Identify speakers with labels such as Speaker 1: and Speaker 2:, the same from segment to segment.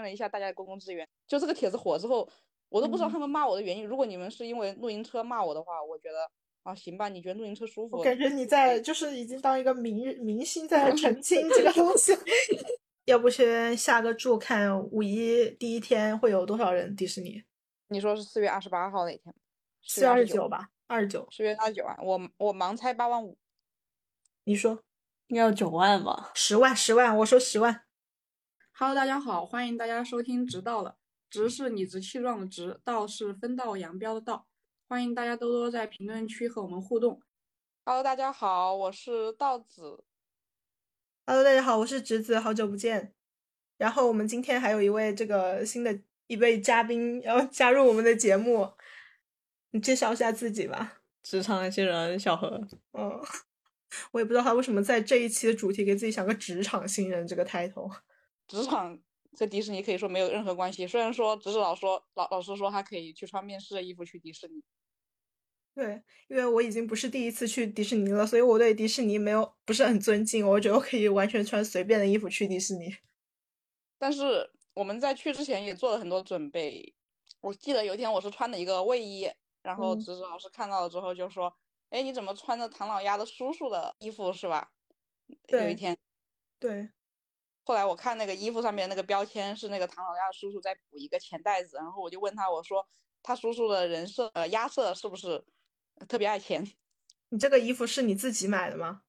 Speaker 1: 了一下大家的沟通资源。就这个帖子火之后，我都不知道
Speaker 2: 嗯
Speaker 1: 他们骂我的原因。如果你们是因为露营车骂我的话，我觉得啊行吧，你觉得露营车舒服
Speaker 3: 我？感觉你在就是已经当一个明明星
Speaker 4: 嗯
Speaker 3: 在澄清这个东西。 要不先下个注看五一第一天会有多少人迪士尼？
Speaker 1: 你说是四月二十八号那天吗？
Speaker 3: 四月
Speaker 4: 啊
Speaker 3: 二十
Speaker 1: 29
Speaker 3: 九，吧，二十九。
Speaker 1: 四月二十九啊，我我盲猜八万五，
Speaker 3: 你说
Speaker 4: 应该有九万吧？
Speaker 3: 十万，十万，我说十万。
Speaker 2: Hello，大家好，欢迎大家收听《直到了》，直是理直气壮的直，道是分道扬镳的道。欢迎大家多多在评论区和我们互动。
Speaker 1: Hello，大家好，我是道子。
Speaker 3: Hello，大家好，我是直子，好久不见。然后我们今天还有一位这个新的一位嘉宾要 加入我们的节目，你介绍一下自己吧。
Speaker 4: 职场新人小何，
Speaker 3: 嗯， 我也不知道他为什么在这一期的主题给自己想个“职场新人”这个 title。
Speaker 1: 职场跟迪士尼可以说没有任何关系。虽然说只是老说老老师说他可以去穿面试的衣服去迪士尼，
Speaker 3: 对，因为我已经不是第一次去迪士尼了，所以我对迪士尼没有不是很尊敬。我觉得我可以完全穿随便的衣服去迪士尼。
Speaker 1: 但是我们在去之前也做了很多准备。我记得有一天我是穿的一个卫衣，然后
Speaker 3: 嗯
Speaker 1: 指指老师看到了之后就说：“哎，你怎么穿着唐老鸭的叔叔的衣服是吧？”有
Speaker 3: 对
Speaker 1: 一天，
Speaker 3: 对，
Speaker 1: 后来我看那个衣服上面那个标签是那个唐老鸭叔叔在补一个钱袋子，然后我就问他，我说他叔叔的人设呃鸭设是不是特别爱钱？
Speaker 3: 你这个衣服是你自己买的吗？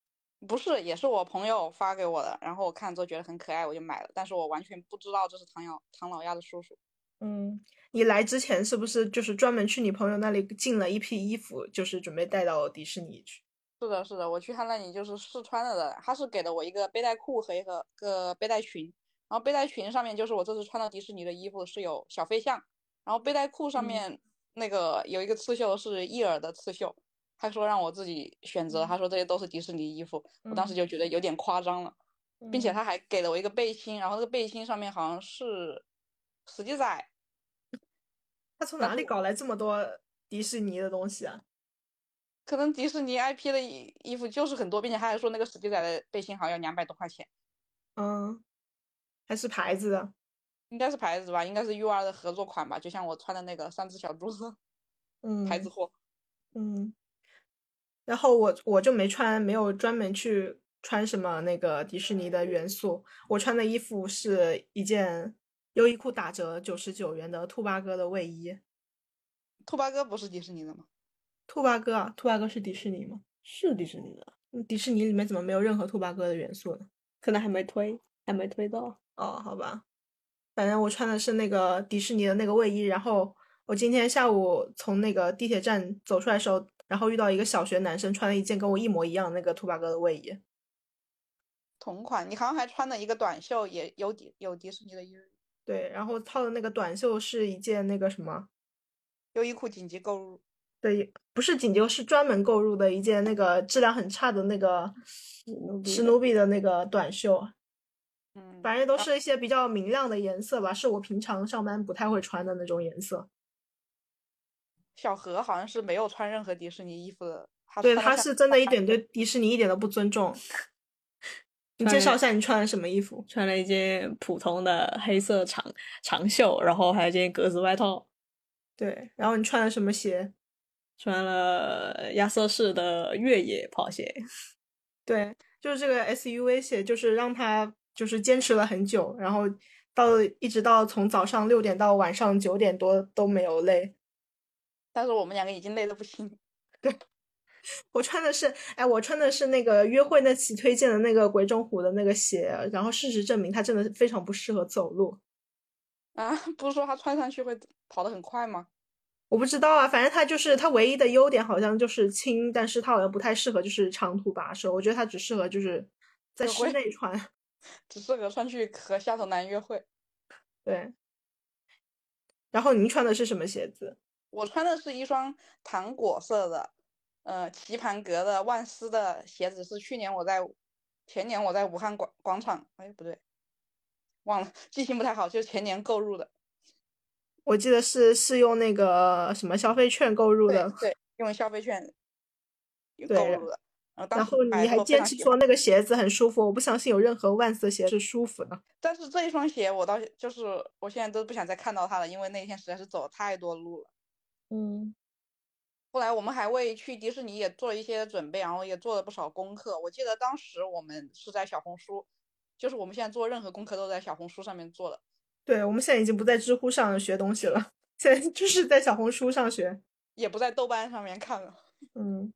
Speaker 1: 不是，也是我朋友发给我的，然后我看了之后觉得很可爱，我就买了，但是我完全不知道这是唐老唐老鸭的叔叔。
Speaker 3: 嗯，你来之前是不是就是专门去你朋友那里进了一批衣服，就是准备带到迪士尼去？
Speaker 1: 是的，是的，我去他那里就是试穿了的，他是给了我一个背带裤和一个个背带裙，然后背带裙上面就是我这次穿到迪士尼的衣服是有小飞象，然后背带裤上
Speaker 3: 嗯
Speaker 1: 面那个有一个刺绣是伊尔的刺绣，他说让我自己选择，他说这些都是迪士尼衣服，我当时就觉得有点夸张了，并且
Speaker 3: 嗯
Speaker 1: 他还给了我一个背心，然后那个背心上面好像是史迪仔，
Speaker 3: 他从
Speaker 1: 那
Speaker 3: 哪里
Speaker 1: 我
Speaker 3: 搞来这么多迪士尼的东西啊？
Speaker 1: 可能迪士尼 IP 的衣衣服就是很多，并且他还说那个史迪仔的背心好像要两百多块钱。
Speaker 3: 嗯，还是牌子的。
Speaker 1: 应该是牌子吧，应该是 U R 的合作款吧，就像我穿的那个三只小猪子
Speaker 3: 嗯，
Speaker 1: 牌子货。
Speaker 3: 嗯，然后我我就没穿，没有专门去穿什么那个迪士尼的元素。我穿的衣服是一件优衣库打折九十九元的兔八哥的卫衣。
Speaker 1: 兔八哥不是迪士尼的吗？
Speaker 3: 兔八哥啊，兔八哥是迪士尼吗？
Speaker 4: 是迪士尼的，
Speaker 3: 嗯迪士尼里面怎么没有任何兔八哥的元素呢？
Speaker 4: 可能还没推，还没推到。
Speaker 3: 哦，好吧，反正我穿的是那个迪士尼的那个卫衣，然后我今天下午从那个地铁站走出来的时候，然后遇到一个小学男生穿了一件跟我一模一样的那个兔八哥的卫衣。
Speaker 1: 同款，你好像还穿了一个短袖，也有迪有迪士尼的优
Speaker 3: 对，然后套的那个短袖是一件那个什么，
Speaker 1: 优衣库紧急购入。
Speaker 3: 对，不是紧急，是专门购入的一件那个质量很差的那个
Speaker 4: 努比
Speaker 3: 史
Speaker 4: 的
Speaker 3: 努比的那个短袖，
Speaker 1: 嗯，
Speaker 3: 反正都是一些比较明亮的颜色吧，是我平常上班不太会穿的那种颜色。
Speaker 1: 小何好像是没有穿任何迪士尼衣服的，他
Speaker 3: 对，
Speaker 1: 啊穿了
Speaker 3: 他
Speaker 1: 像
Speaker 3: 是真的一点对迪士尼一点都不尊重。你介
Speaker 4: 穿
Speaker 3: 绍一下你穿的什么衣服？
Speaker 4: 穿了一件普通的黑色长长袖，然后还有一件格子外套，
Speaker 3: 对，然后你穿的什么鞋？
Speaker 4: 穿了亚瑟士的越野跑鞋。
Speaker 3: 对，就是这个 SUV 鞋，就是让他就是坚持了很久，然后到一直到从早上六点到晚上九点多都没有累。
Speaker 1: 但是我们两个已经累得不行。
Speaker 3: 我穿的是，哎，我穿的是那个约会那期推荐的那个鬼冢虎的那个鞋，然后事实证明它真的非常不适合走路。
Speaker 1: 啊，不是说他穿上去会跑得很快吗？
Speaker 3: 我不知道啊，反正它就是它唯一的优点好像就是轻，但是它好像不太适合就是长途跋涉，我觉得它只适合就是在
Speaker 1: 约
Speaker 3: 室
Speaker 1: 会
Speaker 3: 内穿。
Speaker 1: 只适合穿去和下头男约会。
Speaker 3: 对，然后您穿的是什么鞋子？
Speaker 1: 我穿的是一双糖果色的，呃，棋盘格的万斯的鞋子，是去年我在前年我在武汉广广场，哎不对，忘了，记性不太好，就是前年购入的。
Speaker 3: 我记得是是用那个什么消费券购入
Speaker 1: 对
Speaker 3: 的，
Speaker 1: 对，用消费券
Speaker 3: 对
Speaker 1: 购入的。然后当
Speaker 3: 然
Speaker 1: 时
Speaker 3: 后
Speaker 1: 买了
Speaker 3: 你还
Speaker 1: 之后非
Speaker 3: 坚
Speaker 1: 常
Speaker 3: 持
Speaker 1: 喜
Speaker 3: 说
Speaker 1: 欢
Speaker 3: 那个鞋子很舒服，我不相信有任何万斯的鞋是舒服的。
Speaker 1: 但是这一双鞋我到现就是我现在都不想再看到它了，因为那天实在是走了太多路了。
Speaker 4: 嗯，
Speaker 1: 后来我们还为去迪士尼也做了一些准备，然后也做了不少功课。我记得当时我们是在小红书，就是我们现在做任何功课都在小红书上面做的，
Speaker 3: 对，我们现在已经不在知乎上学东西了， 现在就是在小红书上学。
Speaker 1: 也不在豆瓣上面看了。
Speaker 3: 嗯，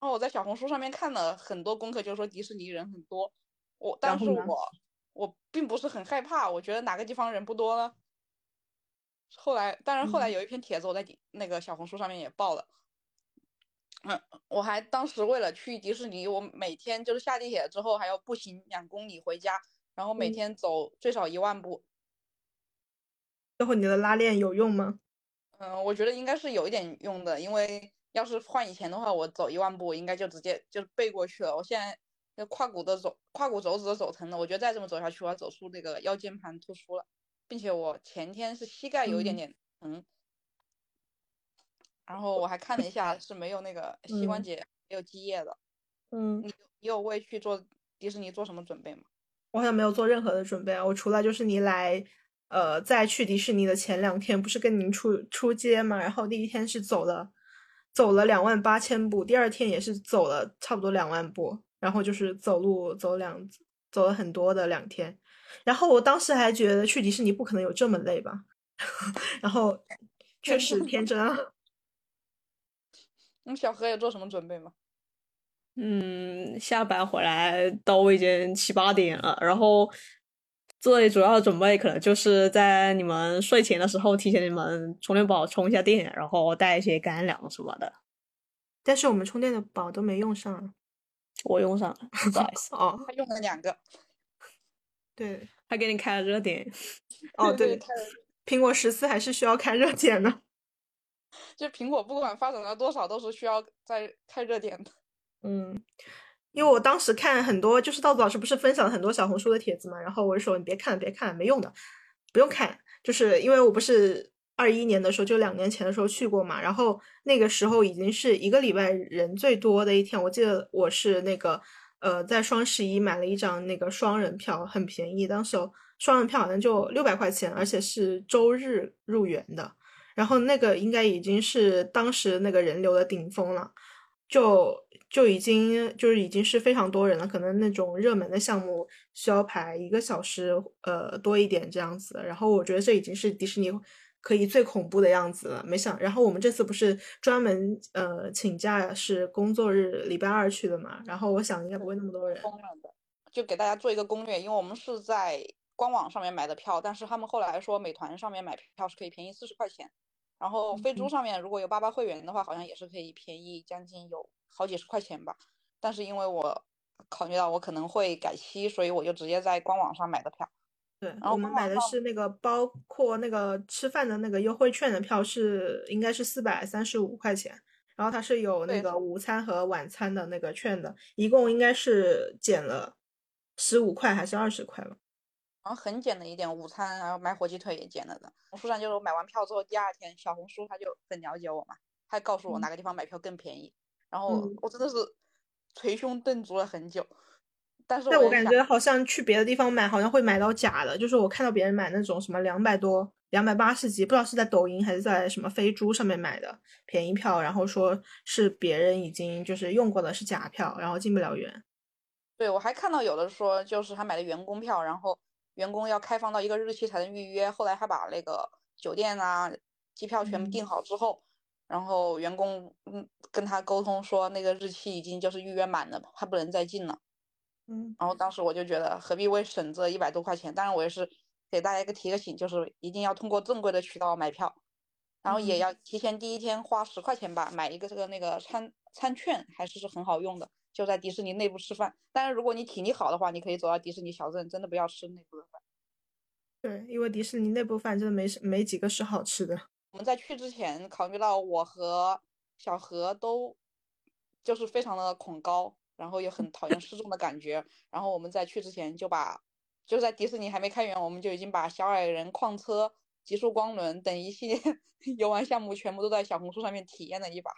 Speaker 1: 然后我在小红书上面看了很多功课，就是说迪士尼人很多，我但
Speaker 3: 然后
Speaker 1: 是
Speaker 3: 呢
Speaker 1: 我我并不是很害怕，我觉得哪个地方人不多了。后来，当然后
Speaker 3: 嗯
Speaker 1: 来有一篇帖子我在迪那个小红书上面也爆了，嗯，我还当时为了去迪士尼，我每天就是下地铁之后还要步行两公里回家，然后每
Speaker 4: 嗯
Speaker 1: 天走最少一万步。
Speaker 3: 最后你的拉链有用吗？
Speaker 1: 嗯，我觉得应该是有一点用的，因为要是换以前的话，我走一万步我应该就直接就是背过去了。我现在那胯骨都走，胯骨轴子都走疼了。我觉得再这么走下去，我要走出那个腰间盘突出了，并且我前天是膝盖有一点
Speaker 3: 嗯
Speaker 1: 点疼，然后我还看了一下是没有那 个膝关
Speaker 4: 嗯
Speaker 1: 节没有积液的。
Speaker 4: 嗯，
Speaker 1: 你你有为去做迪士尼做什么准备吗？
Speaker 3: 我好像没有做任何的准备啊，我除了就是你来，呃，在去迪士尼的前两天，不是跟您出出街嘛，然后第一天是走了走了两万八千步，第二天也是走了差不多两万步，然后就是走路走两走了很多的两天，然后我当时还觉得去迪士尼不可能有这么累吧， 然后确实天真啊。
Speaker 1: 嗯，小何有做什么准备吗？
Speaker 4: 嗯，下班回来都已经七八点了，然后最主要的准备可能就是在你们睡前的时候提前你们充电宝充一下电，然后带一些干粮什么的。
Speaker 3: 但是我们充电的宝都没用上啊
Speaker 4: 我用上了，不好意思，
Speaker 3: 哦，
Speaker 1: 他用了两个。
Speaker 3: 对，
Speaker 4: 还给你开了热点。
Speaker 3: 哦
Speaker 1: 对，
Speaker 3: 对，
Speaker 1: 他
Speaker 3: 苹果十四还是需要看热点的。
Speaker 1: 就苹果不管发展到多少，都是需要在开热点的。
Speaker 3: 嗯，因为我当时看很多，就是道子老师不是分享了很多小红书的帖子嘛，然后我就说你别看了，别看了，没用的，不用看。就是因为我不是二一年的时候，就两年前的时候去过嘛，然后那个时候已经是一个礼拜人最多的一天。我记得我是那个呃，在双十一买了一张那个双人票，很便宜，当时有双人票好像就六百块钱，而且是周日入园的。然后那个应该已经是当时那个人流的顶峰了。就就已经就是已经是非常多人了，可能那种热门的项目需要排一个小时呃多一点这样子。然后我觉得这已经是迪士尼可以最恐怖的样子了。没想，然后我们这次不是专门呃请假是工作日礼拜二去的嘛，然后我想应该不会那么多人。
Speaker 1: 疯了的，就给大家做一个攻略，因为我们是在官网上面买的票，但是他们后来说美团上面买票是可以便宜四十块钱，然后飞猪上面如果有八八会员的话，好像也是可以便宜将近有好几十块钱吧。但是因为我考虑到我可能会改期，所以我就直接在官网上买的票。
Speaker 3: 对，
Speaker 1: 后
Speaker 3: 我们
Speaker 1: 官
Speaker 3: 买
Speaker 1: 网
Speaker 3: 的
Speaker 1: 上
Speaker 3: 是那个包括那个吃饭的那个优惠券的票是应该是四百三十五块钱，然后它是有那
Speaker 1: 对
Speaker 3: 个午餐和晚餐的那个券的，一共应该是减了十五块还是二十块吧？
Speaker 1: 然后很减的一点，午餐然后买火鸡腿也减了的。红书上就是我买完票之后，第二天小红书他就很了解我嘛，他告诉我哪个地方买票更便宜。然后
Speaker 3: 嗯
Speaker 1: 我真的是捶胸顿足了很久，但是
Speaker 3: 但
Speaker 1: 我
Speaker 3: 我
Speaker 1: 也
Speaker 3: 感
Speaker 1: 想
Speaker 3: 觉好像去别的地方买，好像会买到假的，就是我看到别人买那种什么两百多、两百八十几，不知道是在抖音还是在什么飞猪上面买的便宜票，然后说是别人已经就是用过的是假票，然后进不了园。
Speaker 1: 对，我还看到有的说，就是他买的员工票，然后员工要开放到一个日期才能预约。后来他把那个酒店啊、机票全部
Speaker 3: 嗯
Speaker 1: 订好之后，然后员工嗯跟他沟通说，那个日期已经就是预约满了，他不能再进了。
Speaker 3: 嗯，
Speaker 1: 然后当时我就觉得何必为省这一百多块钱？当然我也是给大家一个提个醒，就是一定要通过正规的渠道买票，然后也
Speaker 3: 嗯
Speaker 1: 要提前第一天花十块钱吧，买一个这个那个餐餐券，还是是很好用的，就在迪士尼内部吃饭。但是如果你体力好的话，你可以走到迪士尼小镇，真的不要吃内部的饭。
Speaker 3: 对，因为迪士尼那部饭真的没什没几个是好吃的。
Speaker 1: 我们在去之前，考虑到我和小何都就是非常的恐高，然后也很讨厌失重的感觉，然后我们在去之前就把就在迪士尼还没开园，我们就已经把小矮人、矿车、极速光轮等一系 列游玩项目全部都在小红书上面体验了一把。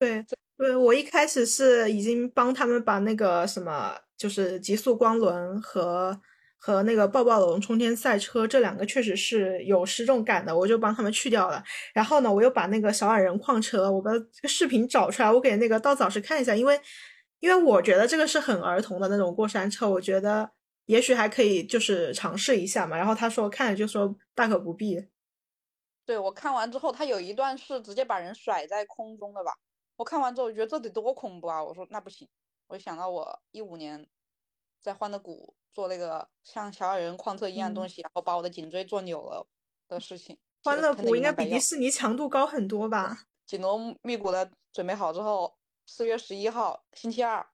Speaker 3: 对，对，我一开始是已经帮他们把那个什么，就是极速光轮和和那个抱抱龙冲天赛车这两个确实是有失重感的，我就帮他们去掉了。然后呢，我又把那个小矮人矿车，我把这个视频找出来，我给那个稻草师看一下，因为因为我觉得这个是很儿童的那种过山车，我觉得也许还可以就是尝试一下嘛。然后他说看了就说大可不必。
Speaker 1: 对我看完之后，他有一段是直接把人甩在空中的吧？我看完之后，我觉得这得多恐怖啊！我说那不行，我就想到我一五年在欢乐谷做那个像小矮人矿车一样的东西，然后把我的颈椎做扭了的事情。
Speaker 3: 嗯欢乐
Speaker 1: 喷得
Speaker 3: 谷
Speaker 1: 一
Speaker 3: 应该
Speaker 1: 脸白
Speaker 3: 比
Speaker 1: 药
Speaker 3: 迪士尼强度高很多吧？
Speaker 1: 紧锣密鼓的准备好之后，四月十一号星期二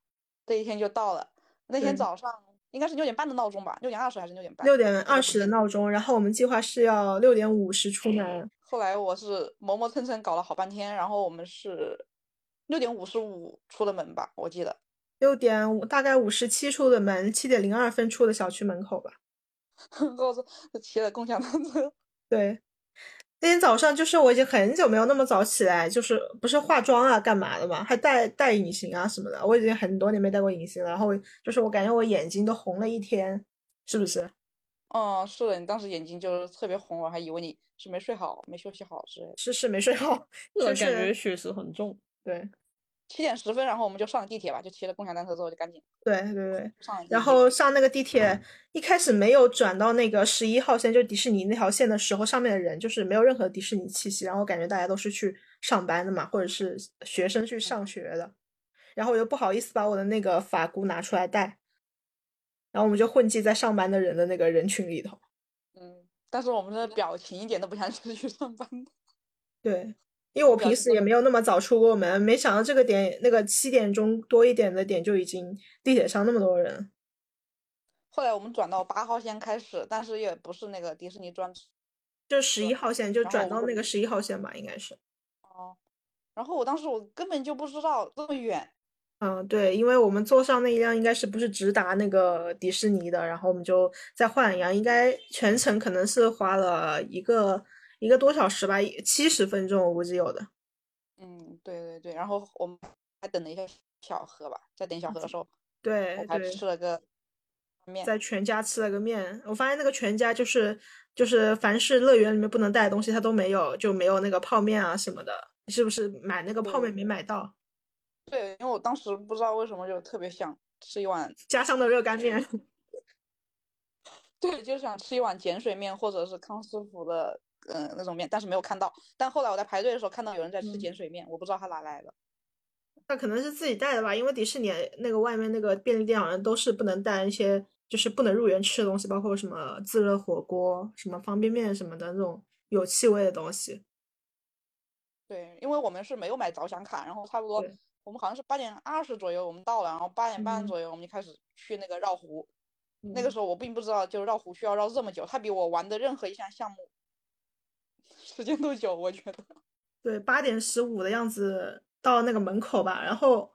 Speaker 1: 这一天就到了。那天
Speaker 3: 对
Speaker 1: 早上应该是六点半的闹钟吧，六点二十还是六点半？
Speaker 3: 六点
Speaker 1: 不
Speaker 3: 二十的
Speaker 1: 记
Speaker 3: 闹钟，然后我们计划是要六点五十出门。
Speaker 1: 后来我是磨磨蹭蹭搞了好半天，然后我们是六点五十五出的门吧，我记得。
Speaker 3: 六点五大概五十七出的门，七点零二分出的小区门口吧。
Speaker 1: 然后是骑了共享单车，
Speaker 3: 对，那天早上就是我已经很久没有那么早起来，就是不是化妆啊干嘛的嘛，还戴戴隐形啊什么的，我已经很多年没戴过隐形了。然后就是我感觉我眼睛都红了一天，是不是？
Speaker 1: 嗯，是的，你当时眼睛就是特别红，我还以为你是没睡好、没休息好之类的。
Speaker 3: 是是没睡好，
Speaker 4: 这个
Speaker 3: 就
Speaker 4: 感觉
Speaker 3: 是
Speaker 4: 血实很重。
Speaker 3: 对
Speaker 1: 七点十分，然后我们就上了地铁吧，就骑了共享单车之后就赶紧
Speaker 3: 对对对。
Speaker 1: 上了地铁。
Speaker 3: 然后上那个地铁，一开始没有转到那个十一号线，就迪士尼那条线的时候，上面的人就是没有任何迪士尼气息，然后感觉大家都是去上班的嘛，或者是学生去上学的。然后我又不好意思把我的那个发箍拿出来戴，然后我们就混迹在上班的人的那个人群里头。
Speaker 1: 嗯，但是我们的表情一点都不像是去上班的。
Speaker 3: 对，因为我
Speaker 1: 表
Speaker 3: 平
Speaker 1: 情
Speaker 3: 时
Speaker 1: 都
Speaker 3: 也没有那么早出过门，没想到这个点，那个七点钟多一点的点就已经地铁上那么多人。
Speaker 1: 后来我们转到八号线开始，但是也不是那个迪士尼专车。
Speaker 3: 就十一
Speaker 1: 对
Speaker 3: 号线，就
Speaker 1: 然
Speaker 3: 转
Speaker 1: 后
Speaker 3: 到那个十一号线吧，应该是。
Speaker 1: 然后我当时我根本就不知道这么远，
Speaker 3: 嗯，对，因为我们坐上那一辆应该是不是直达那个迪士尼的，然后我们就再换一辆，应该全程可能是花了一个一个多小时吧，七十分钟我估计有的。
Speaker 1: 嗯，对对对，然后我们还等了一下小河吧，在等小河的时候，
Speaker 3: 对
Speaker 1: 我还
Speaker 3: 嗯对，
Speaker 1: 吃了个面，
Speaker 3: 在全家吃了个面，我发现那个全家就是就是凡是乐园里面不能带的东西它都没有，就没有那个泡面啊什么的，你是不是买那个泡
Speaker 1: 对
Speaker 3: 面没买到？
Speaker 1: 对，因为我当时不知道为什么就特别想吃一碗，
Speaker 3: 家乡的热干面，
Speaker 1: 对，就想吃一碗碱水面或者是康师傅的，嗯、那种面，但是没有看到。但后来我在排队的时候看到有人在吃
Speaker 3: 嗯
Speaker 1: 碱水面，我不知道他哪来的。
Speaker 3: 那可能是自己带的吧，因为迪士尼那个外面那个便利店好像都是不能带一些，就是不能入园吃的东西，包括什么自热火锅、什么方便面什么的那种有气味的东西。
Speaker 1: 对，因为我们是没有买早享卡，然后差不多
Speaker 3: 对
Speaker 1: 我们好像是八点二十左右我们到了，然后八点半
Speaker 3: 嗯
Speaker 1: 左右我们就开始去那个绕湖。那个时候我并不知道，就绕湖需要绕这么久，它比我玩的任何一项项目时间都久，我觉得。
Speaker 3: 对，八点十五的样子到那个门口吧。然后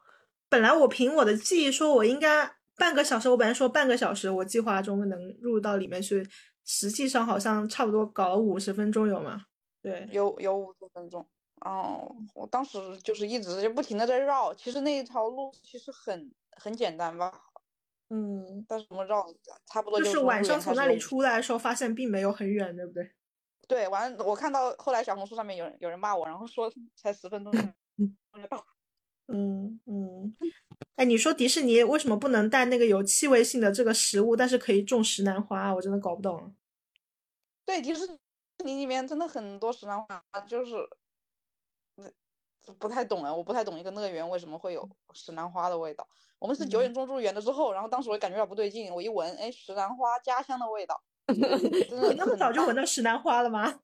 Speaker 3: 本来我凭我的记忆说，我应该半个小时，我本来说半个小时，我计划中能入到里面去，实际上好像差不多搞了五十分钟有吗？对，
Speaker 1: 有有五十分钟。哦，
Speaker 3: 嗯
Speaker 1: 我当时就是一直就不停的在绕，其实那一条路其实很很简单吧，
Speaker 3: 嗯，
Speaker 1: 但是我们绕差不多
Speaker 3: 就
Speaker 1: 就是从
Speaker 3: 晚
Speaker 1: 路
Speaker 3: 上
Speaker 1: 沿开
Speaker 3: 从
Speaker 1: 始
Speaker 3: 那
Speaker 1: 有
Speaker 3: 里
Speaker 1: 五
Speaker 3: 出来的时候，发现并没有很远，对不对？
Speaker 1: 对，完我看到后来小红书上面有人有人骂我，然后说才十分钟就到，
Speaker 3: 嗯嗯，哎，你说迪士尼为什么不能带那个有气味性的这个食物，但是可以种石楠花啊？我真的搞不懂了。
Speaker 1: 对，迪士尼里面真的很多石楠花，就是嗯不太懂啊，我不太懂一个乐园为什么会有石楠花的味道。我们是
Speaker 3: 嗯
Speaker 1: 九点钟入园了之后，然后当时我感觉到不对劲，我一闻，哎，石楠花家乡的味 道，真的
Speaker 3: 你那么
Speaker 1: 很
Speaker 3: 早就
Speaker 1: 大
Speaker 3: 闻到石楠花了吗？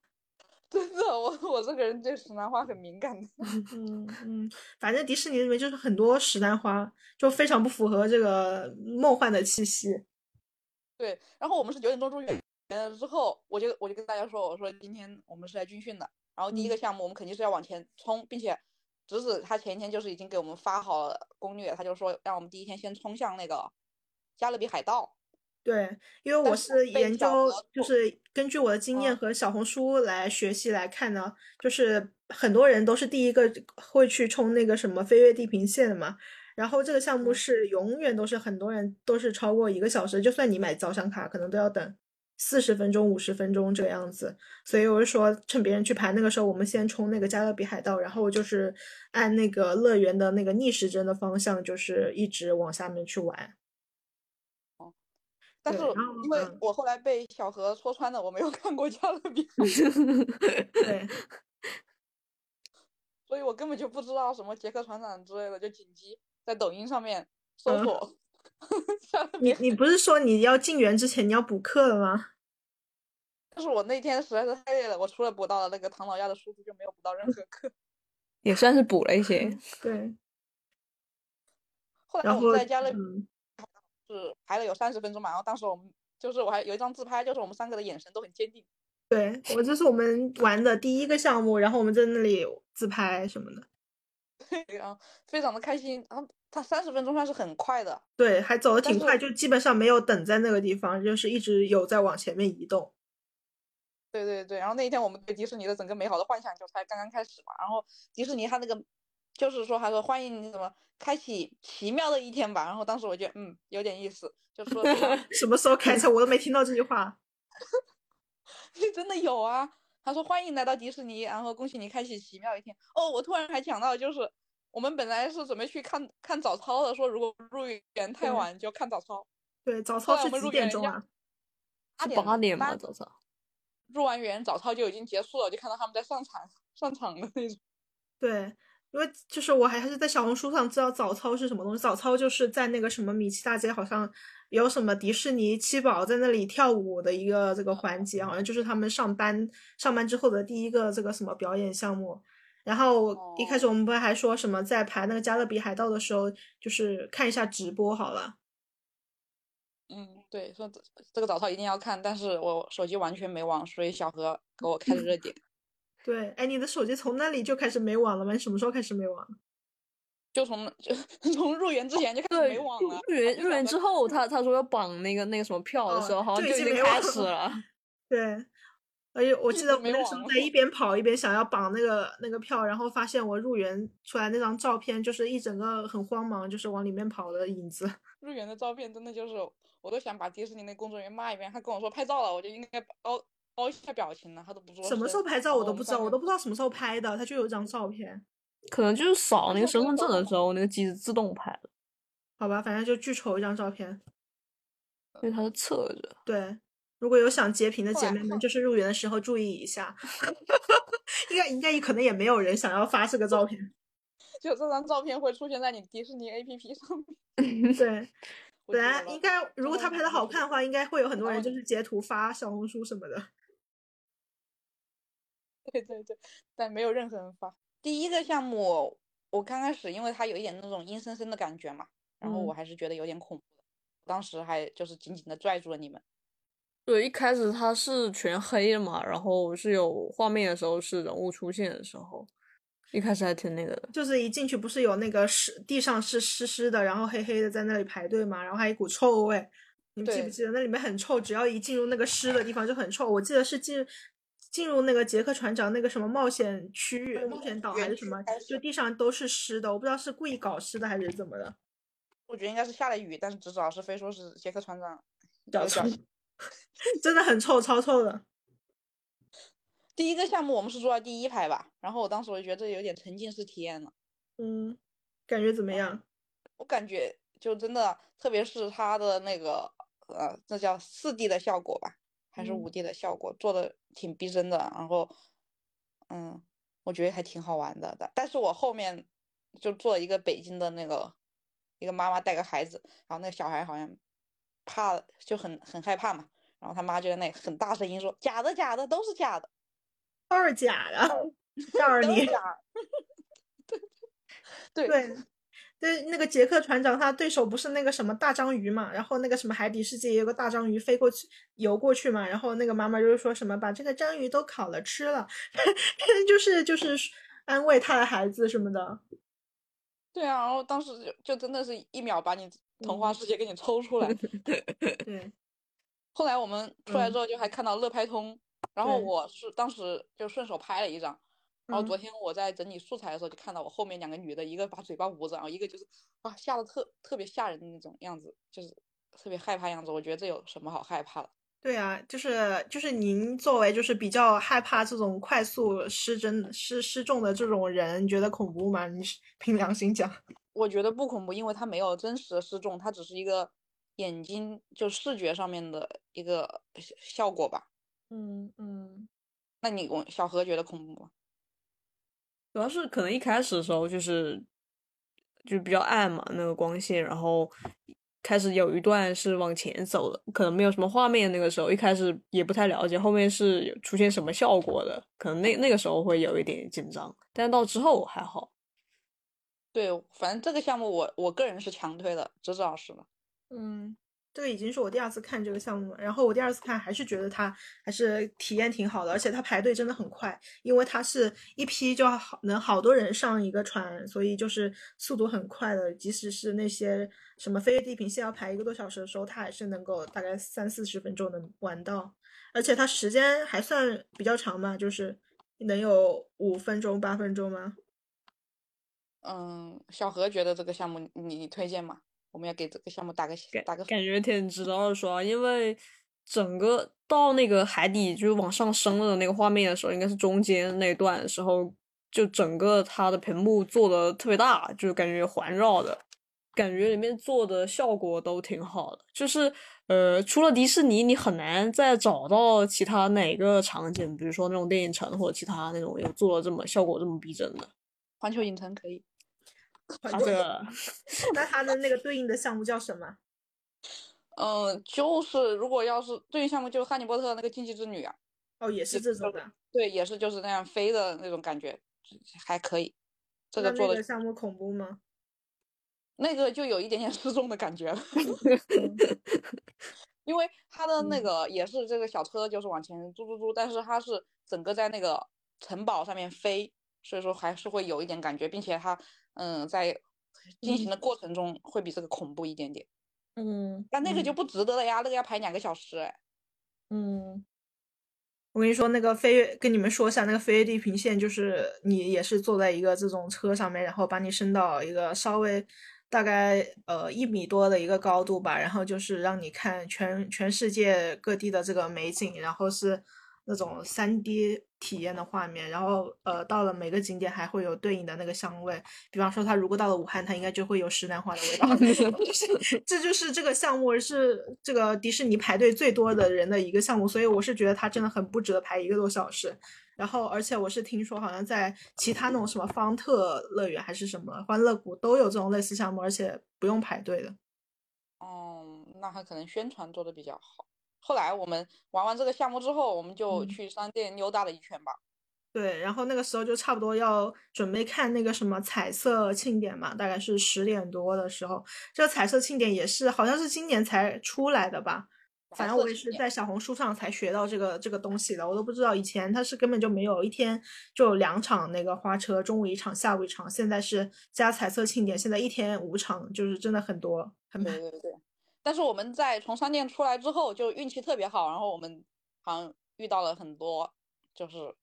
Speaker 1: 真的，我我这个人对石楠花很敏感的。
Speaker 3: 嗯嗯，反正迪士尼里面就是很多石楠花，就非常不符合这个梦幻的气息。
Speaker 1: 对，然后我们是九点钟入园了之后，我就我就跟大家说，我说今天我们是来军训的，然后第一
Speaker 3: 嗯
Speaker 1: 个项目我们肯定是要往前冲，并且直指他前一天就是已经给我们发好了攻略，他就说让我们第一天先冲向那个加勒比海盗。
Speaker 3: 对，因为
Speaker 1: 但
Speaker 3: 我
Speaker 1: 是
Speaker 3: 是
Speaker 1: 被
Speaker 3: 研
Speaker 1: 小
Speaker 3: 究
Speaker 1: 河，
Speaker 3: 就
Speaker 1: 狗
Speaker 3: 是根据我的经验
Speaker 1: 嗯
Speaker 3: 和小红书来学习来看呢，就是很多人都是第一个会去冲那个什么飞跃地平线的嘛。然后这个项目
Speaker 1: 嗯
Speaker 3: 是永远都是很多人都是超过一个小时，就算你买早上卡，可能都要等四十分钟、五十分钟这个样子。所以我就说，趁别人去排那个时候，我们先冲那个加勒比海盗，然后就是按那个乐园的那个逆时针的方向，就是一直往下面去玩。
Speaker 1: 但是
Speaker 3: 对然后
Speaker 1: 因为
Speaker 3: 嗯
Speaker 1: 我后来被小何戳穿的，我没有看过加勒比海 盗，
Speaker 3: 对，
Speaker 1: 所以我根本就不知道什么杰克船长之类的，就紧急在抖音上面搜
Speaker 3: 嗯
Speaker 1: 索 加勒比
Speaker 3: 你
Speaker 1: 海
Speaker 3: 你不是说你要进园之前你要补课了吗？
Speaker 1: 但是我那天实在是太累了，我除了补到了那个唐老鸭的书，就没有补到任何课。
Speaker 4: 也算是补了一 些。
Speaker 3: 对，
Speaker 1: 后来
Speaker 3: 然
Speaker 1: 我
Speaker 3: 后
Speaker 1: 们在加勒比
Speaker 3: 嗯，
Speaker 1: 是排了有三十分钟嘛，然后当时我们就是我还有一张自拍，就是我们三个的眼神都很坚定。
Speaker 3: 对我这是我们玩的第一个项目，然后我们在那里自拍什么的，
Speaker 1: 然后非常的开心。然后他三十分钟算是很快的，
Speaker 3: 对，还走的
Speaker 1: 但
Speaker 3: 挺
Speaker 1: 是
Speaker 3: 快，就基本上没有等在那个地方，就是一直有在往前面移动。
Speaker 1: 对对对。然后那一天我们对迪士尼的整个美好的幻想就才刚刚开始嘛。然后迪士尼它那个就是说，他说欢迎你什么开启奇妙的一天吧。然后当时我觉得嗯有点意思，就说
Speaker 3: 什么时候开车我都没听到这句话。
Speaker 1: 真的有啊。他说欢迎来到迪士尼，然后恭喜你开启奇妙一天。哦，我突然还想到就是。我们本来是准备去看看早操的，说如果入园太
Speaker 4: 嗯
Speaker 3: 对
Speaker 1: 晚就看早操，
Speaker 3: 对，早
Speaker 1: 后
Speaker 3: 操
Speaker 1: 来
Speaker 3: 是
Speaker 1: 我们
Speaker 3: 几
Speaker 1: 入
Speaker 3: 点
Speaker 1: 园
Speaker 3: 钟
Speaker 1: 要
Speaker 3: 啊？
Speaker 1: 八
Speaker 4: 是
Speaker 1: 点
Speaker 4: 八点
Speaker 1: 八
Speaker 4: 吧，早上。
Speaker 1: 入完园早操就已经结束了，就看到他们在上场上场的那种。
Speaker 3: 对，因为就是我还还是在小红书上知道早操是什么东西。早操就是在那个什么米奇大街，好像有什么迪士尼七宝在那里跳舞的一个这个环节，好像就是他们上班上班之后的第一个这个什么表演项目。然后我一开始我们不是还说什么在排那个加勒比海盗的时候，就是看一下直播好了。
Speaker 1: 嗯，对，说这这个早操一定要看，但是我手机完全没网，所以小何给我开的热点，
Speaker 3: 对，哎，你的手机从那里就开始没网了吗？你什么时候开始没网？
Speaker 1: 就从就 从入园之前就开始
Speaker 4: 哦对，
Speaker 1: 没网
Speaker 4: 入
Speaker 1: 了。
Speaker 4: 入园入园之后，他他说要绑那个那个什么票的时
Speaker 3: 哦
Speaker 4: 候，好像
Speaker 3: 就已
Speaker 4: 就
Speaker 3: 经
Speaker 4: 经
Speaker 3: 没
Speaker 4: 开
Speaker 3: 网
Speaker 4: 始
Speaker 3: 了
Speaker 4: 了。
Speaker 3: 对，而且我
Speaker 1: 一
Speaker 3: 记
Speaker 1: 直
Speaker 3: 得我
Speaker 1: 没啊
Speaker 3: 那个时
Speaker 1: 网
Speaker 3: 候在一
Speaker 1: 络
Speaker 3: 边跑一边想要绑那个那个票，然后发现我入园出来那张照片就是一整个很慌忙，就是往里面跑的影子。
Speaker 1: 入园的照片真的就是，我都想把迪士尼那工作人员骂一遍。他跟我说拍照了，我就应该凹凹一下表情了，他都不做声。
Speaker 3: 什么时候拍照我都不知道，我都
Speaker 1: 不
Speaker 3: 不知道什么时候拍的，它就有一张照片。
Speaker 4: 可能就是扫那个
Speaker 1: 那时
Speaker 4: 身
Speaker 1: 候
Speaker 4: 份
Speaker 1: 不
Speaker 4: 证
Speaker 1: 是
Speaker 4: 的
Speaker 1: 扫
Speaker 4: 时候，那个机子自动拍了，
Speaker 3: 好吧，反正就巨丑一张照片。
Speaker 4: 因为它是侧着。
Speaker 3: 对，如果有想截屏的
Speaker 1: 后
Speaker 3: 姐
Speaker 1: 来
Speaker 3: 妹们，
Speaker 1: 后
Speaker 3: 就是入园的时候注意 一下。应该应该可能也没有人想要发这个照片。
Speaker 1: 就这张照片会出现在你迪士尼 APP 上面。
Speaker 3: 对，
Speaker 1: 我
Speaker 3: 本
Speaker 1: 觉
Speaker 3: 来
Speaker 1: 得
Speaker 3: 应该
Speaker 1: 真
Speaker 3: 如
Speaker 1: 的
Speaker 3: 果他
Speaker 1: 很
Speaker 3: 拍的
Speaker 1: 无
Speaker 3: 好
Speaker 1: 语
Speaker 3: 看的话，应该会有很多
Speaker 1: 然
Speaker 3: 人
Speaker 1: 后
Speaker 3: 就是截图发小红书什么的。
Speaker 1: 对对对，但没有任何人发。第一个项目，我刚开始因为它有一点那种阴森森的感觉嘛，然后我
Speaker 3: 嗯
Speaker 1: 还是觉得有点恐怖的，当时还就是紧紧的拽住了你们。
Speaker 4: 对，一开始它是全黑的嘛，然后是有画面的时候是人物出现的时候，一开始还挺那个的。
Speaker 3: 就是一进去不是有那个湿地上是湿湿的，然后黑黑的在那里排队嘛，然后还有一股臭味，你们记不
Speaker 1: 对
Speaker 3: 记得那里面很臭？只要一进入那个湿的地方就很臭。我记得是进进入那个杰克船长那个什么冒险区域、
Speaker 1: 嗯
Speaker 3: 冒险岛还
Speaker 1: 园
Speaker 3: 是什
Speaker 1: 区
Speaker 3: 么
Speaker 1: 开，
Speaker 3: 就
Speaker 1: 始
Speaker 3: 地上都是湿的，我不知道是故意搞湿的还是怎 么的。
Speaker 1: 我觉得应该是下了雨，但是指指老师非说是杰克船长
Speaker 3: 脚
Speaker 1: 有脚
Speaker 3: 臭。真的很臭，超臭的。
Speaker 1: 第一个项目我们是坐在第一排吧，然后我当时我就觉得这有点沉浸式体验了，
Speaker 3: 嗯，感觉怎么
Speaker 1: 嗯
Speaker 3: 样？
Speaker 1: 我感觉就真的，特别是它的那个呃，那叫四 D 的效果吧，还是
Speaker 3: 嗯
Speaker 1: 五 D 的效果，做的挺逼真的。然后，嗯，我觉得还挺好玩的。但但是我后面就做了一个北京的那个一个妈妈带个孩子，然后那个小孩好像怕，就很很害怕嘛。然后他妈就在那里很大声音说：“假的，假的，都是假的，
Speaker 3: 都是假的，告诉
Speaker 1: 都
Speaker 3: 你
Speaker 1: 是。假的。对”对
Speaker 3: 对，对，那个杰克船长他对手不是那个什么大章鱼嘛，然后那个什么海底世界也有个大章鱼飞过去游过去嘛，然后那个妈妈就是说什么把这个章鱼都烤了吃了， 就是就是安慰他的孩子什么的。
Speaker 1: 对啊！然后当时就就真的是一秒把你
Speaker 3: 嗯
Speaker 1: 童话世界给你抽出 来。
Speaker 3: 对，
Speaker 1: 后来我们出来
Speaker 3: 嗯
Speaker 1: 之后就还看到乐拍通，然后
Speaker 3: 对
Speaker 1: 我是当时就顺手拍了一张，然后昨
Speaker 3: 嗯
Speaker 1: 天我在整理素材的时候，就看到我后面两个女的，一个把嘴巴捂着，然后一个就是啊吓得特特别吓人的那种样子，就是特别害怕样子。我觉得这有什么好害怕的？
Speaker 3: 对啊，就是就是您作为就是比较害怕这种快速失真失失重的这种人，你觉得恐怖吗？你是凭良心讲，
Speaker 1: 我觉得不恐怖，因为它没有真实的失重，它只是一个眼睛就视觉上面的一个效效果吧。
Speaker 3: 嗯嗯，
Speaker 1: 那你我小何觉得恐怖吗？
Speaker 4: 主要是可能一开始的时候就是就比较暗嘛，那个光线，然后开始有一段是往前走的，可能没有什么画面，那个时候一开始也不太了解后面是有出现什么效果的，可能那那个时候会有一点紧张，但到之后还好。
Speaker 1: 对，反正这个项目我我个人是强推的，直指老师的。
Speaker 3: 嗯，这个已经是我第二次看这个项目了，然后我第二次看还是觉得它还是体验挺好的，而且它排队真的很快，因为它是一批就要好能好多人上一个船，所以就是速度很快的，即使是那些什么飞越地平线要排一个多小时的时候，它还是能够大概三四十分钟能玩到，而且它时间还算比较长嘛，就是能有五分钟八分钟吗？
Speaker 1: 嗯，小何觉得这个项目你你推荐吗？我们要给这个项目打个
Speaker 4: 感
Speaker 1: 打个分
Speaker 4: 感觉挺值得二刷，因为整个到那个海底就是往上升的那个画面的时候，应该是中间那段的时候，就整个它的屏幕做的特别大，就是感觉环绕的，感觉里面做的效果都挺好的。就是呃，除了迪士尼，你很难再找到其他哪个场景，比如说那种电影城或者其他那种有做的这么效果这么逼真的。
Speaker 1: 环球影城可以。
Speaker 3: 环
Speaker 4: 它
Speaker 3: 球
Speaker 4: 这
Speaker 3: 影
Speaker 4: 个
Speaker 3: 那它的那个对应的项目叫什么？
Speaker 1: 嗯，就是如果要是对应项目，就是《哈利波特》那个禁忌之旅啊，
Speaker 3: 哦，也是这种的。
Speaker 1: 对，也是就是那样飞的那种感觉，还可以。这
Speaker 3: 那
Speaker 1: 个做
Speaker 3: 那
Speaker 1: 的
Speaker 3: 个项目恐怖吗？
Speaker 1: 那个就有一点点 失重的感觉 了，
Speaker 3: 嗯
Speaker 1: 因为它的那
Speaker 4: 嗯
Speaker 1: 个也是这个小车就是往前嘟嘟嘟，但是它是整个在那个城堡上面飞，所以说还是会有一点感觉，并且它嗯在进
Speaker 3: 嗯
Speaker 1: 行的过程中会比这个恐怖一点点。
Speaker 4: 嗯
Speaker 1: 但那个就不值得了呀，那个要排两个小时哎。
Speaker 4: 嗯
Speaker 3: 我跟你说，那个飞跃，跟你们说一下，那个飞跃地平线，就是你也是坐在一个这种车上面，然后把你升到一个稍微大概呃一米多的一个高度吧，然后就是让你看全全世界各地的这个美景，然后是那种 3D 体验的画面，然后呃到了每个景点还会有对应的那个香味，比方说它如果到了武汉，它应该就会有石南花的味 道，就是这就是这个项目是这个迪士尼排队最多的人的一个项目，所以我是觉得它真的很不值得排一个多小时。然后，而且我是听说，好像在其他那种什么方特乐园还是什么欢乐谷都有这种类似项目，而且不用排队的。
Speaker 1: 哦，那他可能宣传做的比较好。后来我们玩完这个项目之后，我们就
Speaker 3: 嗯
Speaker 1: 去商店溜达了一圈吧。
Speaker 3: 对，然后那个时候就差不多要准备看那个什么彩色庆典嘛，大概是十点多的时候。这个彩色庆典也是好像是今年才出来的吧，反
Speaker 1: 白
Speaker 3: 正
Speaker 1: 色
Speaker 3: 我也
Speaker 1: 庆
Speaker 3: 是
Speaker 1: 典
Speaker 3: 在小红书上才学到这个这个东西的，我都不知道以前它是根本就没有，一天就有两场那个花车，中午一场，下午一场，现在是加彩色庆典，现在一天五场，就是真的很多， 很满。
Speaker 1: 对对对。但是我们在从商店出来之后，就运气特别好，然后我们好像遇到了很多，就是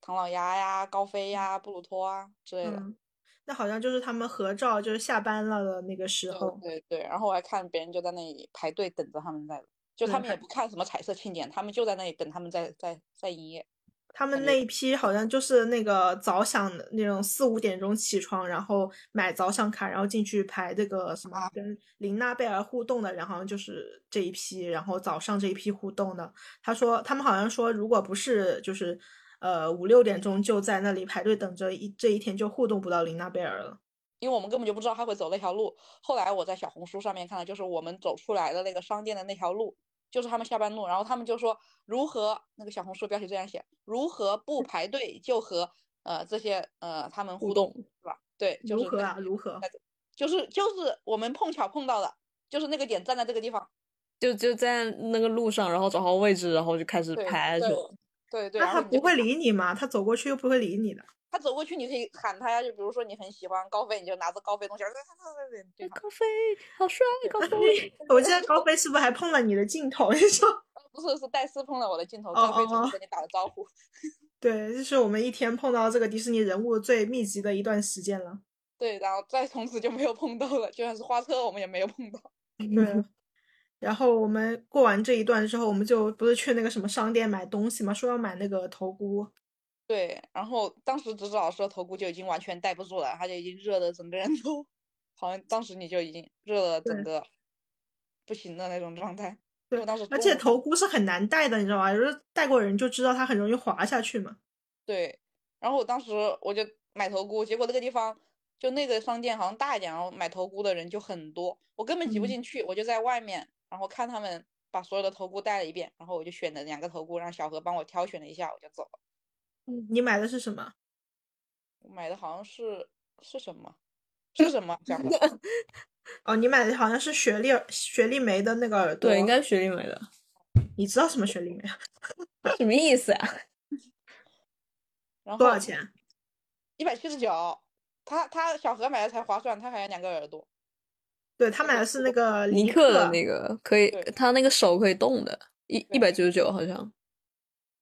Speaker 1: 唐老鸭呀、高飞呀、布鲁托啊之类的。
Speaker 3: 嗯，那好像就是他们合照，就是下班了的那个时候。
Speaker 1: 对对对，然后我还看别人就在那里排队等着他们在，就
Speaker 3: 对
Speaker 1: 他们也
Speaker 3: 还
Speaker 1: 不看什么彩色庆典，他们就在那里等他们在在在营业。
Speaker 3: 他们
Speaker 1: 感觉
Speaker 3: 那一批好像就是那个早想的那种四五点钟起床，然后买早想卡，然后进去排这个什么
Speaker 1: 啊
Speaker 3: 跟琳娜贝尔互动的，然后好像就是这一批，然后早上这一批互动的。他说他们好像说，如果不是就是呃五六点钟就在那里排队等着一这一天就互动不到琳娜贝尔了。
Speaker 1: 因为我们根本就不知道他会走那条路。后来我在小红书上面看到，就是我们走出来的那个商店的那条路，就是他们下班路。然后他们就说如何那个小红书标题这样写：如何不排队就和呃这些呃他们
Speaker 4: 互
Speaker 1: 互动
Speaker 4: 动
Speaker 1: 是吧？对，就
Speaker 3: 如
Speaker 1: 是
Speaker 3: 何
Speaker 1: 那
Speaker 3: 啊？如何？
Speaker 1: 就是就是我们碰巧碰到的，就是那个点站在这个地方。
Speaker 4: 就就在那个路上，然后找好位置，然后就开始
Speaker 1: 对
Speaker 4: 拍
Speaker 1: 对
Speaker 4: 就。
Speaker 1: 对对，
Speaker 3: 那
Speaker 1: 然
Speaker 3: 他
Speaker 1: 后你
Speaker 3: 不
Speaker 1: 就
Speaker 3: 会理你吗？他走过去又不会理你的。
Speaker 1: 他走过去，你可以喊他呀。就比如说你很喜欢高飞，你就拿着高飞东西，对他
Speaker 4: 高飞好帅，高飞。
Speaker 3: 我记得高飞是不是还碰了你的镜头？你说
Speaker 1: 不是是戴斯碰了我的镜头，
Speaker 3: 哦
Speaker 1: 高飞
Speaker 3: 哦
Speaker 1: 总
Speaker 3: 哦
Speaker 1: 是跟你打了招呼。
Speaker 3: 对，这是我们一天碰到这个迪士尼人物最密集的一段时间了。
Speaker 1: 对，然后再从此就没有碰到了，就算是花车我们也没有碰到。
Speaker 3: 对，然后我们过完这一段之后，我们就不是去那个什么商店买东西嘛，说要买那个头箍。
Speaker 1: 对，然后当时指指老师的头箍就已经完全戴不住了，他就已经热的整个人都，好像当时你就已经热了整
Speaker 3: 对
Speaker 1: 个不行的那种状态。因为
Speaker 3: 对
Speaker 1: 我当时
Speaker 3: 而
Speaker 1: 中
Speaker 3: 且
Speaker 4: 哦
Speaker 1: 午
Speaker 3: 头箍是很难戴的，你知道吧？就是戴过人就知道它很容易滑下去嘛。
Speaker 1: 对，然后我当时我就买头箍，结果那个地方就那个商店好像大一点，然后买头箍的人就很多，我根本挤不
Speaker 3: 嗯
Speaker 1: 进去，我就在外面，然后看他们把所有的头箍戴了一遍，然后我就选了两个头箍，让小何帮我挑选了一下，我就走了。
Speaker 4: 嗯
Speaker 3: 你买的是什么？
Speaker 1: 我买的好像是是什么？是什么？小何
Speaker 3: 哦，你买的好像是雪莉儿雪莉梅的那个耳朵。
Speaker 4: 对，应该是哦学历 买的，
Speaker 3: 你知道什么雪莉梅啊？
Speaker 4: 什么意思啊呀？
Speaker 1: 然
Speaker 3: 多
Speaker 1: 后
Speaker 3: 少钱？啊
Speaker 1: 一百七十九，他他小何买的才划算，他还有两个耳朵。
Speaker 3: 对他买的是那个
Speaker 4: 哦尼克
Speaker 3: 克
Speaker 4: 的那个可以
Speaker 1: 对，
Speaker 4: 他那个手可以动的，一一百九十九好像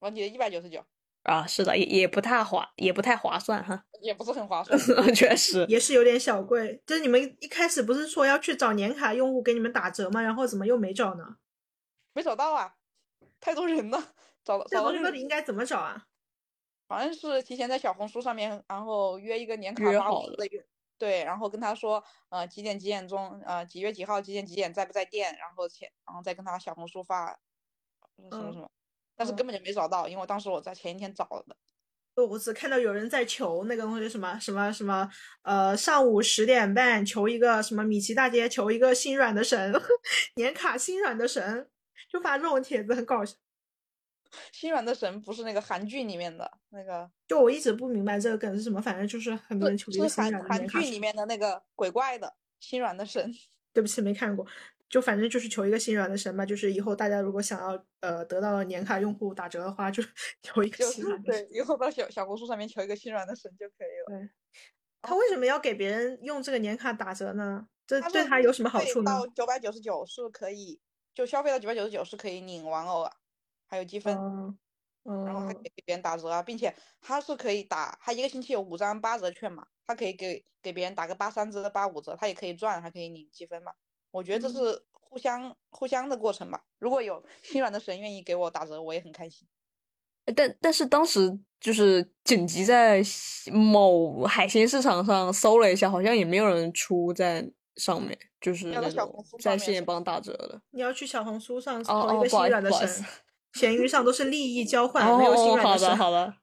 Speaker 1: 我记得一百九十九，
Speaker 4: 啊，是的，也也不太划，也不太划算哈，
Speaker 1: 也不是很划 算。
Speaker 4: 确实。
Speaker 3: 也是有点小贵。就是你们一开始不是说要去找年卡用户给你们打折吗？然后怎么又没找呢？
Speaker 1: 没找到啊，太多人了，找
Speaker 3: 这
Speaker 1: 找到
Speaker 3: 东西
Speaker 1: 日
Speaker 3: 到底应该怎么找啊？
Speaker 1: 好像是提前在小红书上面，然后约一个年卡
Speaker 4: 约
Speaker 1: 发
Speaker 4: 好
Speaker 1: 我的月，对，然后跟他说，呃，几点几点钟，呃，几月几号几点几点在不在店，然后前，然后再跟他小红书发，呃什么
Speaker 3: 嗯
Speaker 1: 什么，但是
Speaker 3: 嗯
Speaker 1: 根本就没找到，因为当时我在前一天找的，
Speaker 3: 我我只看到有人在求那个东西，什么什么什么，呃，上午十点半求一个什么米奇大街，求一个心软的神， 年卡心软的神，就发这种帖子很搞笑。
Speaker 1: 心软的神不是那个韩剧里面的那个，
Speaker 3: 就我一直不明白这个梗是什么，反正就是很多人求一
Speaker 1: 是
Speaker 3: 个
Speaker 1: 是
Speaker 3: 心
Speaker 1: 韩
Speaker 3: 软的
Speaker 1: 韩
Speaker 3: 年卡
Speaker 1: 剧
Speaker 3: 神。
Speaker 1: 里面的那个鬼怪的心软的 神，
Speaker 3: 对不起，没看过。就反正就是求一个心软的神吧，就是以后大家如果想要呃得到年卡用户打折的话，就 求一个
Speaker 1: 就
Speaker 3: 心
Speaker 1: 是
Speaker 3: 软的神。
Speaker 1: 对，以后到小小红书上面求一个心软的神就可以了。
Speaker 3: 他为什么要给别人用这个年卡打折呢？这
Speaker 1: 它
Speaker 3: 对
Speaker 1: 是
Speaker 3: 他有什么好
Speaker 1: 对
Speaker 3: 处呢
Speaker 1: 到？九百九十九是可以，就消费到九百九十九是可以领玩偶啊，还有积分，
Speaker 3: 嗯
Speaker 1: 然后还可
Speaker 3: 嗯
Speaker 1: 以给别人打折啊，并且它是可以打，它一个星期有五张八折券嘛，它可以给给别人打个八三折、八五折，它也可以赚，还可以领积分嘛。我觉得这
Speaker 3: 嗯
Speaker 1: 是互相互相的过程吧。如果有心软的神愿意给我打折，我也很开心。
Speaker 4: 但但是当时就是紧急在某海鲜市场上搜了一下，好像也没有人出在上面，就是
Speaker 1: 要在
Speaker 4: 那
Speaker 1: 小
Speaker 4: 种
Speaker 1: 红书上
Speaker 4: 在
Speaker 1: 面是
Speaker 4: 线
Speaker 1: 吧
Speaker 4: 帮打折的。
Speaker 3: 你要去小红书上
Speaker 4: 哦
Speaker 3: 投一个
Speaker 4: 哦不好
Speaker 3: 心
Speaker 4: 意
Speaker 3: 软
Speaker 4: 思
Speaker 3: 的
Speaker 4: 不好意
Speaker 3: 神
Speaker 4: 思，
Speaker 3: 闲鱼上都是利益 交换，没有心
Speaker 4: 哦，
Speaker 3: 软
Speaker 4: 好
Speaker 3: 神。
Speaker 4: 的好的，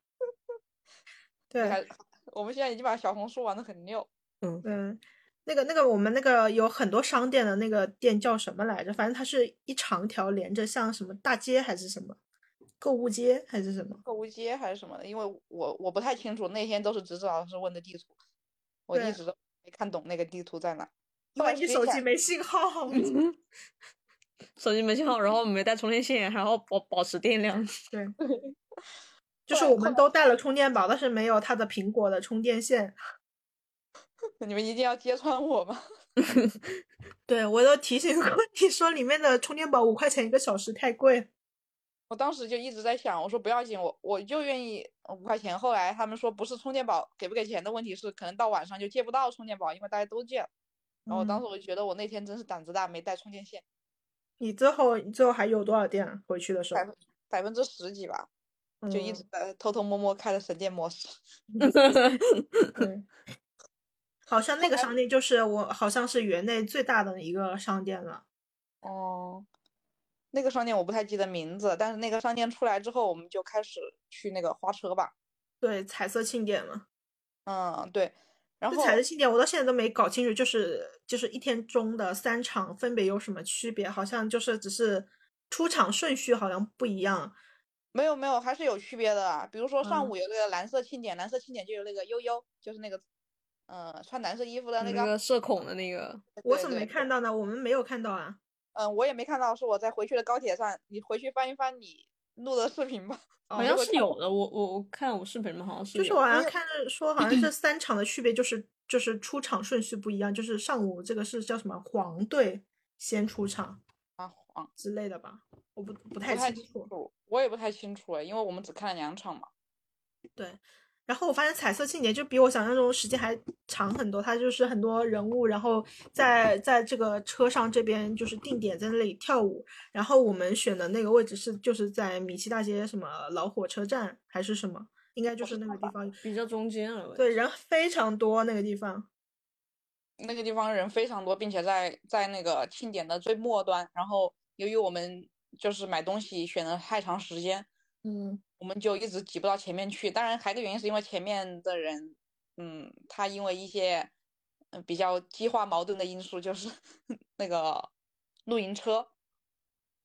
Speaker 3: 对，
Speaker 1: 还我们现在已经把小红书玩的很溜，
Speaker 4: 嗯，
Speaker 3: 嗯，那个那个，我们那个有很多商店的那个店叫什么来着？反正它是一长条连着，像什么大街还是什么购物街还是什么？
Speaker 1: 购物街还是什么的，因为我我不太清楚，那天都是指指老师问的地图，我
Speaker 3: 对
Speaker 1: 一直都没看懂那个地图在哪。
Speaker 3: 因
Speaker 1: 后来
Speaker 3: 为你
Speaker 1: 学
Speaker 3: 手
Speaker 1: 起
Speaker 3: 机
Speaker 1: 来
Speaker 3: 没信号。
Speaker 4: 手机没信号，然后没带充电线，然后保保持电量。
Speaker 3: 对，就是
Speaker 1: 后来
Speaker 3: 我
Speaker 1: 后
Speaker 3: 们
Speaker 1: 来
Speaker 3: 都带了充电宝，但是没有它的苹果的充电线。
Speaker 1: 你们一定要揭穿我吗？
Speaker 3: 对，我都提醒过你说里面的充电宝五块钱一个小时太贵了。
Speaker 1: 我当时就一直在想，我说不要紧，我我就愿意呃五块钱。后来他们说不是充电宝给不给钱的问题，是可能到晚上就借不到充电宝，因为大家都借了。然后我当
Speaker 3: 嗯
Speaker 1: 时我就觉得我那天真是胆子大，没带充电线，
Speaker 3: 你最后你最后还有多少电啊？回去的时候
Speaker 1: 百，分百分之十几吧，就一直
Speaker 3: 嗯
Speaker 1: 在偷偷摸摸开了神剑模式。
Speaker 3: 对，好像那个
Speaker 1: 来
Speaker 3: 商店就是我，好像是园内最大的一个商店了。
Speaker 1: 哦，那个商店我不太记得名字，但是那个商店出来之后，我们就开始去那个花车吧。
Speaker 3: 对，彩色庆典嘛，
Speaker 1: 嗯，对。然
Speaker 3: 这
Speaker 1: 后
Speaker 3: 彩色庆典我到现在都没搞清楚，就是就是一天中的三场分别有什么区别？好像就是只是出场顺序好像不一样。
Speaker 1: 没有没有，还是有区别的啊。比如说上
Speaker 3: 嗯
Speaker 1: 午有那个蓝色庆典，蓝色庆典就有那个悠悠，就是那个，嗯，穿蓝色衣服的那
Speaker 4: 那
Speaker 1: 个。
Speaker 3: 嗯
Speaker 4: 个社恐的那个，
Speaker 1: 呃
Speaker 3: 我
Speaker 1: 对
Speaker 3: 怎么
Speaker 1: 对
Speaker 3: 没看到呢？我们没有看到啊。
Speaker 1: 嗯，我也没看到，是我在回去的高铁上，你回去翻一翻你录的视频吧。
Speaker 3: 哦
Speaker 4: 好像
Speaker 1: 果
Speaker 4: 是
Speaker 1: 看
Speaker 4: 有的。我我我看我视频里面好像是
Speaker 3: 就是
Speaker 4: 有
Speaker 3: 我好像
Speaker 1: 有
Speaker 3: 看着说，好像这三场的区别就是就是出场顺序不一样，就是上午这个是叫什么黄队先出场
Speaker 1: 啊，黄，
Speaker 3: 之类的吧，我不不
Speaker 1: 不
Speaker 3: 太
Speaker 1: 太
Speaker 3: 清楚。
Speaker 1: 楚，我也不太清楚哎，因为我们只看了两场嘛。
Speaker 3: 然后我发现彩色庆典就比我想象中时间还长很多，它就是很多人物，然后在在这个车上这边就是定点在那里跳舞，然后我们选的那个位置是就是在米奇大街什么老火车站还是什么，应该就是那个地方，
Speaker 4: 比较中间了。
Speaker 3: 对，人非常多那个地方，
Speaker 1: 那个地方人非常多，并且在在那个庆典的最末端。然后由于我们就是买东西选的太长时间，
Speaker 3: 嗯，
Speaker 1: 我们就一直挤不到前面去。当然，还有一个原因是因为前面的人，嗯，他因为一些嗯比较激化矛盾的因素，就是 那个露营车，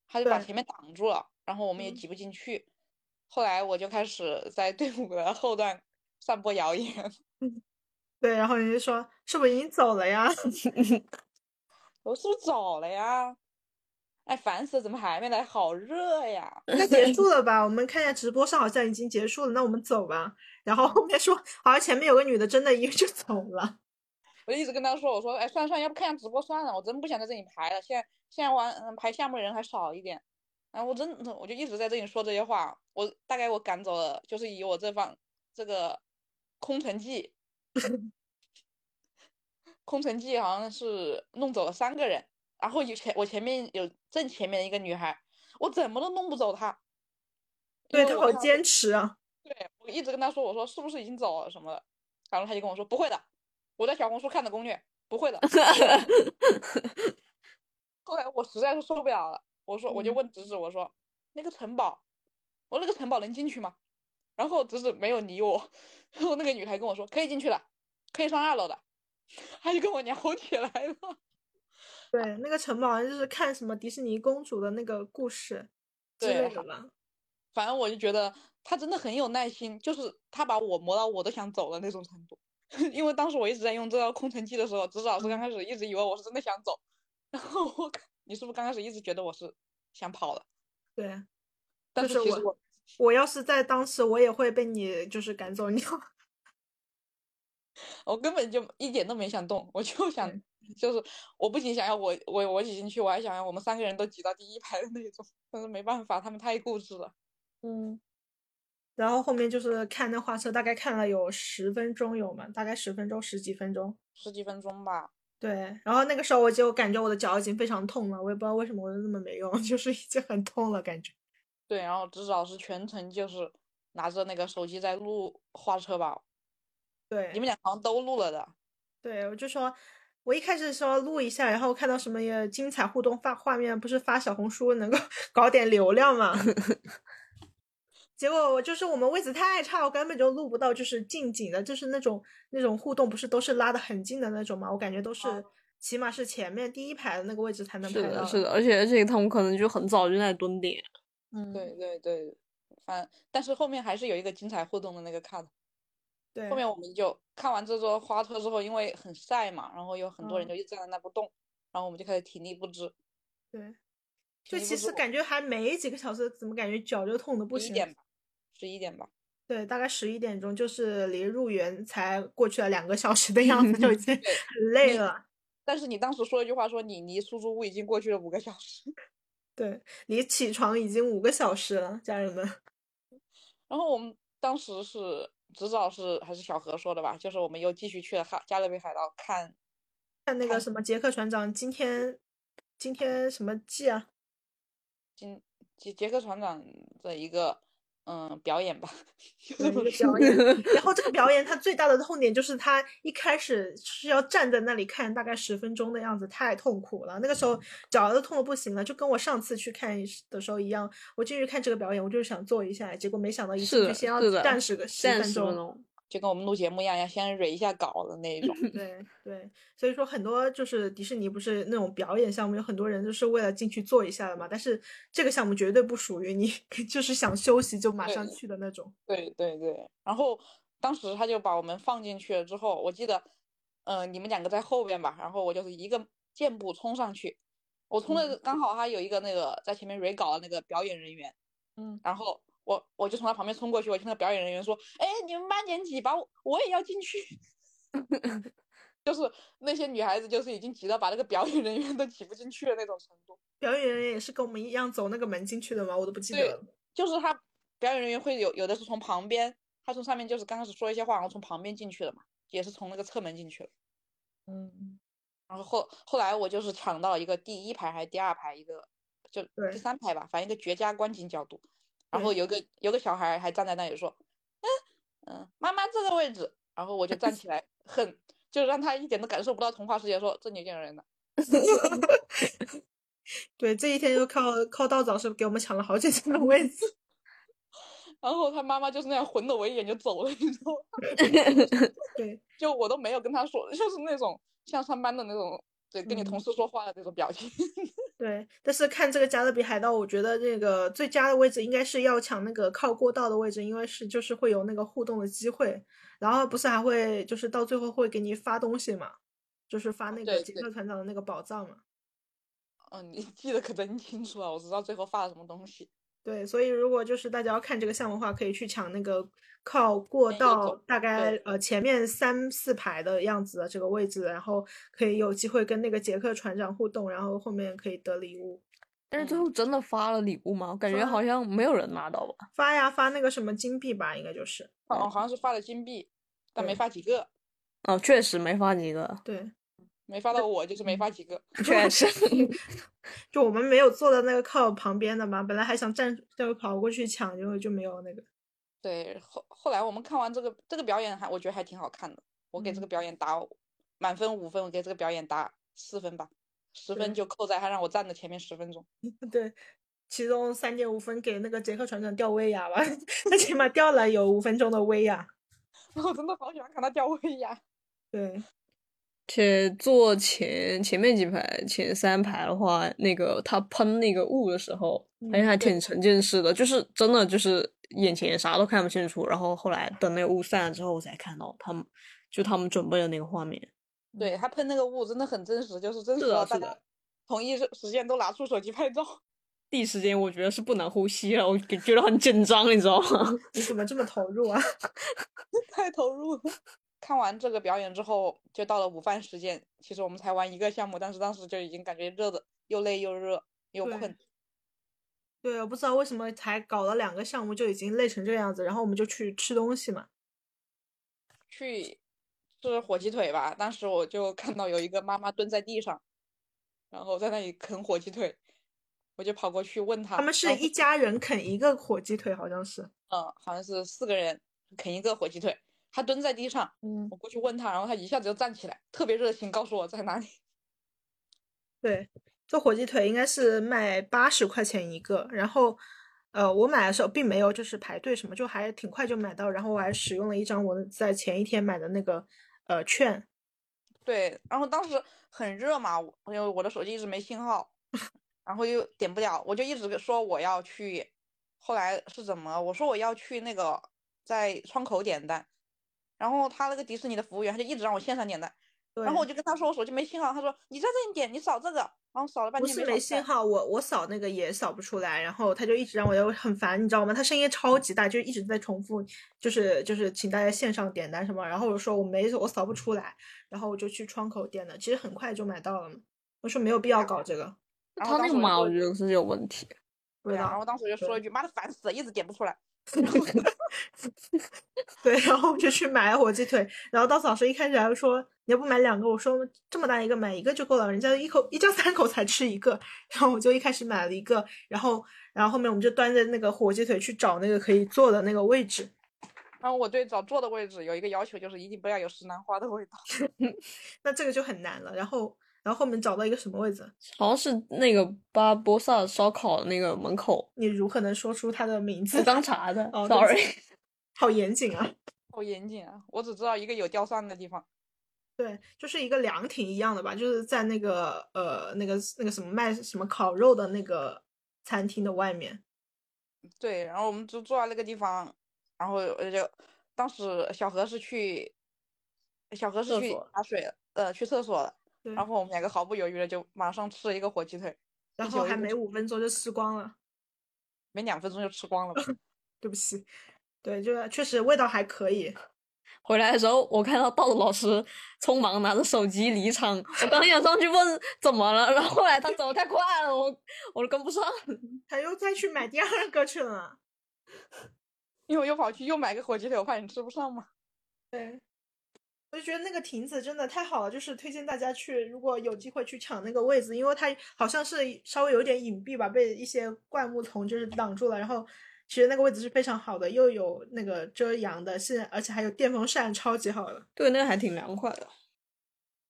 Speaker 1: 他就把
Speaker 3: 对
Speaker 1: 前面挡住了，然后我们也
Speaker 3: 嗯
Speaker 1: 挤不进去。后来我就开始在队伍的后段散播谣言，
Speaker 3: 对，然后人家说是不是已经走了呀？
Speaker 1: 我是不是走了呀？哎，烦死了，怎么还没来？好热呀！
Speaker 3: 应该结束了吧？我们看一下直播上好像已经结束了，那我们走吧。 然后后面说好像前面有个女的真的一就走了，
Speaker 1: 我就一直跟他说，我说，哎，算了算了，要不看下直播算了，我真不想在这里排了。现在现在玩嗯排项目的人还少一点，然后我真的我就一直在这里说这些话。我大概我赶走了，就是以我这方这个空城 计，空城计好像是弄走了三个人，然后有前我前面有正前面的一个女孩，我怎么都弄不走她。因
Speaker 3: 对
Speaker 1: 为
Speaker 3: 她
Speaker 1: 我
Speaker 3: 好
Speaker 1: 跟她说
Speaker 3: 坚持啊。
Speaker 1: 对，我一直跟他说，我说是不是已经走了什么的，然后他就跟我说不会的，我在小红书看的攻略，不会的。后来我实在是受不了了，我说我就
Speaker 3: 嗯
Speaker 1: 问直指，我说那个城堡，我说那个城堡能进去吗？然后直指没有理我，然后那个女孩跟我说可以进去了，可以上二楼的， 她就跟我聊起来了。
Speaker 3: 对，那个城堡好像就是看什么迪士尼公主的那个故事之
Speaker 1: 对
Speaker 3: 类
Speaker 1: 好
Speaker 3: 的吧。
Speaker 1: 反正我就觉得他真的很有耐心，就是他把我磨到我都想走的那种程度。 因为当时我一直在用这道空城计的时候，指指老师刚开始一直以为我是真的想走，然后我看你是不是刚开始一直觉得我是想跑了？
Speaker 3: 对，
Speaker 1: 但
Speaker 3: 就是
Speaker 1: 其实
Speaker 3: 我
Speaker 1: 我
Speaker 3: 我要是在当时，我也会被你就是赶走。你 要
Speaker 1: 我根本就一点都没想动，我就想就是我不仅想要我我我挤进去，我还想要我们三个人都挤到第一排的那种，但是没办法，他们太固执了。
Speaker 3: 嗯，然后后面就是看那画册，大概看了有十分钟有嘛，大概十分钟十几分钟。
Speaker 1: 十几分钟吧，
Speaker 3: 对，然后那个时候我就感觉我的脚已经非常痛了，我也不知道为什么我就这么没用， 就是已经很痛了感觉。
Speaker 1: 对，然后指指老师全程就是拿着那个手机在录画册吧，
Speaker 3: 对，
Speaker 1: 你们俩好像都录了的，
Speaker 3: 对，我就说，我一开始说录一下，然后看到什么也精彩互动发画面，不是发小红书能够 搞点流 量嘛？结果我就是我们位置太差，我根本就录不到，就是近景的，就是那种那种互动，不是都是拉的很近的那种嘛？我感觉都
Speaker 1: 哦
Speaker 3: 是起码是前面第一排的那个位置才能
Speaker 4: 是
Speaker 3: 拍
Speaker 4: 的，
Speaker 3: 到。
Speaker 4: 是的，而且而且他们可能就很早就在蹲点。
Speaker 3: 嗯，
Speaker 1: 对对对，反但是后面还是有一个精彩互动的那个 cut。
Speaker 3: 对，
Speaker 1: 后面我们就看完这座花车之后，因为很晒嘛，然后有很多人
Speaker 3: 嗯
Speaker 1: 就一直站在那不动，然后我们就开始体力不支，
Speaker 3: 对，
Speaker 1: 体
Speaker 3: 就
Speaker 1: 力
Speaker 3: 其
Speaker 1: 不支
Speaker 3: 实感觉还没几个小时，怎么感觉脚就痛的不
Speaker 1: 十一
Speaker 3: 行？
Speaker 1: 点吧，十一点吧，
Speaker 3: 对，大概十一点钟，就是离入园才过去了两个小时的样子，就已经很累
Speaker 1: 你
Speaker 3: 了。
Speaker 1: 但是你当时说了一句话，说你离出租屋已经过去了五个小时，
Speaker 3: 对，离起床已经五个小时了，家人们。
Speaker 1: 然后我们当时是指导是还是小何说的吧，就是我们又继续去了海加勒比海盗看
Speaker 3: 看那个什么杰克船长，今天今天什么季啊？
Speaker 1: 今杰杰克船长的一个嗯表演吧， 就
Speaker 3: 有
Speaker 1: 这
Speaker 3: 一
Speaker 1: 么说
Speaker 3: 个表演，然后这个表演它最大的痛点就是他一开始是要站在那里看大概十分钟的样子，太痛苦了。那个时候脚都痛的不行了，就跟我上次去看的时候一样，我进去看这个表演，我就是想坐一下，结果没想到一
Speaker 4: 是
Speaker 3: 进去
Speaker 4: 的，
Speaker 3: 先要
Speaker 4: 是的，
Speaker 3: 站十个十
Speaker 4: 站
Speaker 3: 分
Speaker 4: 10
Speaker 3: 钟
Speaker 4: 分。钟。
Speaker 1: 就跟我们录节目一样，要先蕊一下稿的那一种。
Speaker 3: 对对，所以说很多就是迪士尼不是那种表演项目，有很多人就是为了进去坐一下的嘛。但是这个项目绝对不属于你， 就是想休息就马上
Speaker 1: 对
Speaker 3: 去的那种。
Speaker 1: 对对对，然后当时他就把我们放进去了之后，我记得，呃，你们两个在后边吧，然后我就是一个箭步冲上去，我冲的刚好他有一个那个在前面蕊稿的那个表演人员，
Speaker 3: 嗯，
Speaker 1: 然后我我就从他旁边冲过去，我听到表演人员说：“哎，你们慢点挤吧，我我也要进去。”就是那些女孩子，就是已经挤到把那个表演人员都挤不进去的那种程度。
Speaker 3: 表演人员也是跟我们一样走那个门进去的嘛，我都不记得
Speaker 1: 对
Speaker 3: 了。
Speaker 1: 就是他表演人员会有有的是从旁边，他从上面就是刚开始说一些话，然后从旁边进去了嘛，也是从那个侧门进去了。
Speaker 4: 嗯，
Speaker 1: 然后后后来我就是抢到一个第一排还是第二排一个，就
Speaker 3: 对
Speaker 1: 第三排吧，反正一个绝佳观景角度。然后有个有个小孩还站在那里说：“嗯嗯，妈妈这个位置。”然后我就站起来，很就让他一点都感受不到童话世界说，这女贱人呢。
Speaker 3: 对，这一天就靠靠稻草是给我们抢了好几 张的位置。
Speaker 1: 然后他妈妈就是那样混了我一眼就走了，你知道吗？
Speaker 3: 对，
Speaker 1: 就我都没有跟他说，就是那种像上班的那种，对，跟你同
Speaker 4: 嗯
Speaker 1: 事说话的那种表情。
Speaker 3: 对，但是看这个加勒比海盗，我觉得这个最佳的位置应该是要抢那个靠过道的位置，因为是就是会有那个互动的机会，然后不是还会就是到最后会给你发东西嘛，就是发那个
Speaker 1: 哦对
Speaker 3: 杰
Speaker 1: 对
Speaker 3: 克船长的那个宝藏嘛。
Speaker 1: 嗯，你记得可真清楚啊！我知道最后发了什么东西。
Speaker 3: 对，所以如果就是大家要看这个项目的话，可以去抢那个靠过
Speaker 1: 先右
Speaker 3: 道
Speaker 1: 走
Speaker 3: 大概呃前面三四排的样子的这个位置，然后可以有机会跟那个杰克船长互动，然后后面可以得礼物。
Speaker 4: 但是
Speaker 1: 嗯
Speaker 4: 最后真的发了礼物吗？我感觉
Speaker 3: 发
Speaker 4: 好像没有人拿到吧。
Speaker 1: 啊
Speaker 3: 发呀发那个什么金币吧，应该就是
Speaker 1: 哦，好像是发了金币，但没
Speaker 3: 嗯对
Speaker 1: 发几个，
Speaker 4: 哦，确实没发 几个，
Speaker 3: 对，嗯
Speaker 1: 没发到我，就是没发几个。
Speaker 4: 确实。
Speaker 3: 就我们没有坐到那个靠旁边的嘛，本来还想站就跑过去抢，结果就没有那个。
Speaker 1: 对，后后来我们看完这个这个表演还，我觉得还挺好看的。我
Speaker 3: 嗯
Speaker 1: 给这个表演打满分五分，我给这个表演打四分吧，十分
Speaker 3: 对
Speaker 1: 就扣在他让我站的前面十分钟。
Speaker 3: 对，其中三点五分给那个杰克船长吊威亚吧， 他起码吊了有五分钟的威亚。
Speaker 1: 我真的好喜欢看他吊威亚。
Speaker 3: 对，
Speaker 4: 且坐前前面几排，前三排的话，那个他喷那个雾的时候，好像
Speaker 3: 嗯
Speaker 4: 还
Speaker 3: 对
Speaker 4: 挺沉浸式的，就是真的就是眼前啥都看不清楚，然后后来等那个雾散了之后，我才看到他们就他们准备的那个画面。
Speaker 3: 嗯
Speaker 1: 对他喷那个雾真的很真实，就是真
Speaker 4: 是
Speaker 1: 实到
Speaker 4: 的
Speaker 1: 大
Speaker 4: 是的
Speaker 1: 家同一时时间都拿出手机拍照。
Speaker 4: 第一时间我觉得是不能呼吸了，我感觉到很紧张，你知道吗？
Speaker 3: 你怎么这么投入啊？
Speaker 1: 太投入了。 看完这个表演之后，就到了午饭时间。其实我们才玩一个项目，但是当时就已经感觉热的又累又热又
Speaker 3: 对
Speaker 1: 困。
Speaker 3: 对，我不知道为什么才搞了两个项目就已经累成这个样子，然后我们就去吃东西嘛。
Speaker 1: 去吃火鸡腿吧，当时我就看到有一个妈妈蹲在地上，然后在那里啃火鸡腿，我就跑过去问她。
Speaker 3: 他们是
Speaker 1: 然后
Speaker 3: 一家人啃一个火鸡腿，好像是。
Speaker 1: 嗯，好像是四个人啃一个火鸡腿，她蹲在地上，
Speaker 3: 嗯，
Speaker 1: 我过去问她，然后她一下子就站起来，特别热情，告诉我在哪里。
Speaker 3: 对，这火鸡腿应该是卖八十块钱一个，然后，呃，我买的时候并没有就是排队什么，就还挺快就买到，然后我还使用了一张我在前一天买的那个呃券，
Speaker 1: 对，然后当时很热嘛，我因为我的手机一直没信号， 然后又点不了，我就一直跟说我要去，后来是怎么？我说我要去那个在窗口点单，然后他那个迪士尼的服务员他就一直让我线上点单，然后我
Speaker 3: 对
Speaker 1: 就跟他说我手机没信号，他说你在这里点，你扫这个，然后扫了半
Speaker 3: 不
Speaker 1: 天
Speaker 3: 是
Speaker 1: 没
Speaker 3: 没
Speaker 1: 扫出来
Speaker 3: 信，号，我我扫那个也扫不出来，然后他就一直让我就很烦，你知道吗？他声音超级大，就一直在重复，就是就是请大家线上点单什么，然后我说我没我扫不出来，然后我就去窗口点的，其实很快就买到了嘛，我说没有必要搞这个，
Speaker 1: 然
Speaker 4: 他
Speaker 1: 后当时
Speaker 4: 那个
Speaker 1: 我就
Speaker 4: 码
Speaker 1: 说
Speaker 4: 我觉得是有问题。
Speaker 3: 不知
Speaker 1: 对啊然
Speaker 3: 道。
Speaker 1: 后当时我就说
Speaker 3: 对
Speaker 1: 一句妈的烦死了，一直点不出来，
Speaker 3: 对，然后我就去买了火鸡腿，然后稻草老师一开始还说你要不买两个，我说这么大一个买一个就够了，人家一口一家三口才吃一个，然后我就一开始买了一个，然后然后后面我们就端着那个火鸡腿去找那个可以坐的那个位置，
Speaker 1: 然后我对找坐的位置有一个要求，就是一定不要有石楠花的味道。
Speaker 3: 那这个就很难了，然后然后后面找到一个什么位置，
Speaker 4: 好像是那个巴博萨烧烤那个门口，
Speaker 3: 你如何能说出它的名字
Speaker 4: 我？刚查的
Speaker 3: 哦对不起
Speaker 4: ，sorry。
Speaker 3: 好严谨啊，
Speaker 1: 好严谨啊！我只知道一个有吊扇的地方。
Speaker 3: 对，就是一个凉亭一样的吧，就是在那个呃那个那个什么卖什么烤肉的那个餐厅的外面。
Speaker 1: 对，然后我们就坐在那个地方，然后我就当时小何是去，小何是
Speaker 4: 厕
Speaker 1: 去
Speaker 4: 所
Speaker 1: 打水了，呃，去厕所了。
Speaker 3: 对
Speaker 1: 然后我们两个毫不犹豫的就马上吃了一个火鸡腿，
Speaker 3: 然
Speaker 1: 一
Speaker 3: 后
Speaker 1: 小
Speaker 3: 还
Speaker 1: 一个
Speaker 3: 没
Speaker 1: 吃
Speaker 3: 五分钟就吃光了，
Speaker 1: 没两分钟就吃光 了吧。
Speaker 3: 对不起。对，就是确实味道还可以。
Speaker 4: 回来的时候，我看到道子老师匆忙拿着手机离场，我刚想上去问怎么了，然后后来他走得太快了，我我都跟不上。
Speaker 3: 他又再去买第二个去了，
Speaker 1: 因为我又跑去又买个火鸡腿，我怕你吃不上嘛。
Speaker 3: 对，我就觉得那个亭子真的太好了，就是推荐大家去，如果有机会去抢那个位置，因为它好像是稍微有点隐蔽吧，被一些灌木丛就是挡住了。然后其实那个位置是非常好的，又有那个遮阳的，现在而且还有电风扇，超级好了。
Speaker 4: 对，那个还挺凉快的。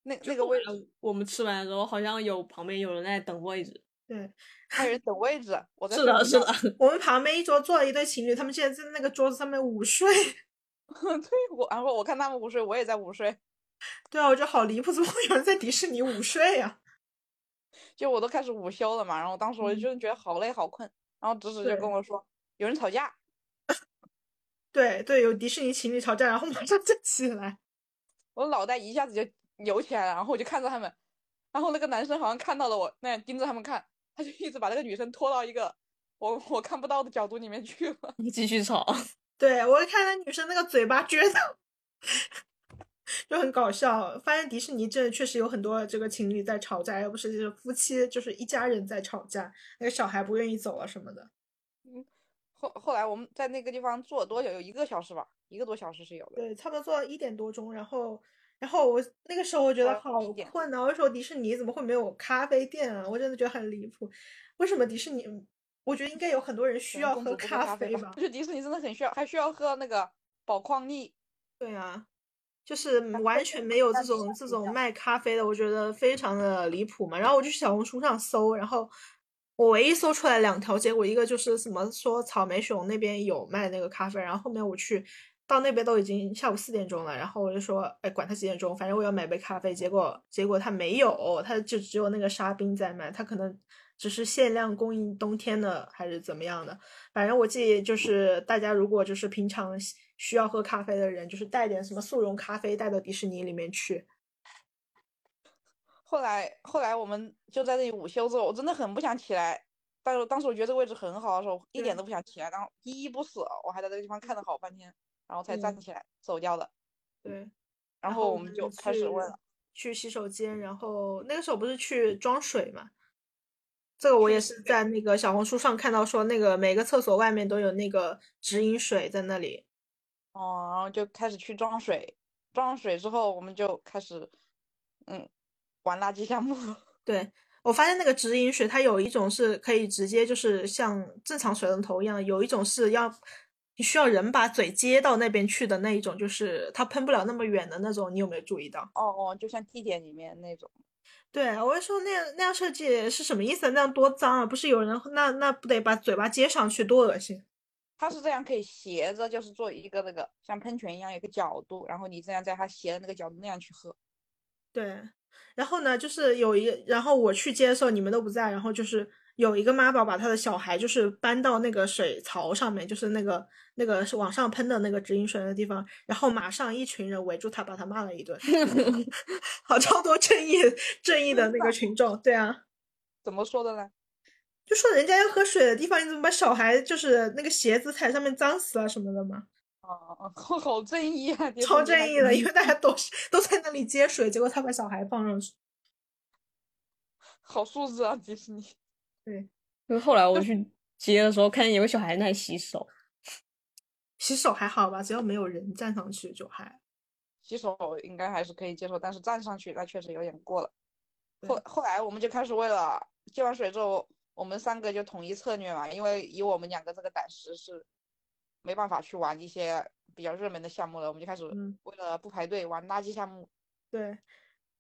Speaker 1: 那
Speaker 4: 就
Speaker 1: 那个
Speaker 4: 后
Speaker 1: 位
Speaker 4: 来我们吃完之后，好像有旁边有人在等位置。
Speaker 3: 对
Speaker 1: 还有人等位置，我在
Speaker 4: 是的，是
Speaker 1: 睡午
Speaker 4: 的
Speaker 1: 觉。，
Speaker 3: 我们旁边一桌坐了一对情侣，他们现在在那个桌子上面午睡。
Speaker 1: 对，我然后我看他们午睡，我也在午睡，
Speaker 3: 对啊，我觉得好离谱，怎么会有人在迪士尼午睡啊？
Speaker 1: 就我都开始午休了嘛。然后当时我就
Speaker 4: 嗯
Speaker 1: 真的觉得好累好困，然后直直就
Speaker 3: 对
Speaker 1: 跟我说有人吵架，
Speaker 3: 对对，有迪士尼情侣吵架，然后马上就起来。
Speaker 1: 我脑袋一下子就扭起来了，然后我就看着他们，然后那个男生好像看到了我，那样盯着他们看，他就一直把那个女生拖到一个我我看不到的角度里面去了。
Speaker 4: 你 继续吵。
Speaker 3: 对我看那女生那个嘴巴撅的， 就很搞笑。发现迪士尼真的确实有很多这个情侣在吵架，要不是就是夫妻就是一家人在吵架，那个小孩不愿意走啊什么的。
Speaker 1: 后后来我们在那个地方坐了多久？有一个小时吧，一个多小时是有的。
Speaker 3: 对，差不多做到一点多钟，然后，然后我那个时候我觉
Speaker 1: 还
Speaker 3: 得
Speaker 1: 有
Speaker 3: 好
Speaker 1: 一哦点
Speaker 3: 困啊呐、我就说迪士尼怎么会没有咖啡店啊？我真的觉得很离谱，为什么迪士尼？我觉得应该有很多人需
Speaker 1: 可能
Speaker 3: 要
Speaker 1: 啊公
Speaker 3: 喝
Speaker 1: 主不喝咖
Speaker 3: 啡
Speaker 1: 吧？？就 迪士尼真的很需要，还需要喝那个宝矿力。
Speaker 3: 对啊，就是嗯
Speaker 1: 咖
Speaker 3: 完
Speaker 1: 啡
Speaker 3: 全
Speaker 1: 店
Speaker 3: 没有
Speaker 1: 在
Speaker 3: 这
Speaker 1: 地
Speaker 3: 种
Speaker 1: 下
Speaker 3: 这
Speaker 1: 停
Speaker 3: 种
Speaker 1: 的
Speaker 3: 卖咖啡的，我觉得非常的离谱嘛。然后我就去小红书上搜，然后我唯一搜出来两条，结果一个就是什么说草莓熊那边有卖那个咖啡，然后后面我去到那边都已经下午四点钟了，然后我就说，哎，管他几点钟，反正我要买杯咖啡。结果结果他没有，他就只有那个沙冰在卖，他可能只是限量供应冬天的还是怎么样的。反正我建议就是大家如果就是平常需需要喝咖啡的人，就是带点什么速溶咖啡带到迪士尼里面去。
Speaker 1: 后来后来我们就在这里午休之后，我真的很不想起来。但是当时我觉得这个位置很好的时候，一点
Speaker 3: 对
Speaker 1: 都不想起来，然后依依不舍，我还在这个地方看了好半天，然后才
Speaker 3: 嗯
Speaker 1: 站起来走掉的。
Speaker 3: 对，
Speaker 1: 然后我们就开始问了，
Speaker 3: 去洗手间，然后那个时候不是去装水嘛？这个我也是在那个小红书上看到说，那个每个厕所外面都有那个直饮水在那里。
Speaker 1: 哦，然后就开始去装水，装上水之后，我们就开始嗯玩垃圾项目 了。
Speaker 3: 对，我发现那个直饮水，它有一种是可以直接就是像正常水龙头一样，有一种是要你需要人把嘴接到那边去的那一种，就是它喷不了那么远的那种，你有没有注意到？
Speaker 1: 哦哦，就像地铁里面那种。
Speaker 3: 对，我就说那样那样设计是什么意思啊？那样多脏啊！不是有人那那不得把嘴巴接上去，多恶心！
Speaker 1: 它是这样可以斜着，就是做一个那个像喷泉一样有一个角度，然后你这样在它斜的那个角度那样去喝。
Speaker 3: 对，然后呢，就是有一个，然后我去接的时候你们都不在，然后就是有一个妈宝把他的小孩就是搬到那个水槽上面，就是那个那个是往上喷的那个直饮水的地方，然后马上一群人围住他，把他骂了一顿，好超多正义正义的那个群众，对啊，
Speaker 1: 怎么说的呢？
Speaker 3: 就说人家要喝水的地方，你怎么把小孩就是那个鞋子踩上面脏死啊了什么的嘛，
Speaker 1: 哦、 好好正义啊！迪士
Speaker 3: 超
Speaker 1: 尼还
Speaker 3: 正义的，
Speaker 1: 挺
Speaker 3: 因为大家都是都在那里接水，结果他把小孩放上去，
Speaker 1: 好素质啊，迪士尼。
Speaker 4: 因为后来我去接的时候，看见有个小孩在那里洗手，
Speaker 3: 洗手还好吧，只要没有人站上去就还。
Speaker 1: 洗手应该还是可以接受，但是站上去那确实有点过了。后
Speaker 3: 对
Speaker 1: 后来我们就开始为了接完水之后，我们三个就统一策略嘛，因为以我们两个这个胆识是没办法去玩一些比较热门的项目了，我们就开始
Speaker 3: 嗯
Speaker 1: 为了不排队玩垃圾项目。
Speaker 3: 对，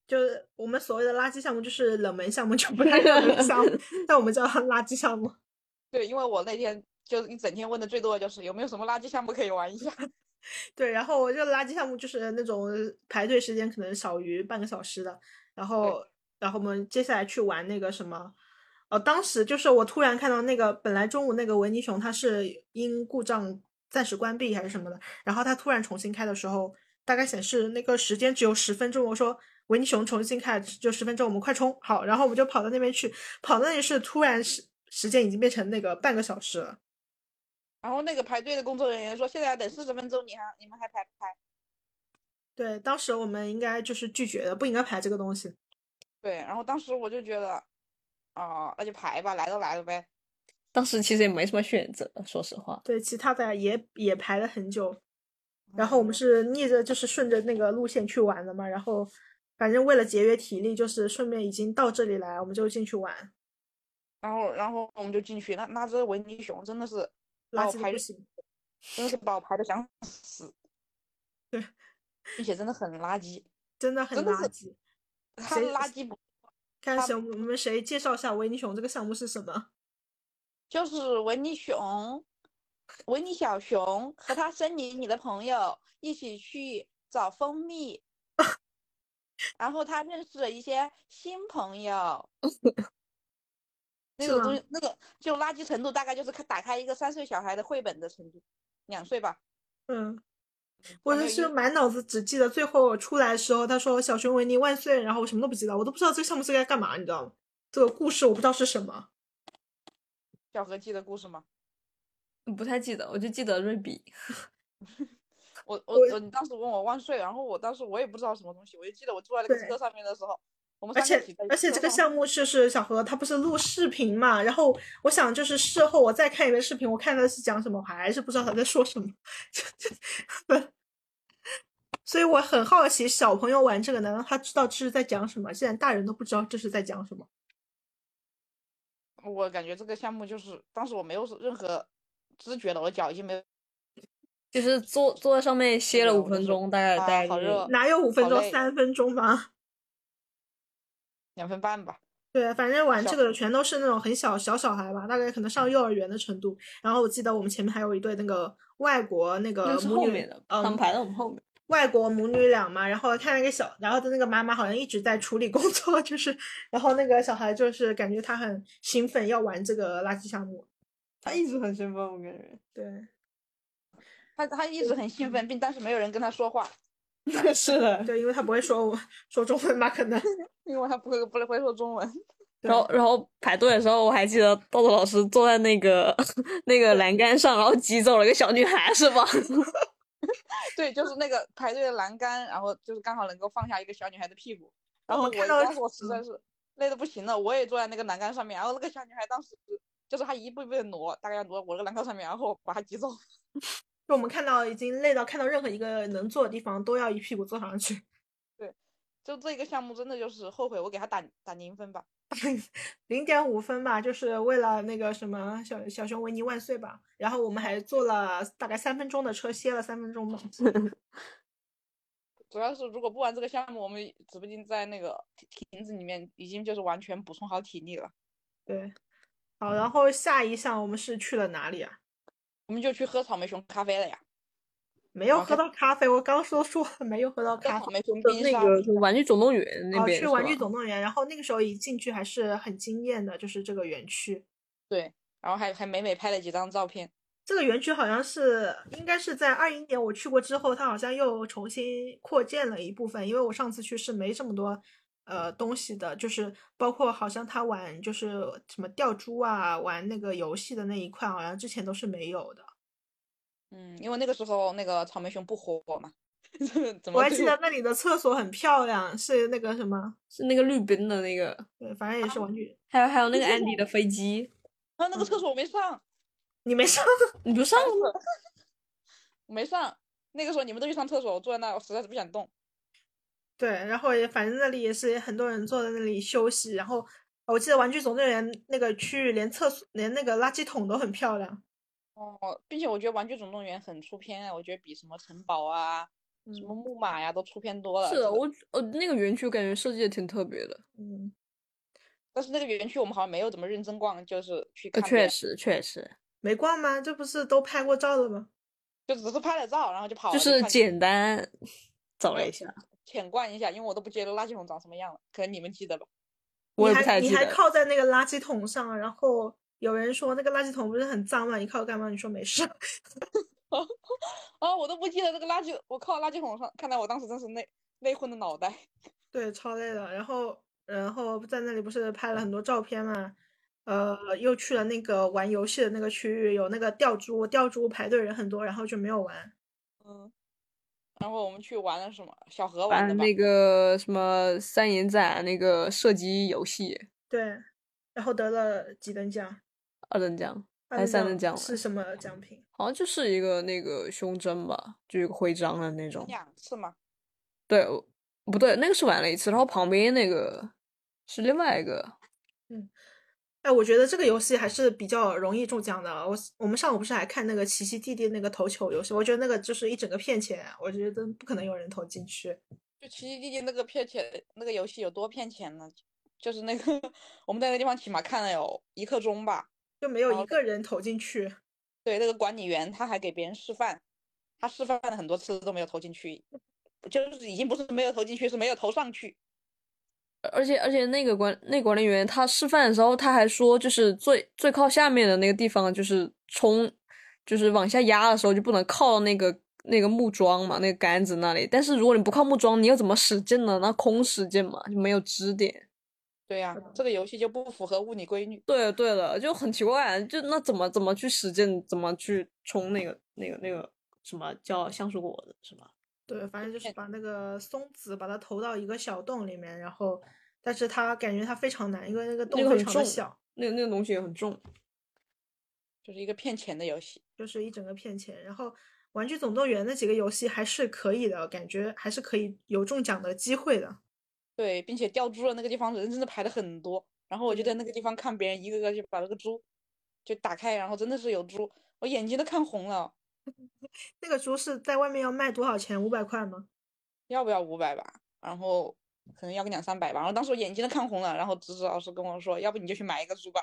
Speaker 3: 就是我们所谓的垃圾项目，就是冷门项目，就不太热门的项目，但我们叫它垃圾项目。
Speaker 1: 对，因为我那天就一整天问的最多的就是有没有什么垃圾项目可以玩一下。
Speaker 3: 对，然后这个垃圾项目就是那种排队时间可能少于半个小时的，然后然后我们接下来去玩那个什么。呃，当时就是我突然看到那个，本来中午那个维尼熊它是因故障暂时关闭还是什么的，然后它突然重新开的时候，大概显示那个时间只有十分钟。我说维尼熊重新开了就十分钟，我们快冲！好，然后我们就跑到那边去，跑到那里是突然时时间已经变成那个半个小时了。
Speaker 1: 然后那个排队的工作人员说，现在要等四十分钟，你还你们还排不排？
Speaker 3: 对，当时我们应该就是拒绝的，不应该排这个东西。
Speaker 1: 对，然后当时我就觉得，啊、那就排吧，来都来了呗。
Speaker 4: 当时其实也没什么选择，说实话。
Speaker 3: 对，其他的也也排了很久。然后我
Speaker 1: 哦
Speaker 3: 们是逆着，就是顺着那个路线去玩的嘛。然后，反正为了节约体力，就是顺便已经到这里来，我们就进去玩。
Speaker 1: 然后然后我们就进去，那那只维尼熊真的是把
Speaker 3: 垃
Speaker 1: 我
Speaker 3: 圾
Speaker 1: 哦排
Speaker 3: 不
Speaker 1: 的，
Speaker 3: 行
Speaker 1: 真的是把我排的想死，
Speaker 3: 对，
Speaker 1: 并且真的很垃 圾，
Speaker 3: 真的很
Speaker 1: 哦真的
Speaker 3: 垃
Speaker 1: 是
Speaker 3: 圾。
Speaker 1: 它
Speaker 3: 谁
Speaker 1: 垃圾不
Speaker 3: 看
Speaker 1: 它
Speaker 3: 谁，我们我们谁介绍一下维尼熊这个项目是什么？
Speaker 1: 就是维尼熊、维尼小熊和他森林里的朋友一起去找蜂 蜜，然后他认识了一些新朋 友。那
Speaker 3: 是
Speaker 1: 种
Speaker 3: 吗
Speaker 1: 东西，那个就垃圾程度大概就是看打开一个三岁小孩的绘本的程度，两岁吧。
Speaker 3: 嗯，我
Speaker 1: 还
Speaker 3: 就
Speaker 1: 有
Speaker 3: 是
Speaker 1: 一
Speaker 3: 满脑子只记得最后出来的时候，他说“小熊维尼万岁”，然后我什么都不记得，我都不知道这个项目是该干嘛，你知道吗？这个故事我不知道是什么。
Speaker 1: 小何记得故事吗？
Speaker 4: 不太记得，我就记得瑞比。
Speaker 1: 我我我，你当时问我万岁，然后我当时我也不知道什么东西，我就记得我坐在那个
Speaker 3: 对
Speaker 1: 车上面的时候，我们
Speaker 3: 而
Speaker 1: 三个
Speaker 3: 且
Speaker 1: 一起在
Speaker 3: 而且
Speaker 1: 车
Speaker 3: 这个
Speaker 1: 上
Speaker 3: 项目就是小何他不是录视频嘛，然后我想就是事后我再看一遍视频，我看他是讲什么，我还是不知道他在说什么， 所以我很好奇小朋友玩这个，难道他知道这是在讲什么？现在大人都不知道这是在讲什么。
Speaker 1: 我感觉这个项目就是当时我没有任何知觉了，我脚已经没有
Speaker 4: 就是坐坐在上面歇了
Speaker 1: 对
Speaker 4: 五
Speaker 1: 我就
Speaker 4: 分
Speaker 1: 是
Speaker 4: 钟，大概
Speaker 1: 啊
Speaker 4: 大概
Speaker 1: 好
Speaker 4: 就是
Speaker 1: 热
Speaker 3: 哪有五分
Speaker 1: 好
Speaker 3: 钟、
Speaker 1: 累
Speaker 3: 三分钟吗？
Speaker 1: 两分半吧。
Speaker 3: 对，反正玩
Speaker 1: 小
Speaker 3: 这个的全都是那种很小小小孩吧，大概可能上幼儿园的程度。然后我记得我们前面还有一对那个外国那
Speaker 4: 那
Speaker 3: 个
Speaker 4: 是
Speaker 3: 母
Speaker 4: 后
Speaker 3: 女
Speaker 4: 面的，他
Speaker 3: 嗯
Speaker 4: 们排到我们后面。
Speaker 3: 外国母女俩嘛，然后看那个小，然后的那个妈妈好像一直在处理工作， 就是，然后那个小孩就是感觉他很兴奋，要玩这个垃圾项目。
Speaker 4: 他一直很兴奋，我感觉。
Speaker 3: 对，
Speaker 1: 他他一直很兴奋，并但是没有人跟他说话，
Speaker 4: 是的。
Speaker 3: 对，因为他不会说我说中文嘛，可能。
Speaker 1: 因为他不会不会说中文。
Speaker 4: 然后，然后排队的时候，我还记得豆豆老师坐在那个 那个栏杆上，然后挤走了一个小女孩，是 吧？
Speaker 1: 对，就是那个排队的栏杆，然后就是刚好能够放下一个小女孩的屁股。然
Speaker 3: 我
Speaker 1: 后我
Speaker 3: 哦看到嗯
Speaker 1: 当时我实在是累得不行了，我也坐在那个栏杆上面，然后那个小女孩当时就是她一步一步的挪，大概挪到我那个栏杆上面，然后把她挤走。
Speaker 3: 就我们看到已经累到看到任何一个能坐的地方都要一屁股坐上去，
Speaker 1: 就这个项目真的就是后悔，我给他打打零分吧。
Speaker 3: 零点五分吧，就是为了那个什么小小熊维尼万岁吧。然后我们还坐了大概三分钟的车，歇了三分钟吧。
Speaker 1: 主要是如果不玩这个项目，我们指不定在那个亭亭子里面已经就是完全补充好体力了。
Speaker 3: 对，好，
Speaker 4: 嗯
Speaker 3: 然后下一项我们是去了哪里啊？
Speaker 1: 我们就去喝草莓熊咖啡了呀，
Speaker 3: 没有
Speaker 4: 哦
Speaker 1: 好
Speaker 3: 喝
Speaker 1: 像
Speaker 3: 到咖啡，我刚说说 没有喝到
Speaker 1: 喝
Speaker 3: 哦咖
Speaker 1: 草
Speaker 3: 啡。
Speaker 1: 莓熊
Speaker 4: 就
Speaker 1: 冰
Speaker 4: 那
Speaker 1: 沙。
Speaker 4: 个就玩具总动员那
Speaker 3: 哦，
Speaker 4: 边
Speaker 3: 去玩具
Speaker 4: 是吧
Speaker 3: 总动员，然后那个时候一进去还是很惊艳的，就是这个园区，
Speaker 1: 对，然后还还美美拍了几张照片。
Speaker 3: 这个园区好像是应该是在二一年我去过之后，它好像又重新扩建了一部分，因为我上次去是没这么多呃东西的，就是包括好像他玩就是什么吊珠啊，玩那个游戏的那一块，好像之前都是没有的。
Speaker 1: 嗯，因为那个时候那个草莓熊不火嘛， 怎么啊
Speaker 3: 我还
Speaker 1: 对
Speaker 3: 记得那里的厕所很漂亮，是那个什么，
Speaker 4: 是那个绿冰的那个，
Speaker 3: 对，反正也是
Speaker 4: 啊
Speaker 3: 玩具，
Speaker 4: 还有还有那个安迪的飞机，
Speaker 1: 啊
Speaker 3: 嗯
Speaker 1: 那个厕所我没上，
Speaker 3: 你没上。
Speaker 4: 你不上了吗？
Speaker 1: 我没上。那个时候你们都去上厕所，我坐在那，我实在是不想动。
Speaker 3: 对，然后也反正那里也是很多人坐在那里休息，然后我记得玩具总动员那个区域连厕所连那个垃圾桶都很漂亮，
Speaker 1: 哦，并且我觉得《玩具总动员》很出片啊，我觉得比什么城堡啊、什
Speaker 3: 嗯
Speaker 1: 么木马呀、都出片多了。
Speaker 4: 是
Speaker 1: 这
Speaker 4: 的，
Speaker 1: 个
Speaker 4: 我我那个园区感觉设计的挺特别的，
Speaker 3: 嗯，
Speaker 1: 但是那个园区我们好像没有怎么认真逛，就是去
Speaker 4: 呃
Speaker 1: 看别
Speaker 4: 确
Speaker 1: 人，
Speaker 4: 实确实，
Speaker 3: 没逛吗？这不是都拍过照了吗？
Speaker 1: 就只是拍了照，然后就跑
Speaker 4: 就
Speaker 1: 了，
Speaker 4: 是
Speaker 1: 看
Speaker 4: 简单走了
Speaker 1: 对
Speaker 4: 一下，
Speaker 3: 嗯
Speaker 1: 浅逛一下，因为我都不记得垃圾桶长什么样了，可能你们记得吧？
Speaker 4: 我
Speaker 3: 你
Speaker 4: 也不
Speaker 3: 还
Speaker 4: 太
Speaker 3: 你
Speaker 4: 记
Speaker 3: 还
Speaker 4: 得。
Speaker 3: 靠在那个垃圾桶上，然后有人说那个垃圾桶不是很脏吗？你靠干嘛？你说没事，
Speaker 1: 哦，我都不记得这个垃圾，我靠垃圾桶上，看来我当时真是累累昏的脑袋。
Speaker 3: 对，超累的。然后然后在那里不是拍了很多照片嘛，呃，又去了那个玩游戏的那个区域，有那个吊珠，吊珠排队人很多，然后就没有玩。
Speaker 1: 嗯，然后我们去玩了什么？小河玩的
Speaker 4: 玩
Speaker 1: 吧？
Speaker 4: 那个什么三眼仔那个射击游戏，
Speaker 3: 对，然后得了几等奖，
Speaker 4: 二等奖还
Speaker 3: 还
Speaker 4: 是三等奖？嗯
Speaker 3: 是什么奖品？
Speaker 4: 好像就是一个那个胸针吧，就一个徽章的那种。
Speaker 1: 两次嘛，
Speaker 4: 对，不对，那个是玩了一次，然后旁边那个是另外一个。
Speaker 3: 哎，我觉得这个游戏还是比较容易中奖的。我我们上午不是还看那个奇奇弟弟那个投球游戏，我觉得那个就是一整个骗钱，啊我觉得不可能有人投进去。
Speaker 1: 就奇迹弟弟那个骗钱那个游戏有多骗钱呢？就是那个 我们在那个地方起码看了有一刻钟吧，
Speaker 3: 就没有
Speaker 1: 好
Speaker 4: 哦
Speaker 3: 一个人投进去，
Speaker 1: 对，那个管理员他还给别人示范，他示范了很多次都没有投进去，就是已经不是没有投进去，是没有投上去。
Speaker 4: 而且而且那个管那管理员他示范的时候，他还说就是最最靠下面的那个地方，就是冲，就是往下压的时候就不能靠那个那个木桩嘛，那个杆子那里。但是如果你不靠木桩，你又怎么使劲呢？那空使劲嘛，就没有支点。
Speaker 1: 对呀、这个游戏就不符合物理规律。
Speaker 4: 对了对了，就很奇怪，就那怎么怎么去使劲，怎么去冲那个那个那个什么叫橡树果子是吧？
Speaker 3: 对，反正就是把那个松子把它投到一个小洞里面，然后，但是它感觉它非常难，因为那个洞
Speaker 4: 个
Speaker 3: 非
Speaker 4: 很
Speaker 3: 常的
Speaker 4: 重
Speaker 3: 小，
Speaker 4: 那个那个东西也很重。
Speaker 1: 就是一个骗钱的游戏。
Speaker 3: 就是一整个骗钱。然后，玩具总动员那几个游戏还是可以的，感觉还是可以有中奖的机会的。
Speaker 1: 对，并且掉猪的那个地方人真的排的很多，然后我就在那个地方看别人一个个就把那个猪就打开，然后真的是有猪，我眼睛都看红了。
Speaker 3: 那个猪是在外面要卖多少钱？五百块吗？
Speaker 1: 要不要五百吧？然后可能要个两三百吧。然后当时我眼睛都看红了，然后指指老师跟我说，要不你就去买一个猪吧。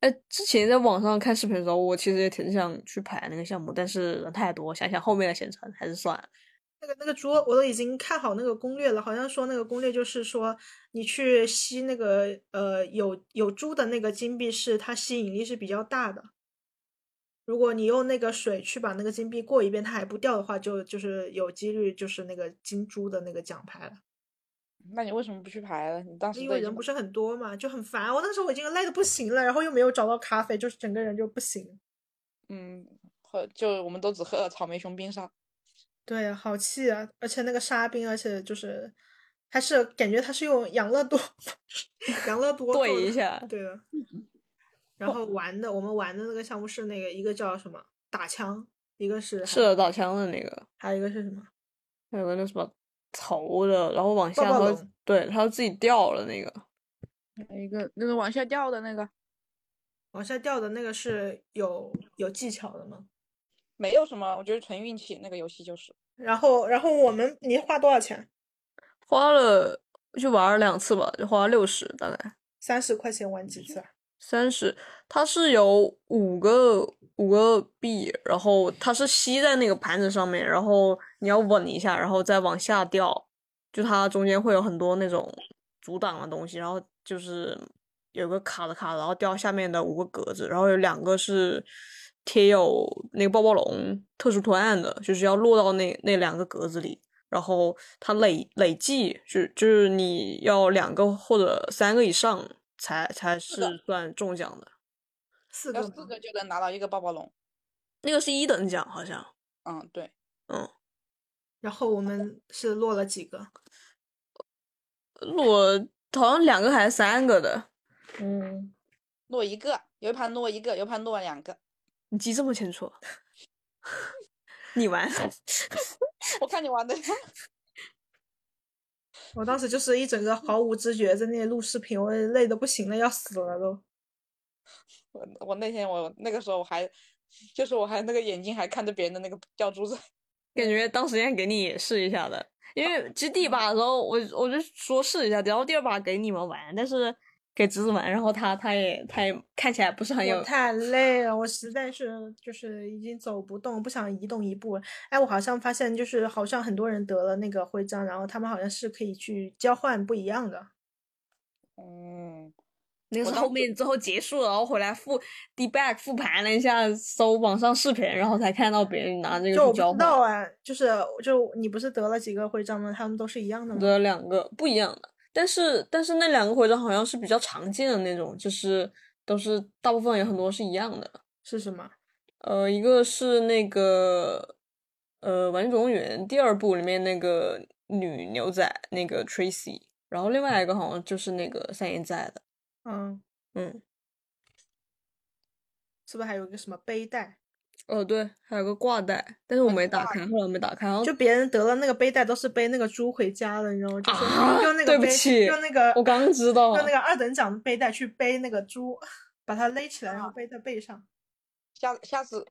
Speaker 4: 哎，之前在网上看视频的时候，我其实也挺想去排那个项目，但是人太多，想想后面的行程还是算了。
Speaker 3: 那个那个猪，我都已经看好那个攻略了，好像说那个攻略就是说，你去吸那个呃有有猪的那个金币是它吸引力是比较大的。如果你用那个水去把那个金币过一遍，它还不掉的话，就就是有几率就是那个金猪的那个奖牌了。
Speaker 1: 那你为什么不去排呢？你当时
Speaker 3: 因
Speaker 1: 都
Speaker 3: 为
Speaker 1: 啊已经
Speaker 3: 人不是很多嘛，就很烦。我当时我已经累得不行了，然后又没有找到咖啡，就是整个人就不行。
Speaker 1: 嗯，喝就我们都只喝草莓熊冰沙。
Speaker 3: 对，好气啊！而且那个沙冰，而且就是，还是感觉它是用养乐多、 养乐多
Speaker 4: 对
Speaker 3: 做
Speaker 4: 一
Speaker 3: 的
Speaker 4: 下
Speaker 3: 对的。然后玩的，我们玩的那个项目是那个一个叫什么打枪，一个是还
Speaker 4: 是的，打枪的那个，
Speaker 3: 还有一个是什么？
Speaker 4: 还有个那什么头的，然后往
Speaker 3: 抱
Speaker 4: 下
Speaker 3: 抱
Speaker 4: 它会
Speaker 3: 龙
Speaker 4: 对，它会自己掉了那个。
Speaker 1: 一个那个往下掉的那个，
Speaker 3: 往下掉的那个是有有技巧的吗？
Speaker 1: 没有什么，我觉得纯运气。那个游戏就是
Speaker 3: 然后然后我们你花多少钱？
Speaker 4: 花了去玩了两次吧，就花了六十大概
Speaker 3: 三十块钱玩几次啊？
Speaker 4: 三十。它是有五个五个币，然后它是吸在那个盘子上面，然后你要稳一下，然后再往下掉。就它中间会有很多那种阻挡的东西，然后就是有个卡的卡，然后掉下面的五个格子，然后有两个是贴有那个抱抱龙特殊图案的，就是要落到那那两个格子里。然后它累累计是就是你要两个或者三个以上才才
Speaker 1: 是的
Speaker 4: 是算中奖的，
Speaker 3: 四
Speaker 1: 要
Speaker 3: 个
Speaker 1: 四
Speaker 3: 吗
Speaker 1: 个就能拿到一个抱抱龙。
Speaker 4: 那个是一等奖好像。
Speaker 1: 嗯，对，
Speaker 3: 然后我们是落了几个？
Speaker 4: 落好像两个还是三个的，
Speaker 3: 嗯，
Speaker 1: 落一个，有一盘落一个，有一盘落两个。
Speaker 4: 你记这么清楚？ 你玩
Speaker 1: 我看你玩的，
Speaker 3: 我当时就是一整个毫无知觉，在那里录视频，我也累得不行了，要死了都。
Speaker 1: 我我那天我那个时候我还就是我还那个眼睛还看着别人的那个掉珠子，
Speaker 4: 感觉当时应该给你也试一下的，因为其实第一把的时候我我就说试一下，然后第二把给你们玩，但是给侄子玩，然后他他也他也看起来不是很
Speaker 3: 我
Speaker 4: 有，
Speaker 3: 太累了，我实在是就是已经走不动，不想移动一步了。哎，我好像发现，就是好像很多人得了那个徽章，然后他们好像是可以去交换不一样的。
Speaker 1: 嗯，
Speaker 4: 那个
Speaker 1: 我
Speaker 4: 是
Speaker 1: 当
Speaker 4: 后
Speaker 1: 时
Speaker 4: 面最后结束了，然后回来复 debug 复盘了一下，搜网上视频，然后才看到别人拿这
Speaker 3: 就
Speaker 4: 个
Speaker 3: 我
Speaker 4: 去交
Speaker 3: 不知道
Speaker 4: 换，
Speaker 3: 啊，就是就你不是得了几个徽章吗？他们都是一样的吗？
Speaker 4: 的两个不一样的，但是但是那两个徽章好像是比较常见的那种，就是都是大部分有很多是一样的。
Speaker 3: 是什么？
Speaker 4: 呃，一个是那个呃《玩具总动员》第二部里面那个女牛仔那个 Tracy，然后另外一个好像就是那个三眼仔的，
Speaker 3: 嗯，
Speaker 4: 嗯，
Speaker 3: 是不是还有一个什么背带？
Speaker 4: 哦，对，还有个挂带，但是我没打
Speaker 1: 挂
Speaker 4: 开，后来没打开。然后
Speaker 3: 哦就别人得了那个背带都是背那个猪回家的，你知道吗？就是
Speaker 4: 啊
Speaker 3: 用那个
Speaker 4: 对不
Speaker 3: 背
Speaker 4: 起
Speaker 3: 用那个
Speaker 4: 我刚知道
Speaker 3: 用那个二等奖背带去背那个猪，把它勒起来，然后背在背上。
Speaker 1: 下下次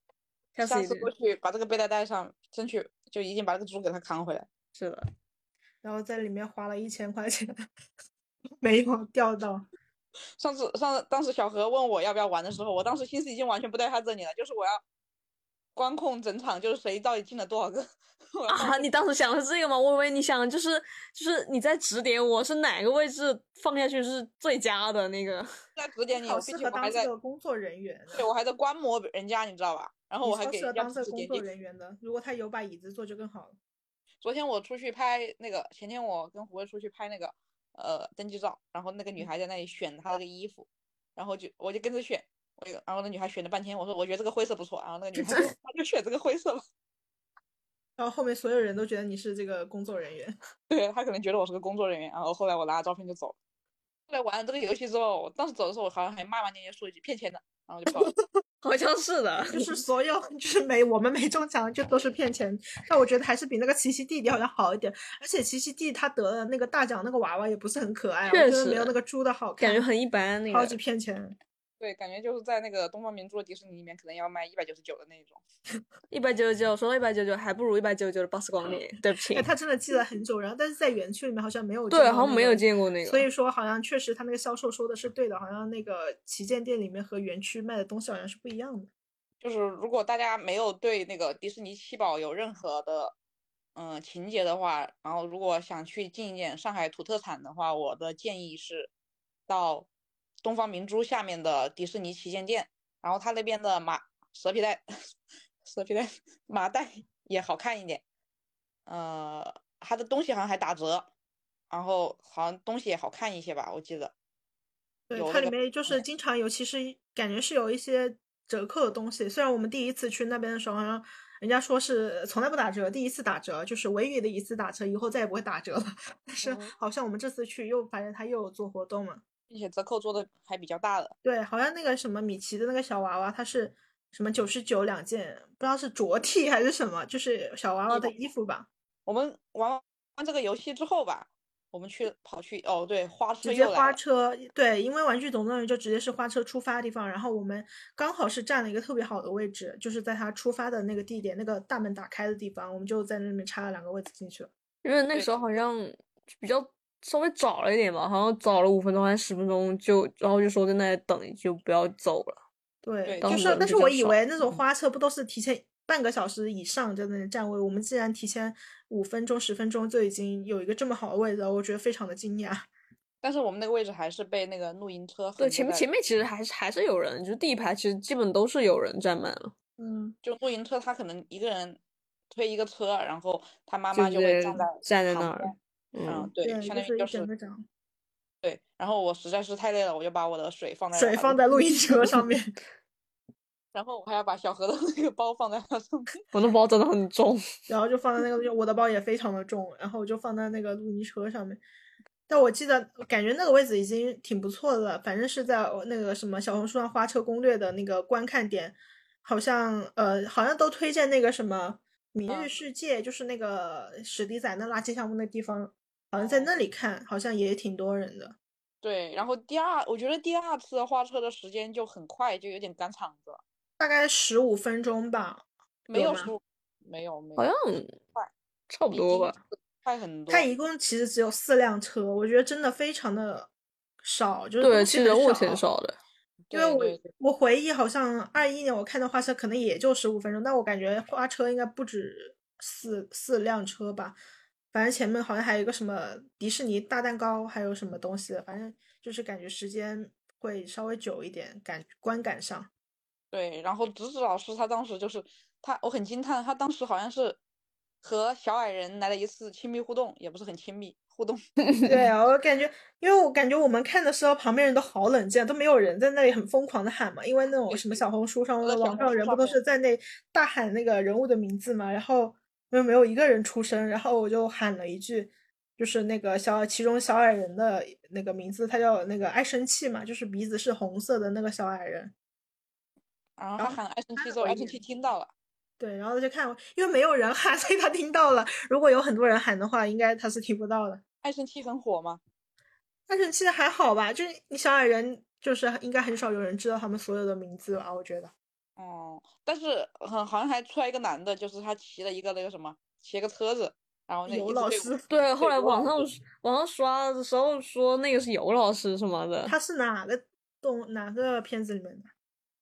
Speaker 4: 下次一
Speaker 1: 次
Speaker 4: 定
Speaker 1: 过去把这个背带带上，争取就一定把这个猪给它扛回来。
Speaker 4: 是的，
Speaker 3: 然后在里面花了一千块钱， 没有钓到。
Speaker 1: 上次上次当时小何问我要不要玩的时候，我当时心思已经完全不在他这里了，就是我要观控整场，就是谁到底进了多少个。 我要
Speaker 4: 啊，你当时想的是这个吗？我以为你想的就是就是你在指点我是哪个位置放下去是最佳的那个。
Speaker 1: 在指点你，
Speaker 3: 好
Speaker 1: 毕竟
Speaker 3: 适合
Speaker 1: 我还
Speaker 3: 当
Speaker 1: 在
Speaker 3: 这，个工作人员的，
Speaker 1: 对我还在观摩人家，你知道吧？然后
Speaker 3: 你
Speaker 1: 我还
Speaker 3: 超
Speaker 1: 给
Speaker 3: 适合
Speaker 1: 人家
Speaker 3: 当这
Speaker 1: 指
Speaker 3: 个
Speaker 1: 指
Speaker 3: 工
Speaker 1: 点点。
Speaker 3: 作人员的。如果他有把椅子坐就更好了。
Speaker 1: 昨天我出去拍那个，前天我跟胡哥出去拍那个呃登记照，然后那个
Speaker 3: 嗯
Speaker 1: 女孩在那里选她那个衣服，然后就我就跟着选，我就然后那女孩选了半天，我说我觉得这个灰色不错，然后那个女孩说那就选这个灰色吧，
Speaker 3: 然后后面所有人都觉得你是这个工作人员，
Speaker 1: 对她可能觉得我是个工作人员，然后后来我拿了照片就走了。后来玩了这个游戏之后，我当时走的时候，我好像还骂骂咧咧说一句骗钱的，然后就跑了。
Speaker 4: 好像是的，
Speaker 3: 就是所有就是没我们没中奖就都是骗钱。但我觉得还是比那个奇奇弟弟好像好一点，而且奇奇弟他得了那个大奖，那个娃娃也不是很可爱，啊我
Speaker 4: 确
Speaker 3: 觉得没有
Speaker 4: 实
Speaker 3: 那个猪的好看，
Speaker 4: 感觉很一般那
Speaker 3: 超
Speaker 4: 个
Speaker 3: 级骗钱。
Speaker 1: 对，感觉就是在那个东方明珠的迪士尼里面，可能要卖一百九十九的那一种。
Speaker 4: 一百九十九，说到一百九十九，还不如一百九十九的 Boss 光年。对不起
Speaker 3: 哎，，他真的记了很久，然后但是在园区里面好像没有见
Speaker 4: 对，
Speaker 3: 到
Speaker 4: 好像
Speaker 3: 那
Speaker 4: 没有
Speaker 3: 个
Speaker 4: 见过那个。
Speaker 3: 所以说，好像确实他那个销售说的是对的，好像那个旗舰店里面和园区卖的东西好像是不一样的。
Speaker 1: 就是如果大家没有对那个迪士尼七宝有任何的嗯、呃情节的话，然后如果想去进一点上海土特产的话，我的建议是到东方明珠下面的迪士尼旗舰店，然后它那边的麻蛇皮袋、 蛇皮袋、麻袋也好看一点，呃，它的东西好像还打折，然后好像东西也好看一些吧，我记得。
Speaker 3: 对
Speaker 1: 有，
Speaker 3: 它
Speaker 1: 那
Speaker 3: 里
Speaker 1: 个
Speaker 3: 面就是经常，尤其是感觉是有一些折扣的东西。虽然我们第一次去那边的时候，好像人家说是从来不打折，第一次打折就是唯一的一次打折，以后再也不会打折了。 但是
Speaker 1: 嗯
Speaker 3: 好像我们这次去又发现它又有做活动嘛。
Speaker 1: 并且折扣做的还比较大的。
Speaker 3: 对，好像那个什么米奇的那个小娃娃，它是什么九十九两件，不知道是着替还是什么，就是小娃娃
Speaker 1: 衣
Speaker 3: 的
Speaker 1: 服
Speaker 3: 衣服吧，
Speaker 1: 我们玩完这个游戏之后吧，我们去跑去哦，对，花车
Speaker 3: 嗯直接
Speaker 1: 又来
Speaker 3: 花
Speaker 1: 了，
Speaker 3: 车，对，因为玩具总动员就直接是花车出发的地方，然后我们刚好是占了一个特别好的位置，就是在它出发的那个地点，那个大门打开的地方，我们就在那边插了两个位置进去了。
Speaker 4: 因为那
Speaker 1: 对
Speaker 4: 时候好像比较稍微早了一点吧，好像早了五分钟还是十分钟就，然后就说在那里等，就不要走了。
Speaker 3: 对，
Speaker 1: 对
Speaker 3: 就
Speaker 1: 当
Speaker 3: 是
Speaker 1: 时，人
Speaker 3: 但
Speaker 4: 比
Speaker 3: 是
Speaker 4: 较
Speaker 3: 我以
Speaker 4: 少
Speaker 3: 为那种
Speaker 4: 嗯
Speaker 3: 花车不都是提前半个小时以上在那里站位，我们竟然提前五分钟、十分钟就已经有一个这么好的位置了，我觉得非常的惊讶。
Speaker 1: 但是我们那个位置还是被那个露营车横着
Speaker 4: 对，前面
Speaker 1: 在
Speaker 4: 前面其实还是还是有人，就是第一排其实基本都是有人占满了，
Speaker 3: 嗯，
Speaker 1: 就露营车，他可能一个人推一个车，然后他妈
Speaker 4: 就
Speaker 1: 妈就会
Speaker 4: 是
Speaker 1: 站在
Speaker 4: 站在
Speaker 1: 旁
Speaker 4: 那儿
Speaker 1: 边，嗯
Speaker 4: 嗯，，
Speaker 1: 对，
Speaker 3: 对，
Speaker 1: 相
Speaker 3: 就
Speaker 1: 当于
Speaker 3: 是一
Speaker 1: 就
Speaker 3: 整个
Speaker 1: 是
Speaker 3: 掌，
Speaker 1: 对。然后我实在是太累了，我就把我的水放在
Speaker 3: 水
Speaker 1: 他
Speaker 3: 放
Speaker 1: 的
Speaker 3: 在 露营车上面，
Speaker 1: 然后我还要把小何的那个包放在他上面。
Speaker 4: 我那包真的很重。
Speaker 3: 然后就放在那个，我的包也非常的重，然后我就放在那个露营车上面。但我记得，我感觉那个位置已经挺不错的了，反正是在我那个什么小红书上花车攻略的那个观看点，好像呃，好像都推荐那个什么明日
Speaker 1: 嗯
Speaker 3: 世界，就是那个史迪仔那垃圾项目那地方，好像在那里看，好像也挺多人的。
Speaker 1: 对，然后第二，我觉得第二次花车的时间就很快，就有点赶场子了，
Speaker 3: 大概十五分钟吧，
Speaker 1: 没
Speaker 3: 有
Speaker 1: 有
Speaker 3: 吗
Speaker 1: 十五，没有没有，
Speaker 4: 好像
Speaker 1: 快
Speaker 4: 差不
Speaker 1: 比
Speaker 4: 多
Speaker 1: 第一
Speaker 4: 吧。
Speaker 1: 次快很多。
Speaker 3: 它一共其实只有四辆车，我觉得真的非常的少，就是
Speaker 4: 对，
Speaker 3: 东
Speaker 4: 其
Speaker 3: 西
Speaker 4: 实
Speaker 3: 很
Speaker 4: 人物
Speaker 3: 少
Speaker 4: 挺少的。
Speaker 3: 因为
Speaker 1: 对对
Speaker 3: 我我回忆好像二一年我看到花车可能也就十五分钟，但我感觉花车应该不止四四辆车吧，反正前面好像还有一个什么迪士尼大蛋糕，还有什么东西的，反正就是感觉时间会稍微久一点，感观感上。
Speaker 1: 对，然后直子老师他当时就是他，我很惊叹，他当时好像是和小矮人来了一次亲密互动，也不是很亲密互动。
Speaker 3: 对，啊我感觉，因为我感觉我们看的时候，旁边人都好冷静，啊都没有人在那里很疯狂的喊嘛。因为那种什么小红书上、
Speaker 1: 我在小
Speaker 3: 网
Speaker 1: 红
Speaker 3: 上
Speaker 1: 书
Speaker 3: 人不
Speaker 1: 上
Speaker 3: 都
Speaker 1: 面
Speaker 3: 是在那大喊那个人物的名字嘛，然后没有没有一个人出声，然后我就喊了一句，就是那个小其中小矮人的那个名字，他叫那个爱生气嘛，就是鼻子是红色的那个小矮人。
Speaker 1: 然后他喊了爱生气之后，爱生气听到了，
Speaker 3: 对，然后他就看我，因为没有人喊，所以他听到了。如果有很多人喊的话，应该他是听不到的。
Speaker 1: 爱生气很火嘛，
Speaker 3: 但是其实还好吧，就是你小矮人，就是应该很少有人知道他们所有的名字吧，我觉得。
Speaker 1: 哦、但是很好像还出来一个男的，就是他骑了一个那个什么，骑了个车子，然后那
Speaker 3: 尤
Speaker 1: 一直
Speaker 3: 老
Speaker 1: 对
Speaker 3: 师，
Speaker 4: 对，后来
Speaker 1: 我
Speaker 4: 网上网上刷的时候说那个是尤老师什么的，
Speaker 3: 他是哪个动哪个片子里面的？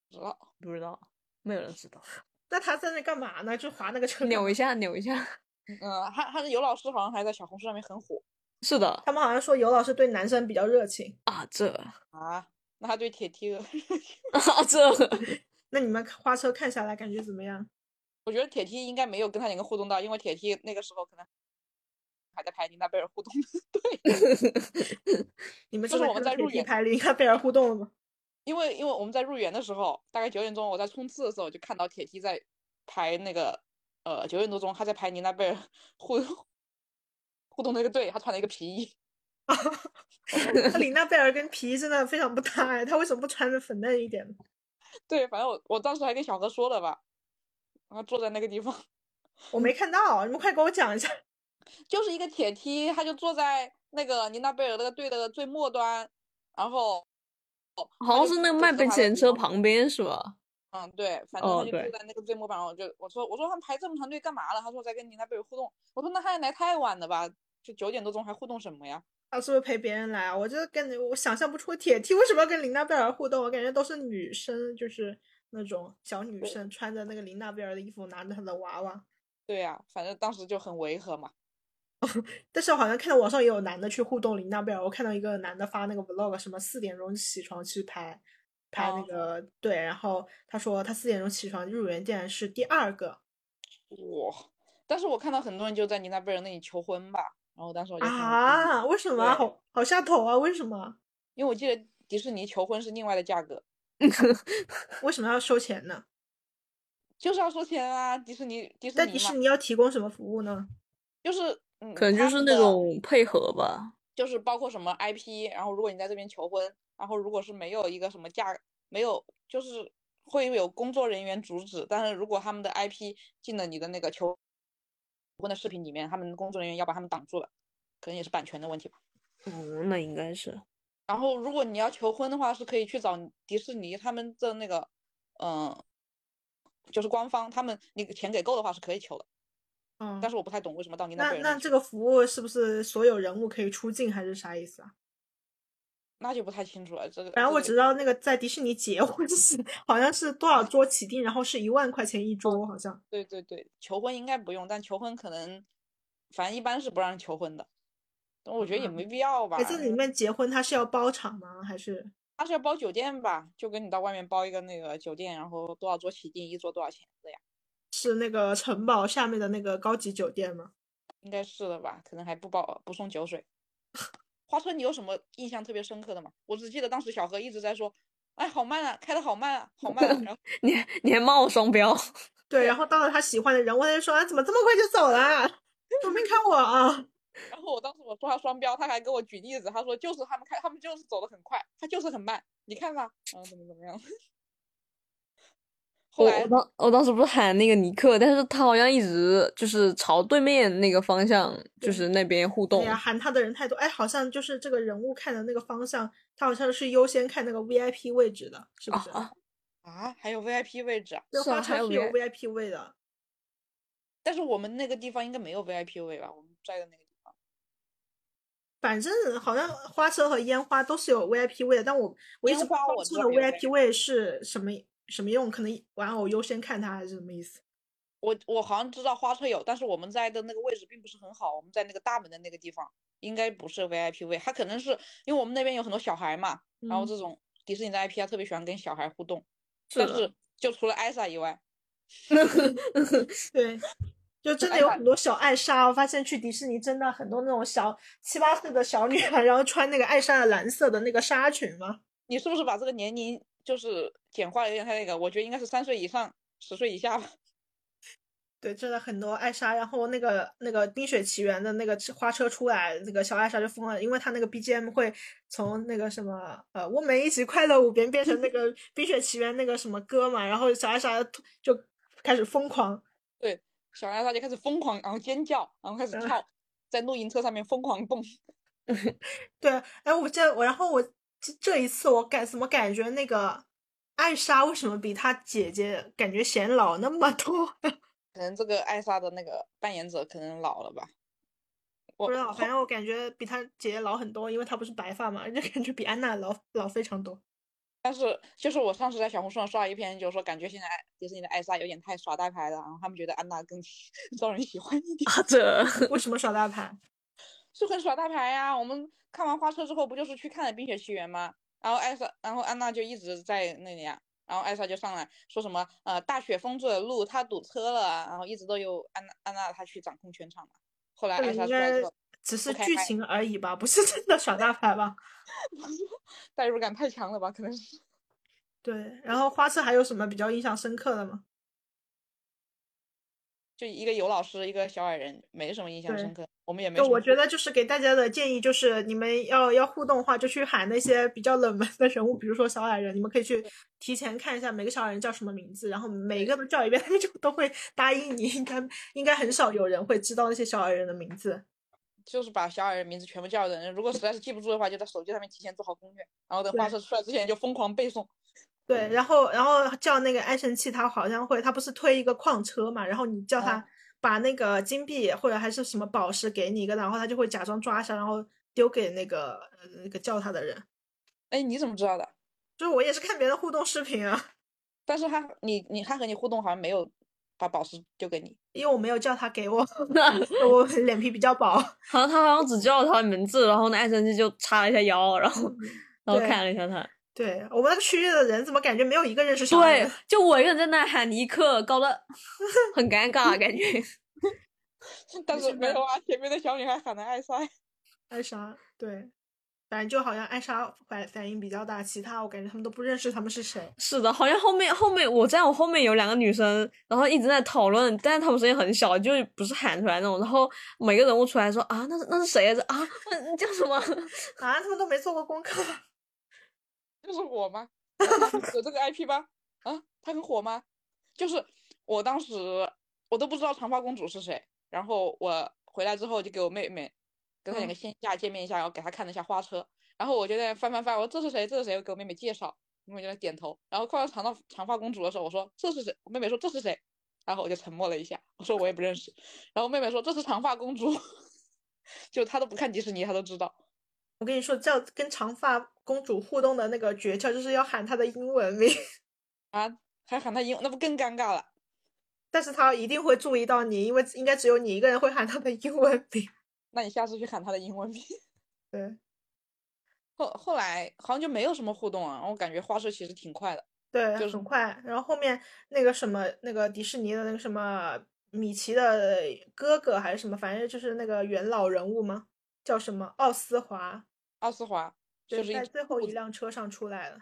Speaker 1: 不知道
Speaker 4: 不知道，没有人知道。
Speaker 3: 那他在那干嘛呢？就划那个车干
Speaker 4: 扭
Speaker 3: 嘛
Speaker 4: 一下，扭一下。
Speaker 1: 嗯，他他的尤老师好像还在小红书上面很火
Speaker 4: 是的
Speaker 3: 他们好像说尤老师对男生比较热情。
Speaker 4: 啊，这
Speaker 1: 啊，那他对铁梯鹅，
Speaker 4: 啊这，
Speaker 3: 那你们花车看下来感觉怎么样？
Speaker 1: 我觉得铁梯应该没有跟他两个互动到，因为铁梯那个时候可能还在拍琳娜贝尔互动， 对，
Speaker 3: 你们
Speaker 1: 就是
Speaker 3: 真的
Speaker 1: 我们
Speaker 3: 看
Speaker 1: 在
Speaker 3: 铁
Speaker 1: 入
Speaker 3: 皮
Speaker 1: 园
Speaker 3: 拍林跟贝尔互动了吗？
Speaker 1: 因为因为我们在入园的时候，大概九点钟我在冲刺的时候，我就看到铁梯在排那个呃九点多钟他在排琳娜贝尔互互动那个队，他穿了一个皮衣。
Speaker 3: 那琳娜贝尔跟皮衣真的非常不搭哎，他为什么不穿的粉嫩一点呢？
Speaker 1: 对，反正我我当时还跟小何说了吧，然后坐在那个地方，
Speaker 3: 我没看到，啊你们快给我讲一下。
Speaker 1: 就是一个铁梯，他就坐在那个尼娜贝尔那个队的最末端，然后
Speaker 4: 好像是那个卖本钱车，旁边是吧？
Speaker 1: 他就嗯，对，反正
Speaker 4: 哦
Speaker 1: 他就
Speaker 4: 对
Speaker 1: 坐在那个最末端，我就我说我说他们排这么长队干嘛了？他说我在跟尼娜贝尔互动，我说那他来太晚了吧，就九点多钟还互动什么呀？
Speaker 3: 他是不是陪别人来啊？我就跟我想象不出铁梯为什么要跟琳娜贝尔互动，我啊感觉都是女生，就是那种小女生穿着那个琳娜贝尔的衣服，拿着她的娃娃。
Speaker 1: 对呀、反正当时就很违和嘛。
Speaker 3: 但是我好像看到网上也有男的去互动琳娜贝尔，我看到一个男的发那个 vlog，什么四点钟起床去拍拍那
Speaker 1: 哦
Speaker 3: 个、对，然后他说他四点钟起床入园竟然是第二个
Speaker 1: 哇！但是我看到很多人就在尼娜贝尔那里求婚吧，然后当时我就嗯很
Speaker 3: 啊？为什么啊？
Speaker 1: 对
Speaker 3: 好好下头啊？为什么？
Speaker 1: 因为我记得迪士尼求婚是另外的价格，
Speaker 3: 为什么要收钱呢？
Speaker 1: 就是要收钱啊！迪士尼迪士
Speaker 3: 但
Speaker 1: 尼
Speaker 3: 迪士
Speaker 1: 嘛，
Speaker 3: 尼要提供什么服务呢？
Speaker 1: 就是嗯，
Speaker 4: 可能就
Speaker 1: 它
Speaker 4: 是
Speaker 1: 们
Speaker 4: 那
Speaker 1: 的
Speaker 4: 种配合吧。
Speaker 1: 就是包括什么 IP，然后如果你在这边求婚，然后如果是没有一个什么价，没有就是会有工作人员阻止，但是如果他们的 IP 进了你的那个求婚的视频里面，他们工作人员要把他们挡住了，可能也是版权的问题吧。
Speaker 4: 嗯，那应该是。
Speaker 1: 然后如果你要求婚的话，是可以去找迪士尼他们的那个，嗯、就是官方他们那个钱给够的话是可以求的，
Speaker 3: 嗯，
Speaker 1: 但是我不太懂为什么到你
Speaker 3: 那
Speaker 1: 贝尔
Speaker 3: 那
Speaker 1: 里
Speaker 3: 这
Speaker 1: 求
Speaker 3: 个服务是不是所有人物可以出镜，还是啥意思啊？
Speaker 1: 那就不太清楚了。这个
Speaker 3: 然后我
Speaker 1: 这
Speaker 3: 只
Speaker 1: 个
Speaker 3: 知道那个在迪士尼结婚是好像是多少桌起订，然后是一万块
Speaker 4: 哦
Speaker 3: 钱一桌，好像。
Speaker 1: 对对对，求婚应该不用，但求婚可能，反正一般是不让求婚的。但我觉得也
Speaker 3: 啊
Speaker 1: 没必要吧
Speaker 3: 哎，，这里
Speaker 1: 因为
Speaker 3: 面结婚他是要包场吗？还是
Speaker 1: 他是要包酒店吧，就跟你到外面包一个那个酒店，然后多少桌起订，一桌多少钱这样，
Speaker 3: 是那个城堡下面的那个高级酒店吗？
Speaker 1: 应该是的吧？可能还不包不送酒水。花车，你有什么印象特别深刻的吗？我只记得当时小何一直在说，哎，好慢啊，开的好慢啊，好慢啊。然后
Speaker 4: 你还你还骂我双标，
Speaker 3: 对，然后到了他喜欢的人物，他就说啊，怎么这么快就走了？都没看我啊！
Speaker 1: 然后我当时我说他双标，他还给我举例子，他说就是他们开，他们就是走得很快，他就是很慢，你看吧，然后怎么怎么样。后
Speaker 4: 我
Speaker 1: 来
Speaker 4: 我当我当时不是喊那个尼克，但是他好像一直就是朝对面那个方向，就是那边互
Speaker 3: 哎
Speaker 4: 动。
Speaker 3: 呀，喊他的人太多，哎，好像就是这个人物看的那个方向，他好像是优先看那个 VIP 位置的，是不
Speaker 4: 啊
Speaker 3: 是？
Speaker 4: 啊，
Speaker 1: 啊，还有 VIP 位置啊！
Speaker 3: 这
Speaker 4: 是啊
Speaker 3: 花车
Speaker 4: 还有
Speaker 3: 是有
Speaker 4: VIP
Speaker 3: VIP 位的，
Speaker 1: 但是我们那个地方应该没有 VIP 位吧？我们在的那个地方，
Speaker 3: 反正好像花车和烟花都是有 VIP 位的，但我我一
Speaker 1: 烟
Speaker 3: 直不知
Speaker 1: 花
Speaker 3: 道
Speaker 1: 我知
Speaker 3: 这
Speaker 1: 道
Speaker 3: 个
Speaker 1: 有
Speaker 3: VIP 位是什么什么用，可能玩偶优先看它还是什么意思？
Speaker 1: 我我好像知道花车有，但是我们在的那个位置并不是很好，我们在那个大门的那个地方应该不是 VIP 位，它可能是因为我们那边有很多小孩嘛，然后
Speaker 3: 嗯
Speaker 1: 这种迪士尼的 IP 它特别喜欢跟小孩互动，
Speaker 4: 是
Speaker 1: 但
Speaker 4: 的，
Speaker 1: 是就除了艾莎以外，
Speaker 3: 对，就真的
Speaker 1: 哎
Speaker 3: 有很多小艾莎。我发现去迪士尼真的很多那种小七八岁的小女孩，然后穿那个艾莎的蓝色的那个纱裙嘛。
Speaker 1: 你是不是把这个年龄就是简化的有点太那个？我觉得应该是三岁以上，十岁以下吧。
Speaker 3: 对，真的很多艾莎，然后那个那个《冰雪奇缘》的那个车花车出来，那个小艾莎就疯了，因为她那个 BGM 会从那个什么呃，我们一起快乐舞变变成那个《冰雪奇缘》那个什么歌嘛，然后小艾莎就开始疯狂，
Speaker 1: 小艾莎就开始疯狂，然后尖叫，然后开始
Speaker 3: 嗯
Speaker 1: 跳，在露营车上面疯狂蹦。
Speaker 3: 对，哎，我这我，然后我这这一次我感怎么感觉那个艾莎为什么比她姐姐感觉显老那么多？
Speaker 1: 可能这个艾莎的那个扮演者可能老了吧，我
Speaker 3: 不知道，反正我感觉比她姐姐老很多，因为她不是白发嘛， 就感觉比安娜老老非常多。
Speaker 1: 但是就是我上次在小红书上刷一篇，就是说感觉现在迪士尼的艾莎有点太耍大牌了，然后他们觉得安娜更 招人喜欢一点，
Speaker 4: 啊，这
Speaker 3: 为什么耍大牌？
Speaker 1: 是很耍大牌呀、我们看完花车之后，不就是去看了《冰雪奇缘》吗？然后艾莎，然后安娜就一直在那里啊，然后艾莎就上来说什么呃大雪封住了路，她堵车了啊，然后一直都由安娜安娜她去掌控全场嘛。后来
Speaker 3: 这
Speaker 1: 艾
Speaker 3: 个
Speaker 1: 莎
Speaker 3: 应
Speaker 1: 出来
Speaker 3: 该
Speaker 1: 之后，
Speaker 3: 只是
Speaker 1: 开
Speaker 3: 剧
Speaker 1: 麦
Speaker 3: 情而已吧，不是真的耍大牌吧？
Speaker 1: 代入感太强了吧？可能是
Speaker 3: 对，然后花痴还有什么比较印象深刻的吗？
Speaker 1: 就一个尤老师，一个小矮人，没什么印象
Speaker 3: 对
Speaker 1: 深刻，我们也没
Speaker 3: 就
Speaker 1: 什么
Speaker 3: 我觉
Speaker 1: 互
Speaker 3: 得就是给大家的建议就是，你们要要互动的话，就去喊那些比较冷门的人物，比如说小矮人，你们可以去提前看一下每个小矮人叫什么名字，然后每个都叫一遍，他们就都会答应你。应该应该很少有人会知道那些小矮人的名字。
Speaker 1: 就是把小矮人名字全部叫一遍，如果实在是记不住的话，就在手机上面提前做好攻略，然后等花
Speaker 3: 对
Speaker 1: 车出来之前就疯狂背诵。
Speaker 3: 对，然后然后叫那个爱神器，他好像会，他不是推一个矿车嘛，然后你叫
Speaker 1: 嗯
Speaker 3: 他把那个金币或者还是什么宝石给你一个，然后他就会假装抓一下，然后丢给那个呃那个叫他的人。
Speaker 1: 哎，你怎么知道的？
Speaker 3: 就是我也是看别人的互动视频啊。
Speaker 1: 但是他你你他和你互动好像没有把宝石丢给你，
Speaker 3: 因为我没有叫他给我，
Speaker 4: 那
Speaker 3: 我脸皮比较薄。
Speaker 4: 好像他好像只叫了他的名字，然后那爱神器就叉了一下腰，然后然后
Speaker 3: 对
Speaker 4: 看了一下他。
Speaker 3: 对我们那个区域的人，怎么感觉没有一个认识小孩
Speaker 4: 对
Speaker 3: 的？，
Speaker 4: 就我一个人在那喊尼克，搞 得很尴尬，感觉。
Speaker 1: 但是
Speaker 3: 现
Speaker 1: 没
Speaker 3: 在
Speaker 1: 有啊，前面的小女孩喊的艾莎，
Speaker 3: 艾莎，对，反正就好像艾莎反反应比较大，其他我感觉他们都不认识他们是谁。
Speaker 4: 是的，好像后面后面我在我后面有两个女生，然后一直在讨论，但是她们声音很小，就是不是喊出来那种。然后每个人物出来说啊，那是那是谁呀、这啊，那那叫什么？
Speaker 3: 啊，他们都没做过功课。
Speaker 1: 就是我吗？啊他有这个 IP 吗？啊，他很火吗？就是我当时我都不知道长发公主是谁，然后我回来之后就给我妹妹，跟她两
Speaker 3: 嗯
Speaker 1: 个线下见面一下，然后给她看了一下花车，然后我就在那翻翻翻，我说这是谁？这是谁？我给我妹妹介绍，我妹妹就在点头，然后快要长到长发公主的时候，我说这是谁？我妹妹说这是谁？然后我就沉默了一下，我说我也不认识，然后妹妹说这是长发公主， 就她都不看迪士尼，她都知道。
Speaker 3: 我跟你说，叫跟长发公主互动的那个诀窍，就是要喊她的英文名，
Speaker 1: 还喊她英，那不更尴尬了？
Speaker 3: 但是她一定会注意到你，因为应该只有你一个人会喊她的英文名。
Speaker 1: 那你下次去喊她的英文名。
Speaker 3: 对
Speaker 1: 后后来好像就没有什么互动啊，我感觉花式其实挺快的。
Speaker 3: 对，
Speaker 1: 就是
Speaker 3: 很快。然后后面那个什么，那个迪士尼的那个什么米奇的哥哥还是什么，反正就是那个元老人物吗？叫什么奥斯华？
Speaker 1: 奥斯华就
Speaker 3: 对，
Speaker 1: 是一
Speaker 3: 在最后
Speaker 1: 肚
Speaker 3: 一
Speaker 1: 子
Speaker 3: 辆车上出来了，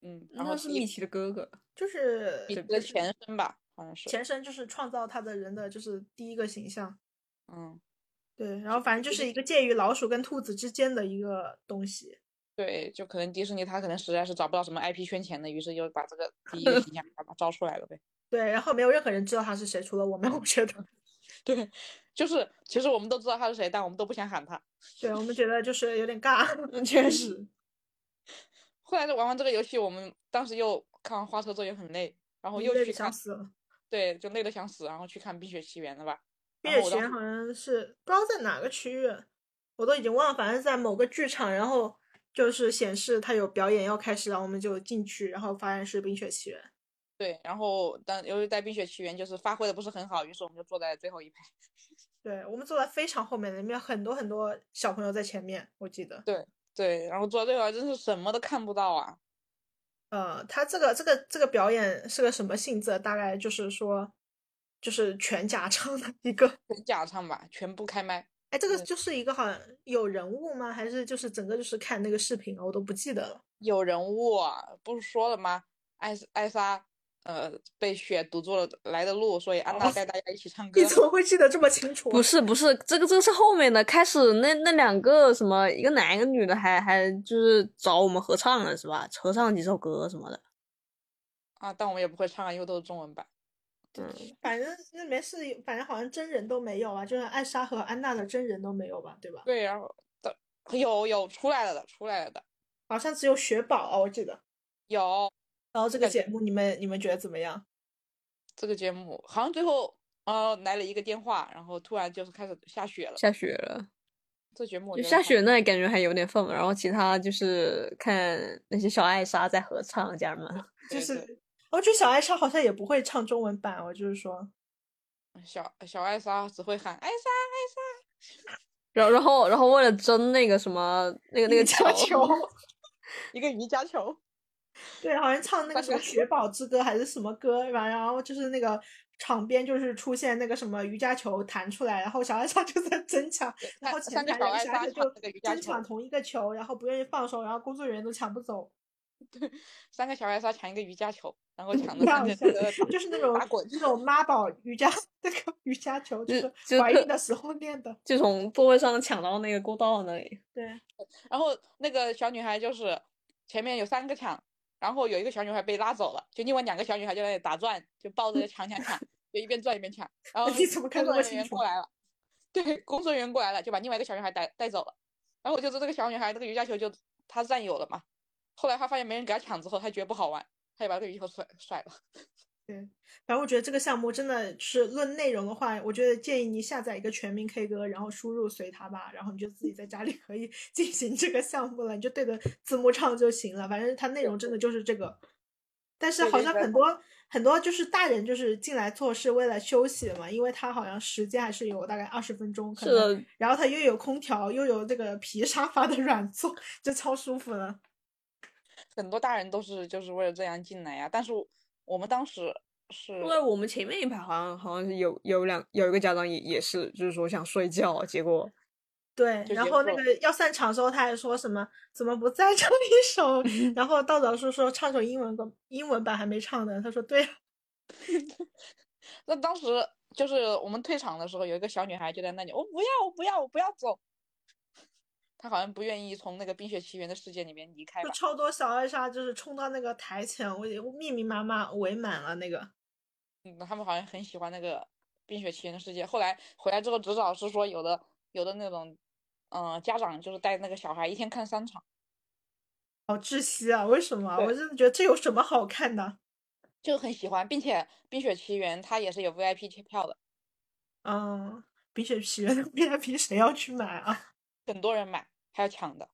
Speaker 1: 嗯，然后
Speaker 4: 那是
Speaker 1: 一
Speaker 4: 米奇的哥哥。
Speaker 3: 就是
Speaker 1: 米奇
Speaker 3: 就
Speaker 1: 的
Speaker 3: 是
Speaker 1: 前身吧，好像是。
Speaker 3: 前身就是创造他的人的就是第一个形象。
Speaker 1: 嗯，
Speaker 3: 对，然后反正就
Speaker 1: 就是
Speaker 3: 一个介于老鼠跟兔子之间的一个东西。
Speaker 1: 对，就可能迪士尼他可能实在是找不到什么 IP 圈钱的，于是就把这 个第一个形象把它招出来了呗。
Speaker 3: 对，然后没有任何人知道他是谁，除了我们，我觉得。
Speaker 1: 对，就是其实我们都知道他是谁，但我们都不想喊他。
Speaker 3: 对，我们觉得就是有点
Speaker 1: 嗯
Speaker 3: 尬。
Speaker 4: 确实，
Speaker 1: 后来就玩完这个游戏，我们当时又看完花车之后也很累，然后又
Speaker 3: 嗯累
Speaker 1: 去
Speaker 3: 得想
Speaker 1: 看，
Speaker 3: 死了。
Speaker 1: 对，就累得想死，然后去看《冰雪奇缘》了吧？
Speaker 3: 冰
Speaker 1: 然
Speaker 3: 雪
Speaker 1: 后我
Speaker 3: 奇
Speaker 1: 当时
Speaker 3: 缘好像是不知道在哪个区域，我都已经忘了，反正是在某个剧场，然后就是显示它有表演要开始，然后我们就进去，然后发现是冰雪奇缘。
Speaker 1: 对，然后但由于在《冰雪奇缘》就是发挥的不是很好，于是我们就坐在最后一排。
Speaker 3: 对我们坐在非常后面的，里面有很多很多小朋友在前面，我记得。
Speaker 1: 对，然后坐到最后真是什么都看不到啊！
Speaker 3: 呃，他这个这个这个表演是个什么性质？大概就是说，就是全假唱的一个。
Speaker 1: 全假唱吧，全部开麦。
Speaker 3: 哎，这个
Speaker 1: 对
Speaker 3: 就是一个好像有人物吗？还是就是整个就是看那个视频啊？我都不记得了。
Speaker 1: 有人物啊，不是说了吗？艾斯艾莎呃被雪堵住了来的路，所以安娜
Speaker 4: 哦
Speaker 1: 带大家一起 唱歌。
Speaker 3: 你怎么会记得这么清楚啊？
Speaker 4: 不是不是，这个这个是后面的，开始那那两个什么，一个男一个女的还，还就是找我们合唱了是吧？合唱几首歌什么的。
Speaker 1: 啊，但我们也不会唱啊，因为都是中文版。
Speaker 4: 嗯，
Speaker 3: 反正那没事，反正好像真人都没有啊，就是艾莎和安娜的真人都没有吧，对吧？
Speaker 1: 对，然后的有有出来了的，出来了的
Speaker 3: 好像只有雪宝啊，我记得。
Speaker 1: 有
Speaker 3: 然后这个
Speaker 1: 感觉
Speaker 3: 节目你们你们觉得怎么样？
Speaker 1: 这个节目，好像最后呃来了一个电话，然后突然就是开始下雪了。
Speaker 4: 下雪了，
Speaker 1: 这节目我
Speaker 4: 就
Speaker 1: 觉得
Speaker 4: 下
Speaker 1: 还
Speaker 4: 雪那感觉还有点氛围，然后其他就是看那些小艾莎在合唱，家人们。
Speaker 3: 就
Speaker 1: 对
Speaker 3: 是
Speaker 1: 对
Speaker 3: 我觉得小艾莎好像也不会唱中文版，我就是说，
Speaker 1: 小小艾莎只会喊艾莎 艾
Speaker 4: 然后然后然后为了争那个什么那个 那个
Speaker 3: 瑜伽球，
Speaker 1: 莎，一个瑜伽球。
Speaker 3: 对，好像唱那个什么《雪宝之歌》还是什么歌，然后然后就是那个场边就是出现那个什么瑜伽球弹出来，然后小艾莎就在争抢，然后
Speaker 1: 三
Speaker 3: 前
Speaker 1: 三个
Speaker 3: 台
Speaker 1: 小艾
Speaker 3: 两个小
Speaker 1: 莎
Speaker 3: 艾莎
Speaker 1: 抢
Speaker 3: 就
Speaker 1: 那个瑜伽
Speaker 3: 争
Speaker 1: 球
Speaker 3: 抢同一个球，然后不愿意放手，然后工作人员都抢不走，
Speaker 1: 三个小艾莎抢一个瑜伽球，然后 抢着
Speaker 3: 笑
Speaker 1: 三
Speaker 3: 一
Speaker 1: 个
Speaker 3: 下
Speaker 1: 那个，
Speaker 3: 就是那种
Speaker 1: 嗯打滚
Speaker 3: 那种妈宝瑜伽 那个瑜伽球，就
Speaker 4: 就是就
Speaker 3: 怀
Speaker 4: 特
Speaker 3: 孕的时候练的，
Speaker 4: 就从座位上抢到那个过道那里。
Speaker 3: 对，
Speaker 1: 然后那个小女孩就是前面有三个抢，然后有一个小女孩被拉走了，就另外两个小女孩就在那里打转，就抱着抢抢抢，就一边转一边抢。然后
Speaker 3: 你怎么看
Speaker 1: 工作
Speaker 3: 那么
Speaker 1: 人员
Speaker 3: 清楚
Speaker 1: 过来了，对，工作人员过来了，就把另外一个小女孩带带走了。然后我就知道这个小女孩那个瑜伽球就她占有了嘛。后来她发现没人给她抢之后，她觉得不好玩，她就把这个羽球甩甩了。
Speaker 3: 反正我觉得这个项目真的是论内容的话，我觉得建议你下载一个全民 K 歌，然后输入随它吧，然后你就自己在家里 可以进行这个项目了，你就对着字幕唱就行了。反正它内容真的就是这个，但是
Speaker 1: 对
Speaker 3: 好
Speaker 1: 对
Speaker 3: 像
Speaker 1: 对
Speaker 3: 很多很多就是大人就是进来做是为了休息嘛，因为它好像时间还是有大概二十分钟，可
Speaker 4: 是
Speaker 3: 能，
Speaker 4: 的，
Speaker 3: 然后它又有空调，又有这个皮沙发的软座， 就超舒服了。
Speaker 1: 很多大人都是就是为了这样进来呀、但是我我们当时是
Speaker 4: 因为我们前面一排好像好像是有有两有一个家长也也是，就是说想睡觉，结果
Speaker 3: 对，
Speaker 1: 就
Speaker 3: 然
Speaker 1: 结
Speaker 3: 后那
Speaker 1: 束
Speaker 3: 个要散场的时候，他还说什么怎么不再唱一首， 然后道长说说唱首英文歌，英文版还没唱呢。他说对呀，啊
Speaker 1: 那当时就是我们退场的时候，有一个小女孩就在那里，我不要，我不要，我不要走。她好像不愿意从那个《冰雪奇缘》的世界里面离开
Speaker 3: 就
Speaker 1: 吧？
Speaker 3: 超多小艾莎就是冲到那个台前，我也密密麻麻围满了那个。
Speaker 1: 嗯，他们好像很喜欢那个《冰雪奇缘》的世界。后来回来之后，指导是说有的有的那种，嗯、家长就是带那个小孩一天看三场，
Speaker 3: 好窒息啊！为什么啊？我
Speaker 1: 对
Speaker 3: 真的觉得这有什么好看的
Speaker 1: 就很喜欢，并且《冰雪奇缘》它也是有 VIP 贴票的，
Speaker 3: 嗯，《冰雪奇缘》的 VIP 谁要去买啊？
Speaker 1: 很多人买还要抢的。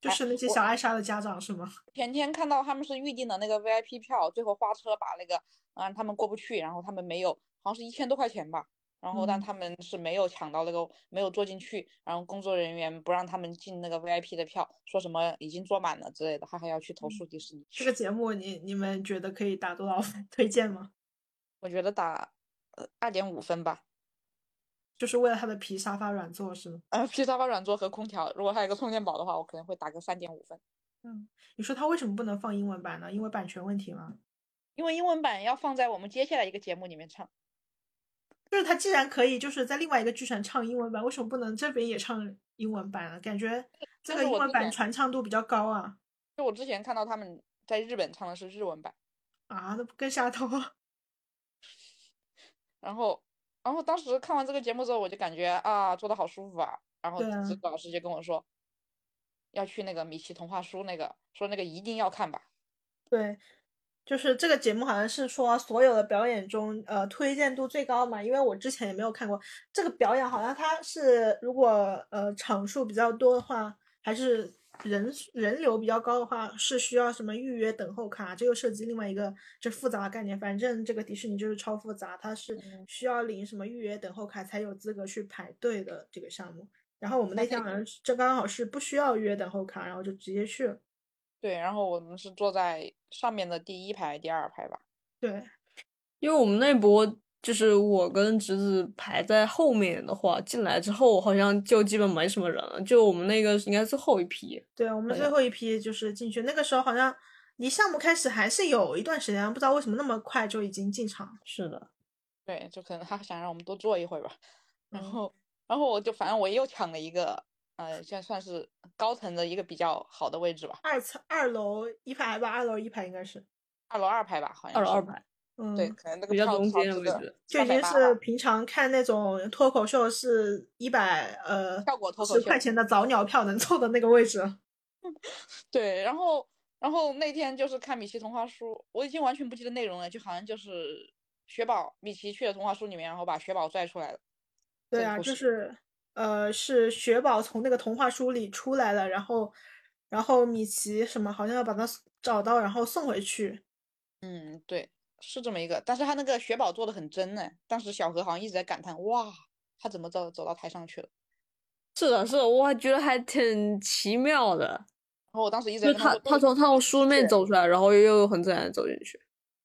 Speaker 3: 就
Speaker 1: 哎
Speaker 3: 是那些
Speaker 1: 我
Speaker 3: 小艾莎的家长是吗？
Speaker 1: 前天看到他们是预定的那个 VIP 票，最后花车把那个，嗯，他们过不去，然后他们没有，好像是一千多块钱吧，然后但
Speaker 3: 嗯
Speaker 1: 他们是没有抢到那个，没有坐进去，然后工作人员不让他们进那个 VIP 的票，说什么已经坐满了之类的，他还要去投诉迪士尼。
Speaker 3: 这个节目你你们觉得可以打多少分？推荐吗？
Speaker 1: 我觉得打呃二点五分吧，
Speaker 3: 就是为了他的皮沙发软座是吗？
Speaker 1: 呃，皮沙发软座和空调，如果它有个充电宝的话，我可能会打个三点五分，
Speaker 3: 嗯，你说他为什么不能放英文版呢？因为版权问题吗？
Speaker 1: 因为英文版要放在我们接下来一个节目里面唱。
Speaker 3: 就是他既然可以，就是在另外一个剧场唱英文版，为什么不能这边也唱英文版啊？感觉这
Speaker 1: 但
Speaker 3: 个
Speaker 1: 是
Speaker 3: 英
Speaker 1: 我
Speaker 3: 文
Speaker 1: 之
Speaker 3: 版
Speaker 1: 前
Speaker 3: 传唱度比较高啊！
Speaker 1: 就我之前看到他们在日本唱的是日文版。
Speaker 3: 啊，那不更下头啊？
Speaker 1: 然后，然后当时看完这个节目之后，我就感觉啊，做的好舒服啊。然后
Speaker 3: 对啊
Speaker 1: 指导老师就跟我说，要去那个米奇童话书那个，说那个一定要看吧。
Speaker 3: 对，就是这个节目好像是说所有的表演中，呃，推荐度最高嘛。因为我之前也没有看过这个表演，好像它是如果呃场数比较多的话，还是人数人流比较高的话，是需要什么预约等候卡，这又涉及另外一个这复杂的概念。反正这个迪士尼就是超复杂，它是
Speaker 1: 嗯
Speaker 3: 需要领什么预约等候卡才有资格去排队的这个项目。然后我们那
Speaker 1: 那
Speaker 3: 天
Speaker 1: 它
Speaker 3: 好像是这刚好是不需要预约等候卡，然后就直接去了。
Speaker 1: 对，然后我们是坐在上面的第一排、第二排吧。
Speaker 3: 对，
Speaker 4: 因为我们那波就是我跟侄子排在后面的话，进来之后好像就基本没什么人了，就我们那个应该是最后一批。
Speaker 3: 对，我们
Speaker 4: 对
Speaker 3: 最后一批就是进去，那个时候好像离项目开始还是有一段时间，不知道为什么那么快就已经进场了。
Speaker 4: 是的，
Speaker 1: 对，就可能他 想让我们多做一会儿吧。然
Speaker 3: 嗯
Speaker 1: 后，然后我就反正我又抢了一个，呃，现在算是高层的一个比较好的位置吧，
Speaker 3: 二层二楼一排吧，二楼一排应该是，
Speaker 1: 二楼二排吧，好像
Speaker 4: 二楼
Speaker 1: 是
Speaker 4: 二排
Speaker 3: 嗯，
Speaker 1: 对，可能那个
Speaker 4: 比较
Speaker 1: 票
Speaker 4: 中
Speaker 1: 超
Speaker 4: 间的
Speaker 1: 值
Speaker 4: 位
Speaker 1: 个
Speaker 4: 置，
Speaker 3: 就已经
Speaker 1: 380
Speaker 3: 是
Speaker 1: 吧
Speaker 3: 平常看那种脱口秀是一百呃
Speaker 1: 效果脱口
Speaker 3: 十块
Speaker 1: 秀
Speaker 3: 钱的早鸟票能凑的那个位置了。
Speaker 1: 对，然后然后那天就是看米奇童话书，我已经完全不记得内容了，就好像就是雪宝米奇去了童话书里面，然后把雪宝拽出来了。
Speaker 3: 对
Speaker 1: 这个
Speaker 3: 啊，
Speaker 1: 故
Speaker 3: 就
Speaker 1: 事
Speaker 3: 是呃，是雪宝从那个童话书里出来了，然后然后米奇什么好像要把他找到，然后送回去。
Speaker 1: 嗯，对，是这么一个，但是他那个雪宝做的很真呢。当时小何好像一直在感叹，哇，他怎么走走到台上去了？
Speaker 4: 是的，是的，我还觉得还挺奇妙的，
Speaker 1: 然后我当时一直
Speaker 4: 就
Speaker 1: 在跟
Speaker 4: 是他
Speaker 1: 说，
Speaker 4: 他
Speaker 1: 这
Speaker 4: 从他从
Speaker 1: 是
Speaker 4: 书
Speaker 1: 机
Speaker 4: 里
Speaker 1: 器
Speaker 4: 面
Speaker 1: 人
Speaker 4: 走出来，然后又很自然地走进去。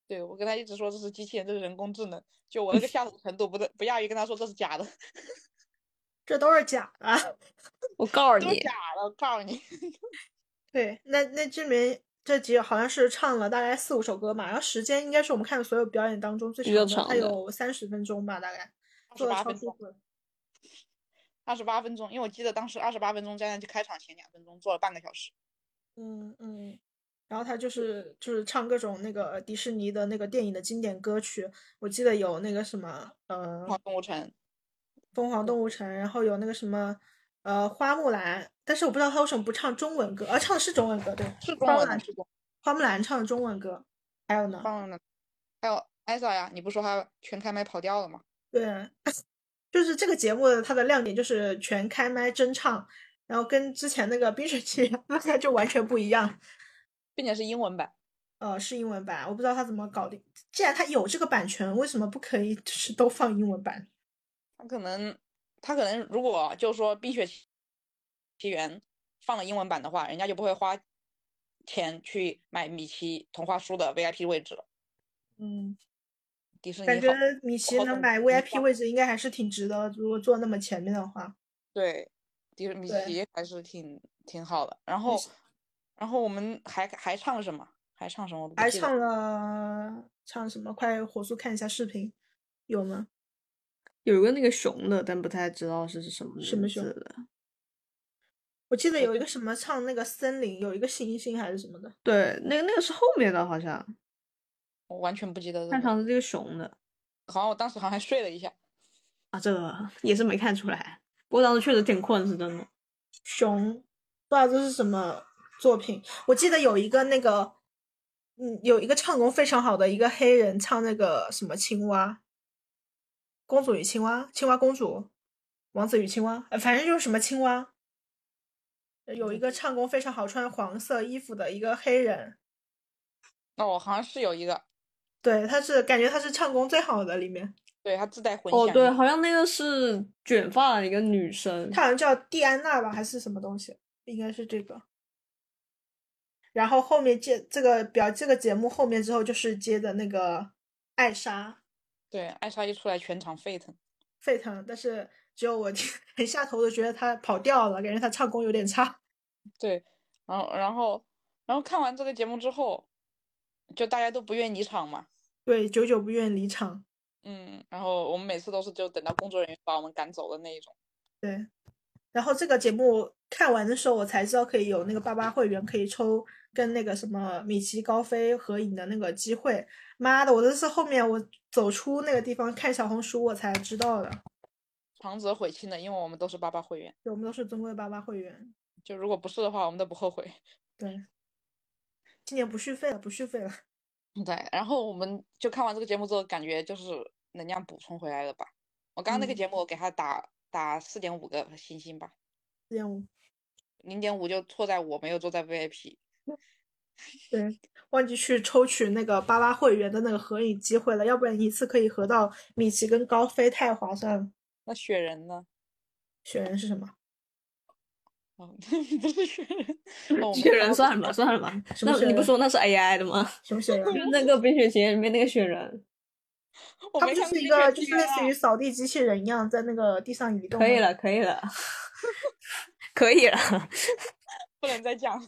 Speaker 1: 对我跟他一直说这是机器人，这是人工智能，就我那个下手程度不得不亚于跟他说这是假的，
Speaker 3: 这都是假的。
Speaker 4: 我告诉
Speaker 1: 都是
Speaker 4: 你
Speaker 1: 假，的，我告诉你。
Speaker 3: 对，那那这里面这集好像是唱了大概四五首歌嘛，然后时间应该是我们看的所有表演当中最
Speaker 4: 比较
Speaker 3: 长的，它
Speaker 4: 长的
Speaker 3: 有三十分钟吧，大概做的
Speaker 1: 28
Speaker 3: 超
Speaker 1: 分
Speaker 3: 舒
Speaker 1: 钟
Speaker 3: 服的。
Speaker 1: 二十八分钟，因为我记得当时二十八分钟加上去开场前两分钟做了半个小时。
Speaker 3: 嗯嗯，然后他就是就是唱各种那个迪士尼的那个电影的经典歌曲，我记得有那个什么呃
Speaker 1: 逛动物城，
Speaker 3: 疯狂动物城，然后有那个什么呃花木兰，但是我不知道他为什么不唱中文歌，啊唱的是中文歌，对，
Speaker 1: 是中
Speaker 3: 花木
Speaker 1: 文
Speaker 3: 兰
Speaker 1: 的，是中
Speaker 3: 花木兰唱的中文歌，还有呢，
Speaker 1: 放了呢。还有艾莎呀，你不说她全开麦跑调了吗？
Speaker 3: 对， 就是这个节目的它的亮点就是全开麦真唱，然后跟之前那个《冰雪奇缘》那个就完全不一样，
Speaker 1: 并且是英文版，
Speaker 3: 呃，是英文版，我不知道他怎么搞的，既然他有这个版权，为什么不可以就是 都放英文版？
Speaker 1: 她可能她可能如果就说《冰雪奇奇缘》放了英文版的话，人家就不会花钱去买米奇童话书的 VIP 位置了。
Speaker 3: 嗯，
Speaker 1: 迪士尼
Speaker 3: 感觉
Speaker 1: 好，
Speaker 3: 米奇
Speaker 1: 好
Speaker 3: 能
Speaker 1: 懂
Speaker 3: 买
Speaker 1: 迪士尼
Speaker 3: VIP
Speaker 1: 吧
Speaker 3: 位置应该还是挺值得，如果坐那么前面的话。
Speaker 1: 对，迪士尼
Speaker 3: 对
Speaker 1: 奇还是挺挺好的。然后
Speaker 3: 是，
Speaker 1: 然后我们还还唱了什么？还唱什么？我都不
Speaker 3: 还
Speaker 1: 记得
Speaker 3: 唱了唱什么？快火速看一下视频，有吗？
Speaker 4: 有一个那个熊的，但不太知道是什么
Speaker 3: 什么
Speaker 4: 名
Speaker 3: 熊
Speaker 4: 字的。
Speaker 3: 我记得有一个什么唱那个森林，有一个星星还是什么的。
Speaker 4: 对，那个那个是后面的，好像
Speaker 1: 我完全不记得这
Speaker 4: 看
Speaker 1: 个
Speaker 4: 场是这个熊的
Speaker 1: 好像我当时好像还睡了一下。
Speaker 4: 啊，这个也是没看出来。不过当时确实挺困，是真的。
Speaker 3: 熊，不知道这是什么作品。我记得有一个那个，嗯，有一个唱功非常好的一个黑人唱那个什么青蛙，公主与青蛙，青蛙公主，王子与青蛙，呃反正就是什么青蛙。呃有一个唱功非常好，穿黄色衣服的一个黑人，
Speaker 1: 那我好像是有一个，
Speaker 3: 对，他是感觉他是唱功最好的里面，
Speaker 1: 对他自带混响
Speaker 4: 哦，
Speaker 1: 音。
Speaker 4: 对，好像那个是卷发的一个女生，
Speaker 3: 他好像叫蒂安娜吧，还是什么东西，应该是这个。然后后面接这个表这个节目后面之后就是接的那个艾莎
Speaker 1: 对，艾莎一出来全场沸腾。
Speaker 3: 沸腾，但是只有我 听很下头的觉得她跑调了，感觉她唱功有点差。
Speaker 1: 对，然后然后然后看完这个节目之后，就大家都不愿离场嘛。
Speaker 3: 对，久久不愿离场。
Speaker 1: 嗯，然后我们每次都是就等到工作人员把我们赶走的那一种。
Speaker 3: 对，然后这个节目看完的时候，我才知道可以有那个八八会员可以抽跟那个什么米奇高飞合影的那个机会。妈的，我这是后面我走出那个地方看小红书我才知道的。
Speaker 1: 长者悔青的，因为我们都是八八会员，
Speaker 3: 对，我们都是尊贵八八会员。
Speaker 1: 就如果不是的话，我们都不后悔。
Speaker 4: 嗯
Speaker 3: 对，今年不续费了，不续费了。
Speaker 1: 嗯对，然后我们就看完这个节目之后，感觉就是能量补充回来了吧。我刚刚那个
Speaker 3: 嗯
Speaker 1: 节目，我给他打打四点五个星星吧，
Speaker 3: 任务
Speaker 1: 零点五就错在我没有坐在 VIP。
Speaker 3: 对，忘记去抽取那个八八会员的那个合影机会了，要不然一次可以合到米奇跟高飞，太划算了。
Speaker 1: 那雪人呢？
Speaker 3: 雪人是什么？
Speaker 1: 哦， 不是雪人，哦，我没
Speaker 4: 雪
Speaker 1: 看
Speaker 4: 人
Speaker 1: 过
Speaker 4: 算了吧，算了吧。
Speaker 3: 什么
Speaker 4: 那
Speaker 3: 雪
Speaker 4: 你不
Speaker 3: 人
Speaker 4: 说那是 AI 的吗？
Speaker 3: 什么雪人
Speaker 4: 就？是那个《冰雪奇缘》里面那个雪人，
Speaker 1: 我
Speaker 3: 它
Speaker 1: 没
Speaker 3: 不就
Speaker 1: 看过
Speaker 3: 是一
Speaker 1: 冰雪
Speaker 3: 个，
Speaker 1: 奇
Speaker 3: 就是
Speaker 1: 缘
Speaker 3: 类似
Speaker 1: 啊
Speaker 3: 于扫地机器人一样，在那个地上移动。
Speaker 4: 可以 了，，可以了，可以了。
Speaker 1: 不能再讲了。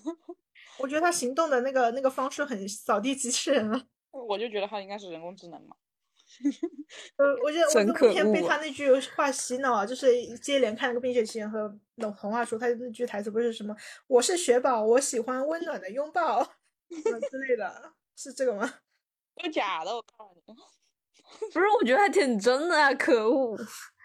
Speaker 3: 我觉得它行动的那个那个方式很扫地机器人啊。
Speaker 1: 我就觉得它应该是人工智能嘛。
Speaker 3: 呃，我觉得
Speaker 4: 真
Speaker 3: 我
Speaker 4: 可
Speaker 3: 昨天被
Speaker 4: 恶啊
Speaker 3: 他那句话洗脑啊，就是接连看那个《冰雪奇缘》和那种童话书，他那句台词不是什么“我是雪宝，我喜欢温暖的拥抱”什么之类的，是这个 吗？
Speaker 1: 都假的，我告诉你。
Speaker 4: 不是，我觉得还挺真的啊，可恶！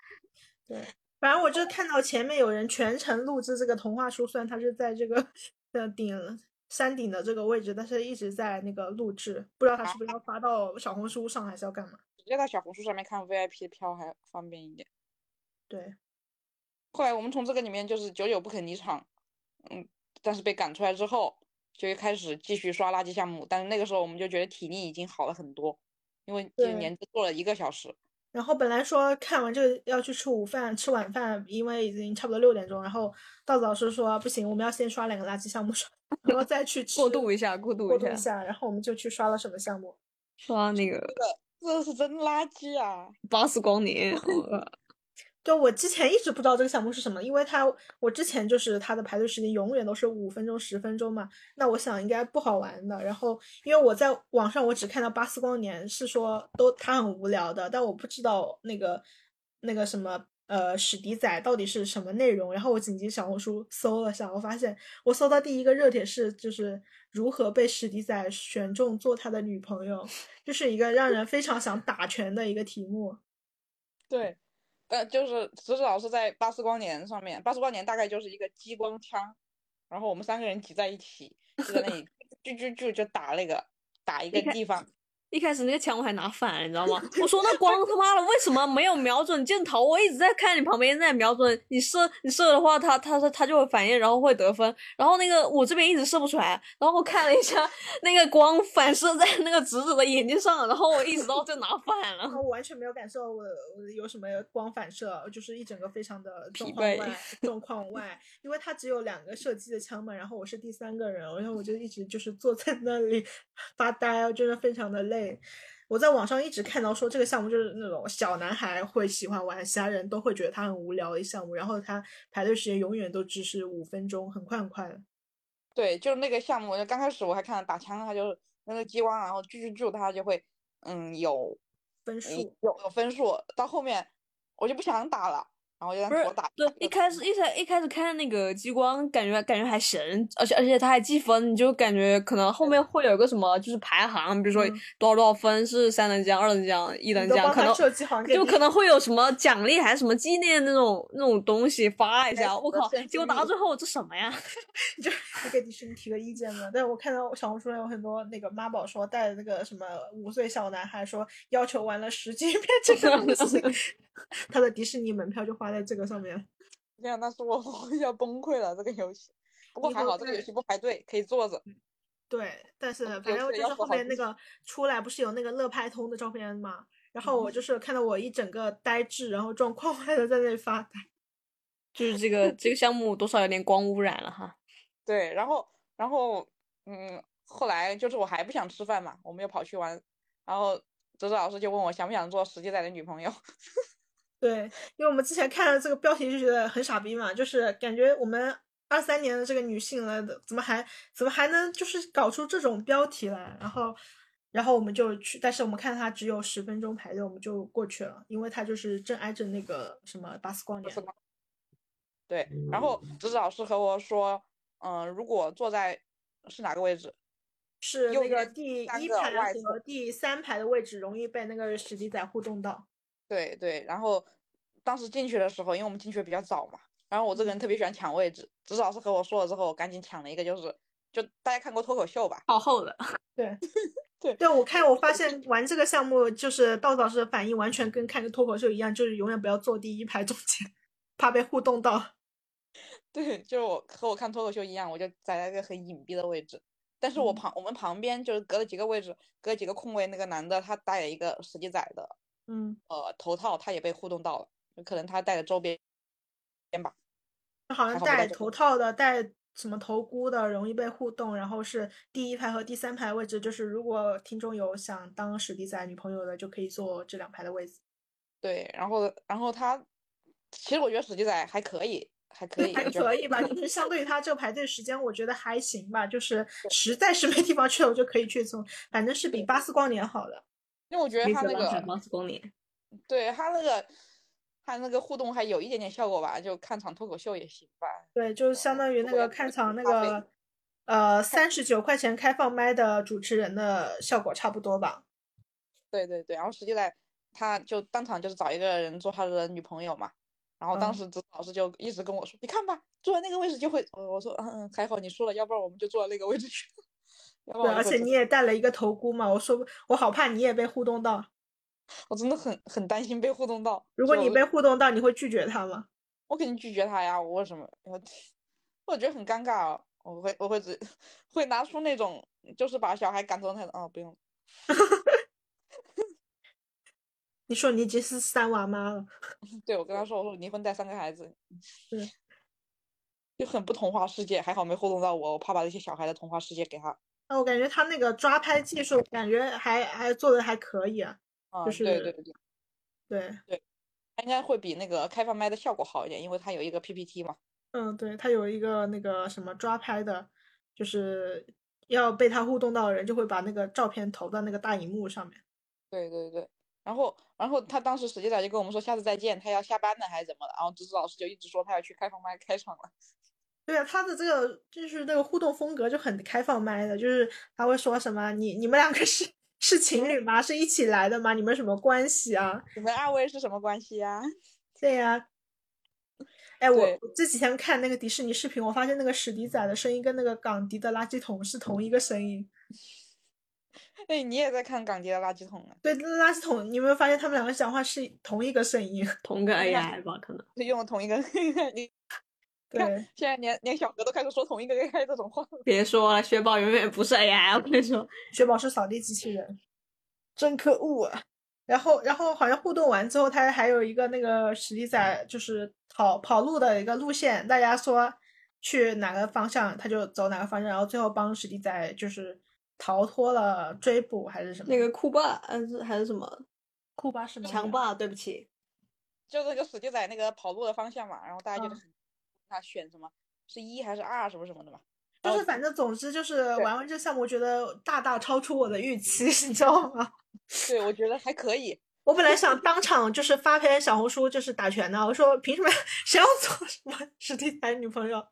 Speaker 3: 反正我就看到前面有人全程录制这个童话书，虽然它是在这个的顶山顶的这个位置，但是一直在那个录制，不知道他是不是要发到小红书上，还是要干嘛？
Speaker 1: 直接在小红书上面看 VIP 票还方便一点。
Speaker 3: 对，
Speaker 1: 后来我们从这个里面就是久久不肯离场，嗯，但是被赶出来之后，就又开始继续刷垃圾项目。但是那个时候我们就觉得体力已经好了很多，因为就
Speaker 3: 对
Speaker 1: 连着做了一个小时。
Speaker 3: 然后本来说看完这个要去吃午饭、吃晚饭，因为已经差不多六点钟。然后稻子老师说不行，我们要先刷两个垃圾项目，刷然后再去吃
Speaker 4: 过渡一下，过渡
Speaker 3: 过
Speaker 4: 一
Speaker 3: 渡
Speaker 4: 下
Speaker 3: 一，下。然后我们就去刷了什么项目？
Speaker 4: 刷那个
Speaker 1: 这是真垃圾啊！
Speaker 4: 巴斯光年，呃
Speaker 3: 对，我之前一直不知道这个项目是什么，因为它我之前就是它的排队时间永远都是五分钟、十分钟嘛。那我想应该不好玩的。然后因为我在网上我只看到巴斯光年是说都它很无聊的，但我不知道那个那个什么呃史迪仔到底是什么内容。然后我紧急小红书搜了下，我发现我搜到第一个热点是就是如何被史迪仔选中做他的女朋友，这、是一个让人非常想打拳的一个题目。
Speaker 1: 对，呃，就是石子老师在巴斯光年上面，巴斯光年大概就是一个激光枪，然后我们三个人挤在一起，就在那里 就就就就打那个打一个
Speaker 4: 开
Speaker 1: 地方，
Speaker 4: 一开始那个枪我还拿反了，你知道吗？我说那光他妈的为什么没有瞄准箭头？我一直在看你旁边在瞄准，你射你射的话，他他他他就会反应，然后会得分。然后那个我这边一直射不出来，然后我看了一下那个光反射在那个侄子的眼睛上，然后我意识到就拿反
Speaker 3: 然
Speaker 4: 了。
Speaker 3: 后我完全没有感受我我有什么光反射，就是一整个非常的
Speaker 4: 疲
Speaker 3: 状况
Speaker 4: 惫
Speaker 3: 外，状况外，因为它只有两个射击的枪嘛，然后我是第三个人，然后我就一直就是坐在那里发呆，真的非常的累。我在网上一直看到说这个项目就是那种小男孩会喜欢玩，其他人都会觉得他很无聊的项目，然后他排队时间永远都只是五分钟，很快很快的。
Speaker 1: 对，就是那个项目，就刚开始我还看打枪，它就是那个激光，然后啾啾啾，它就会嗯有
Speaker 4: 哎
Speaker 3: 分
Speaker 1: 嗯
Speaker 3: 数
Speaker 1: 有有分数，到后面我就不想打了，然后就让
Speaker 4: 不是
Speaker 1: 我打。
Speaker 4: 对，一开始一开一开始看那个激光，感觉感觉还行，而且而且它还计分，你就感觉可能后面会有一个什么就是排行，比如说
Speaker 3: 嗯
Speaker 4: 多少多少分是三等奖、二等奖、一等
Speaker 3: 你都
Speaker 4: 奖，
Speaker 3: 帮
Speaker 4: 可
Speaker 3: 他
Speaker 4: 能
Speaker 3: 设计好，你给
Speaker 4: 就
Speaker 3: 别
Speaker 4: 可能会有什么奖励还是什么纪念那种那种东西发一
Speaker 1: 哎
Speaker 4: 下。
Speaker 1: 是
Speaker 4: 我
Speaker 1: 的
Speaker 4: 靠
Speaker 1: 是，
Speaker 4: 结果
Speaker 1: 的
Speaker 4: 打到最后这什么呀？
Speaker 3: 你给迪士尼提个意见吗？但是我看到小红书上有很多那个妈宝说带那个什么五岁小男孩说要求玩了十 几遍这个东 西，他的迪士尼门票就花在这个上面了。
Speaker 1: 这样，但是我 我要崩溃了这个游戏。不过
Speaker 3: 你
Speaker 1: 还
Speaker 3: 都
Speaker 1: 好，这个游
Speaker 3: 在
Speaker 1: 戏不排队，可以坐
Speaker 4: 嗯
Speaker 1: 着。
Speaker 3: 对，但是
Speaker 1: 嗯
Speaker 3: 反
Speaker 1: 有
Speaker 3: 正
Speaker 1: 这个
Speaker 3: 就
Speaker 1: 要
Speaker 3: 是
Speaker 1: 做
Speaker 3: 后
Speaker 1: 好
Speaker 3: 面
Speaker 1: 自
Speaker 3: 那
Speaker 1: 己
Speaker 3: 个出来不是有那个乐拍通的照片嘛？然后
Speaker 1: 嗯
Speaker 3: 我就是看到我一整个呆滞，然后状况 外的在那里发呆。
Speaker 4: 就是这个这个项目多少有点光污染了哈。
Speaker 1: 对，然后然后嗯，后来就是我还不想吃饭嘛，我们又跑去玩，然后哲哲老师就问我想不想做实际仔的女朋友。
Speaker 3: 对，因为我们之前看了这个标题就觉得很傻逼嘛，就是感觉我们二三年的这个女性了，怎么还怎么还能就是搞出这种标题来？然后，然后我们就去，但是我们看她只有十分钟排队，我们就过去了，因为她就是正挨着那个什么巴斯光年。
Speaker 1: 对，
Speaker 4: 嗯
Speaker 1: 然后哲哲老师和我说，嗯、如果坐在是哪个位置？
Speaker 3: 是
Speaker 1: 右
Speaker 3: 那个
Speaker 1: 边
Speaker 3: 第
Speaker 1: 三
Speaker 3: 一
Speaker 1: 个
Speaker 3: 排
Speaker 1: 外
Speaker 3: 和第三排的位置容易被那个史迪仔互动到。
Speaker 1: 对对，然后当时进去的时候，因为我们进去的比较早嘛，然后我这
Speaker 3: 嗯
Speaker 1: 个人特别喜欢抢位置，指导老师和我说了之后，我赶紧抢了一个，就是就大家看过脱口秀吧，
Speaker 4: 靠后的，
Speaker 3: 对
Speaker 1: 对
Speaker 3: 对，我看我发现玩这个项目就是稻草师的反应完全跟看个脱口秀一样，就是永远不要坐第一排中间， 怕被互动到。
Speaker 1: 对，就是我和我看脱口秀一样，我就在那个很隐蔽的位置，但是我
Speaker 3: 嗯
Speaker 1: 旁我们旁边就是隔了几个位置，隔了几个空位，那个男的他戴了一个史迪仔的
Speaker 3: 嗯，
Speaker 1: 呃头套，他也被互动到了，有可能他戴的周边
Speaker 3: 好
Speaker 1: 还好
Speaker 3: 像
Speaker 1: 没
Speaker 3: 戴
Speaker 1: 戴这
Speaker 3: 头
Speaker 1: 个
Speaker 3: 套的、戴什么头箍的容易被互动，然后是第一排和第三排位置，就是如果听众有想当史迪仔女朋友的，就可以坐这两排的位置。
Speaker 1: 对，然后然后他，其实我觉得史迪仔还可以，还 可以，
Speaker 3: 还
Speaker 1: 就
Speaker 3: 可以吧，就是相对于它这个排队时间，我觉得还行 吧。就是实在是没地方去了，我就可以去从，反正是比巴斯光年好的。
Speaker 1: 因为我觉得
Speaker 4: 理
Speaker 1: 它
Speaker 4: 解
Speaker 1: 那
Speaker 4: 了
Speaker 1: 个
Speaker 4: 海马斯光年，
Speaker 1: 对他那个他那个互动还有一点点效果吧，就看场脱口秀也行吧。
Speaker 3: 对，就是相当于那
Speaker 1: 如果
Speaker 3: 个
Speaker 1: 要
Speaker 3: 看
Speaker 1: 去
Speaker 3: 场那
Speaker 1: 咖啡
Speaker 3: 个，呃，三十九块钱开放麦的主持人的效果差不多吧。
Speaker 1: 对对对，然后实际来他就当场就是找一个人做他的女朋友嘛。然后当
Speaker 3: 嗯
Speaker 1: 时指导老师就一直跟我说：“你看吧，坐在那个位置就会。”我我说：“嗯嗯，还好你说了，要不然我们就坐到那个位置去。 要不
Speaker 3: 对，
Speaker 1: 然我
Speaker 3: 而
Speaker 1: 就
Speaker 3: 且
Speaker 1: 会
Speaker 3: 你也戴了一个头箍嘛，我说我好怕你也被互动到。
Speaker 1: 我真的很很担心被互动到。
Speaker 3: 如果
Speaker 1: 所以
Speaker 3: 你
Speaker 1: 我
Speaker 3: 被互动到，你会拒绝他吗？
Speaker 1: 我肯定拒绝他呀，我为什么？我我觉得很尴尬啊，我会我会只 会拿出那种就是把小孩赶走那种，哦，不用，
Speaker 3: 你说你已经是三娃妈了，
Speaker 1: 对我跟他说，我说离婚带三个孩子，
Speaker 3: 对，
Speaker 1: 就很不童话世界，还好没互动到我，我怕把这些小孩的童话世界给他。
Speaker 3: 那我感觉他那个抓拍技术，感觉还还做的还可以啊。
Speaker 1: 嗯，
Speaker 3: 就是
Speaker 1: 对对对，
Speaker 3: 对，
Speaker 1: 他应该会比那个开放麦的效果好一点，因为他有一个 PPT 嘛。
Speaker 3: 嗯，对，他有一个那个什么抓拍的，就是要被他互动到的人就会把那个照片投到那个大荧幕上面。
Speaker 1: 对对对，然后然后他当时史记导就跟我们说下次再见，他要下班了还是怎么的，然后指指老师就一直说他要去开放麦开场了。
Speaker 3: 对啊，他的这个就是那个互动风格就很开放麦的，就是他会说什么你你们两个是是情侣吗？是一起来的吗？你们什么关系啊？
Speaker 1: 你们二位是什么关系呀、
Speaker 3: 对呀、哎，我
Speaker 1: 对
Speaker 3: 我这几天看那个迪士尼视频，我发现那个史迪仔的声音跟那个港迪的垃圾桶是同一个声音。
Speaker 1: 对，你也在看港迪的垃圾桶啊？
Speaker 3: 对，垃圾桶，你有没有发现他们两个讲话是同一个声音？
Speaker 4: 同个
Speaker 1: 对啊
Speaker 4: AI 吧，可能。
Speaker 1: 就用了同一个， 你
Speaker 3: 对，
Speaker 1: 现在连连小哥都开始说同一个 AI 这种话了。
Speaker 4: 别说了，雪宝永远不是 AI，我跟你说，
Speaker 3: 雪宝是扫地机器人，真可恶啊！然后，然后好像互动完之后，他还有一个那个史迪仔就是跑跑路的一个路线，大家说去哪个方向，他就走哪个方向，然后最后帮史迪仔就是逃脱了追捕还是什么
Speaker 4: 那个酷霸，嗯，是还是什么
Speaker 3: 库巴是吗？
Speaker 4: 强霸？对不起，
Speaker 1: 就那个史蒂仔那个跑路的方向嘛，然后大家就
Speaker 3: 嗯
Speaker 1: 很，他选什么是一还是二什么什么的嘛。
Speaker 4: 哦
Speaker 3: 就是反正总之就是玩完这项目，我觉得大大超出我的预期， 你知道 吗？
Speaker 1: 对，我觉得还可以。
Speaker 3: 我本来想当场就是发篇小红书，就是打拳的。我说凭什么谁要做什么史蒂仔女朋友？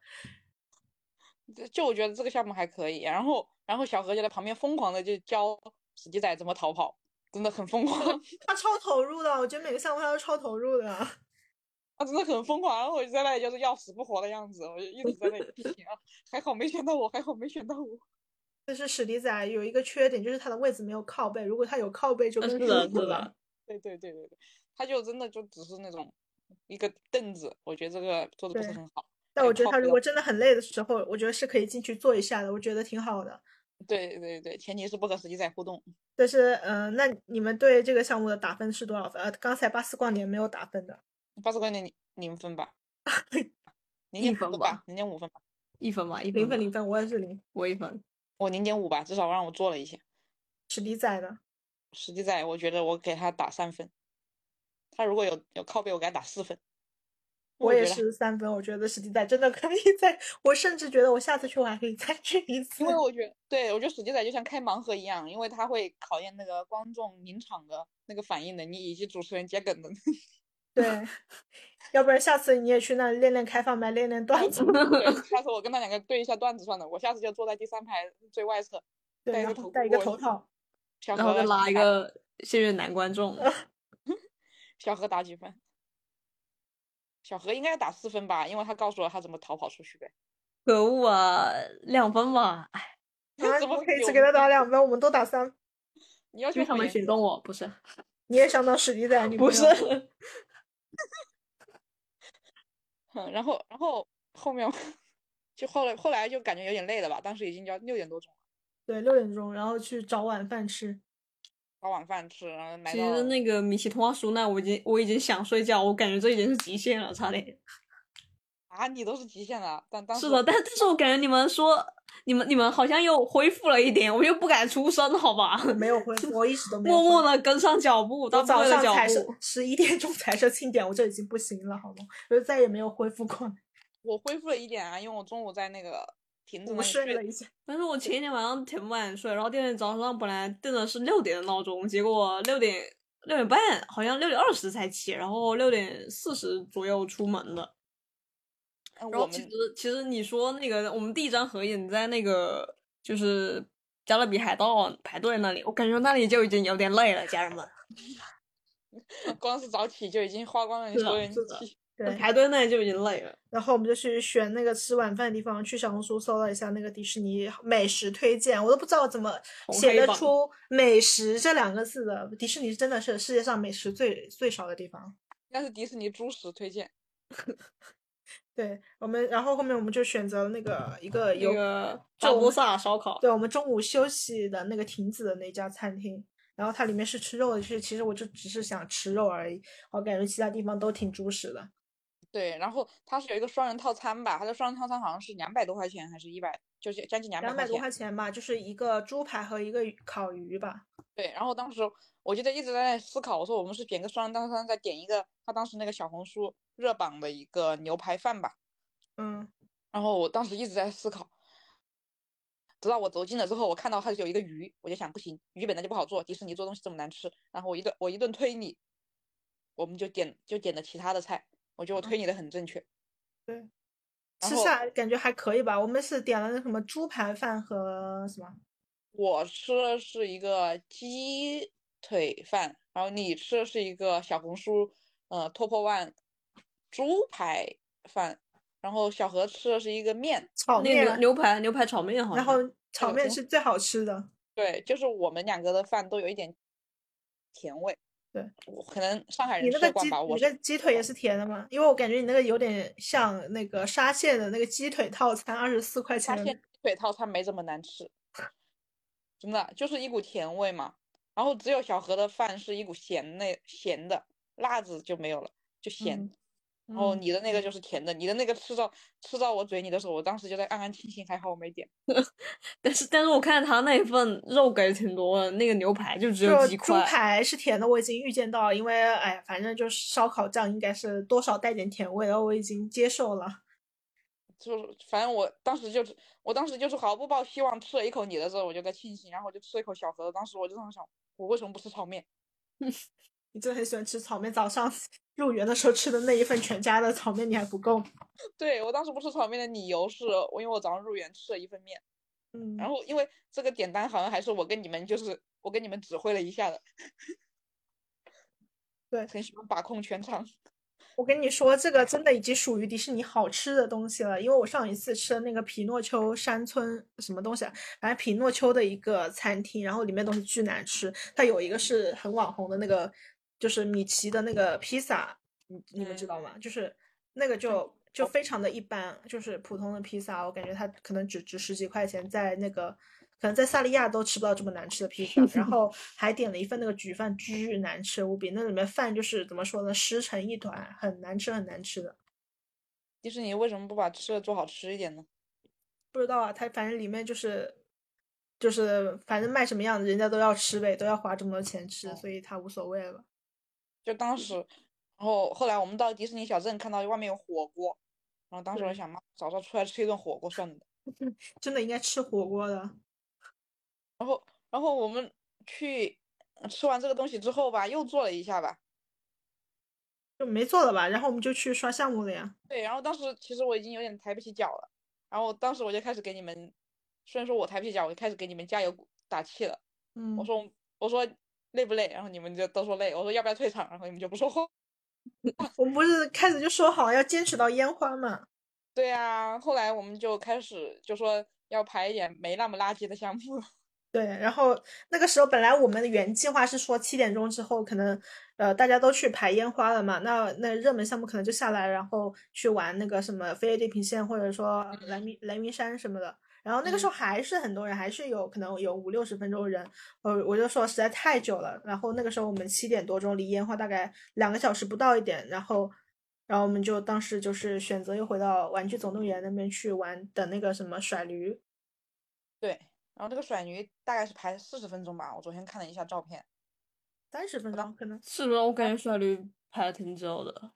Speaker 1: 就就我觉得这个项目还可以。然后，然后小何就在旁边疯狂的就教史蒂仔怎么逃跑，真的很疯狂，
Speaker 3: 他超投入的，我觉得每个项目他都超投入的。
Speaker 1: 他真的很疯狂。然后我就在那里就是要死不活的样子，我就一直在 那里不行啊，还好没选到我，还好没选到我。
Speaker 3: 就是史迪仔有一个缺点，就是他的位置没有靠背。如果他有靠背，就更
Speaker 4: 嗯是
Speaker 3: 舒
Speaker 4: 的，
Speaker 3: 服
Speaker 4: 是
Speaker 3: 了
Speaker 4: 的。，
Speaker 1: 对对对对对，他就真的就只是那种一个凳子，我觉得这个做的不是
Speaker 3: 对
Speaker 1: 很好。
Speaker 3: 但
Speaker 1: 有
Speaker 3: 我觉得
Speaker 1: 靠
Speaker 3: 他
Speaker 1: 背
Speaker 3: 如
Speaker 1: 的
Speaker 3: 果真的很累的时候，我觉得是可以进去坐一下的，我觉得挺好的。
Speaker 1: 对对对，前提是不和史蒂仔互动。
Speaker 3: 但是，嗯、那你们对这个项目的打分是多少分？呃，刚才巴斯光年没有打分的，
Speaker 1: 八十块钱零零分 吧，零
Speaker 4: 一
Speaker 1: 点
Speaker 4: 分
Speaker 1: 五
Speaker 4: 吧
Speaker 1: 吧，零点五分吧，
Speaker 4: 一分吧，一
Speaker 3: 零分
Speaker 4: 吧
Speaker 3: 零，分，我也是零。
Speaker 4: 我一分。
Speaker 1: 我零点五吧，至少让我做了一下。
Speaker 3: 史迪仔呢？
Speaker 1: 实际在我觉得我给他打三分，他如果有有靠背，我给他打四分。
Speaker 3: 我
Speaker 1: 因为
Speaker 3: 也
Speaker 1: 觉得，
Speaker 3: 是三分，我觉得史迪仔真的可以 再，我甚至觉得我下次去我还可以再去一次。
Speaker 1: 因为我觉得，对我觉得史蒂仔就像开盲盒一样，因为他会考验那个观众临场的那个反应能力，以及主持人接 梗的能力。
Speaker 3: 对，要不然下次你也去那里练练开放麦，练练段子，
Speaker 1: 对下次我跟他两个对一下段子算了，我下次就坐在第三排最外 侧，
Speaker 3: 对，
Speaker 1: 戴一
Speaker 3: 然
Speaker 1: 个
Speaker 3: 后
Speaker 1: 头
Speaker 3: 戴一
Speaker 1: 箍
Speaker 3: 个
Speaker 1: 我
Speaker 3: 头
Speaker 1: 去
Speaker 3: 套。
Speaker 1: 小
Speaker 4: 然后
Speaker 1: 何
Speaker 4: 再拉一
Speaker 1: 打
Speaker 4: 个幸运男观 众，
Speaker 1: 小何打几分？小何应该打四分吧，因为他告诉了他怎么逃跑出去呗。
Speaker 4: 可恶啊，两分吧，哎，
Speaker 3: 啊，
Speaker 1: 怎么
Speaker 3: 我
Speaker 1: 会
Speaker 3: 可以
Speaker 1: 有
Speaker 3: 只给他打两分，我们都打三。
Speaker 1: 你要
Speaker 4: 因为
Speaker 1: 求
Speaker 4: 他
Speaker 1: 好
Speaker 4: 们
Speaker 1: 严
Speaker 4: 选
Speaker 1: 格
Speaker 4: 中我，不是，
Speaker 3: 你也想当史迪 仔女
Speaker 4: 不
Speaker 3: 朋
Speaker 4: 是
Speaker 3: 友，
Speaker 1: 嗯，然后然后后面就后来后来就感觉有点累了吧，当时已经要六点多钟了，
Speaker 3: 对，六点钟，然后去找晚饭吃。
Speaker 1: 把晚饭吃，然后来
Speaker 4: 其
Speaker 1: 到
Speaker 4: 实那个米奇童话书那我已经我已经想睡觉，我感觉这已经是极限了，差点。
Speaker 1: 啊，你都是极限了，但当时
Speaker 4: 是的，但但是我感觉你们说你们你们好像又恢复了一点，我又不敢出声，好 吧？
Speaker 3: 我没有回，我一直都没有
Speaker 4: 默
Speaker 3: 回。
Speaker 4: 默的跟上脚步，
Speaker 3: 我
Speaker 4: 当
Speaker 3: 早
Speaker 4: 队的
Speaker 3: 上
Speaker 4: 脚
Speaker 3: 才是
Speaker 4: 步。
Speaker 3: 十一点钟才是庆典，我这已经不行了，好吗？我就再也没有恢复过来。
Speaker 1: 我恢复了一点啊，因为我中午在那个亭子
Speaker 3: 午
Speaker 1: 那里
Speaker 3: 睡
Speaker 1: 睡
Speaker 3: 了一下。
Speaker 4: 但是我前一天晚上挺晚睡，然后第二天早上本来定的是六点的闹钟，结果六点六点半，好像六点二十才起，然后六点四十左右出门的。
Speaker 1: 哎
Speaker 4: 然
Speaker 1: 我
Speaker 4: 后其实
Speaker 1: 们
Speaker 4: 其实你说那个我们第一张合影在那个就是加勒比海盗排队那里，我感觉那里就已经有点累了，家人们，
Speaker 1: 光是早起就已经花光了你
Speaker 4: 是的
Speaker 1: 所有人
Speaker 4: 是的
Speaker 1: 气。
Speaker 3: 对，
Speaker 4: 排队那里就已经累了。
Speaker 3: 然后我们就去选那个吃晚饭的地方，去小红书搜了一下那个迪士尼美食推荐，我都不知道我怎么
Speaker 4: 红
Speaker 3: 写
Speaker 4: 黑
Speaker 3: 得
Speaker 4: 榜
Speaker 3: 出“美食”这两个字的。迪士尼真的是世界上美食最最少的地方。
Speaker 1: 应该是迪士尼猪食推荐，
Speaker 3: 对我们，然后后面我们就选择了那个一个有
Speaker 4: 那个
Speaker 3: 就
Speaker 4: 巴
Speaker 3: 我
Speaker 4: 波
Speaker 3: 们
Speaker 4: 萨烧烤，
Speaker 3: 对，我们中午休息的那个亭子的那家餐厅，然后它里面是吃肉的，是其实我就只是想吃肉而已，我感觉其他地方都挺猪食的。
Speaker 1: 对，然后它是有一个双人套餐吧，它的双人套餐好像是两百多块钱，还是一百，就是将近两
Speaker 3: 两
Speaker 1: 块
Speaker 3: 百多
Speaker 1: 钱。
Speaker 3: 块钱吧，就是一个猪排和一个鱼烤鱼吧。
Speaker 1: 对，然后当时我记得一直在思考，我说我们是点个双人套餐，再点一个他当时那个小红书热榜的一个牛排饭吧。
Speaker 3: 嗯，
Speaker 1: 然后我当时一直在思考，直到我走近了之后，我看到它有一个鱼，我就想不行，鱼本来就不好做，迪士尼做东西这么难吃。然后我一顿我一顿推理，我们就点就点的其他的菜，我觉得我推理的很正确。
Speaker 3: 对，
Speaker 1: 然
Speaker 3: 吃
Speaker 1: 后
Speaker 3: 下来感觉还可以吧。我们是点了那什么猪排饭和什么？
Speaker 1: 我吃的是一个鸡腿饭，然后你吃的是一个小红书呃 Top One 猪排饭，然后小何吃的是一个面。
Speaker 3: 炒
Speaker 4: 那个
Speaker 3: 面啊，
Speaker 4: 牛牛排牛排炒面好
Speaker 3: 然
Speaker 4: 像。
Speaker 3: 后炒
Speaker 1: 有
Speaker 3: 面
Speaker 1: 什
Speaker 3: 是最好吃的。
Speaker 1: 对，就是我们两个的饭都有一点甜味。
Speaker 3: 对，
Speaker 1: 我可能上海
Speaker 3: 你
Speaker 1: 人
Speaker 3: 那
Speaker 1: 吃
Speaker 3: 个
Speaker 1: 得惯
Speaker 3: 鸡，
Speaker 1: 吧，我
Speaker 3: 你
Speaker 1: 是
Speaker 3: 那鸡腿也是甜的吗？因为我感觉你那个有点像那个沙县的那个鸡腿套餐，二十四块
Speaker 1: 发
Speaker 3: 钱。
Speaker 1: 现鸡腿套餐没这么难吃，真的就是一股甜味嘛。然后只有小何的饭是一股咸那咸的，辣子就没有了，就咸。
Speaker 3: 嗯
Speaker 1: 然后
Speaker 4: 嗯
Speaker 1: 你的那个就是甜的，你的那个吃到吃到我嘴里的时候，我当时就在暗暗庆幸，还好我没点。
Speaker 4: 但是但是我看他那一份肉给的挺多的，那个牛排就只有
Speaker 3: 就
Speaker 4: 几
Speaker 3: 猪
Speaker 4: 块。
Speaker 3: 排是甜的，我已经预见到了，因为哎，反正就是烧烤酱应该是多少带点甜味的，我已经接受了。
Speaker 1: 就是反正我当时就是，我当时就是毫不抱希望吃了一口你的时候，我就在庆幸，然后我就吃了一口小何的。当时我就在想，我为什么不吃炒面？
Speaker 3: 你真的很喜欢吃炒面，早上 入园的时候吃的那一份全家的炒面你还不够吗。
Speaker 1: 对我当时不吃炒面的理由是，我因为我早上入园吃了一份面，
Speaker 3: 嗯，
Speaker 1: 然后因为这个点单好像还是我跟你们就是我跟你们指挥了一下的，
Speaker 3: 对
Speaker 1: 很喜欢把控全场。
Speaker 3: 我跟你说，这个真的已经属于迪士尼好吃的东西了，因为我上一次吃的那个皮诺丘山村什么东西啊，反正皮诺丘的一个餐厅，然后里面东西巨难吃。它有一个是很网红的那个，就是米奇的那个披萨，你你们知道吗？就是那个就就非常的一般，就是普通的披萨，我感觉它可能只值十几块钱，在那个可能在萨利亚都吃不到这么难吃的披萨，然后还点了一份那个焗饭，巨难吃无比，那里面饭就是怎么说呢，湿成一团，很难吃很难吃的。
Speaker 1: 迪士尼为什么不把吃的做好吃一点呢？
Speaker 3: 不知道啊，它反正里面就是就是反正卖什么样的，人家都要吃呗，都要花这么多钱吃，
Speaker 1: 哦
Speaker 3: 所以它无所谓了。
Speaker 1: 就当
Speaker 3: 嗯
Speaker 1: 时，然后后来我们到迪士尼小镇看到外面有火锅，然后当时我
Speaker 3: 对
Speaker 1: 就想嘛，早知道出来吃一顿火锅算了。
Speaker 3: 真的应该吃火锅的，
Speaker 1: 然后我们去呃吃完这个东西之后吧，又做了一下吧。
Speaker 3: 就没做了吧？然后我们就去刷项目了呀。
Speaker 1: 对，然后当时其实我已经有点抬不起脚了，然后当时我就开始给你们，虽然说我抬不起脚，我就开始给你们加油鼓打气了。
Speaker 3: 嗯，
Speaker 1: 我说我说累不累？然后你们就都说累。我说要不要退场？然后你们就不说话。
Speaker 3: 我们不是开始就说好要坚持到烟花嘛？
Speaker 1: 对啊，后来我们就开始就说要排一点没那么垃圾的项目。
Speaker 3: 对，然后那个时候本来我们的原计划是说七点钟之后可能，呃，大家都去排烟花了嘛，那那热门项目可能就下来，然后去玩那个什么飞越地平线或者说蓝明蓝明山什么的。然后那个时候还是很多人，还是有可能有五六十分钟人，呃，我就说实在太久了。然后那个时候我们七点多钟离烟花大概两个小时不到一点，然后，然后我们就当时就是选择又回到玩具总动员那边去玩，等那个什么甩驴。
Speaker 1: 对，然后这个甩鱼大概是排四十分钟吧，我昨天看了一下照片。
Speaker 3: 三十分钟可能
Speaker 4: 是的，我感觉甩驴排的挺久的。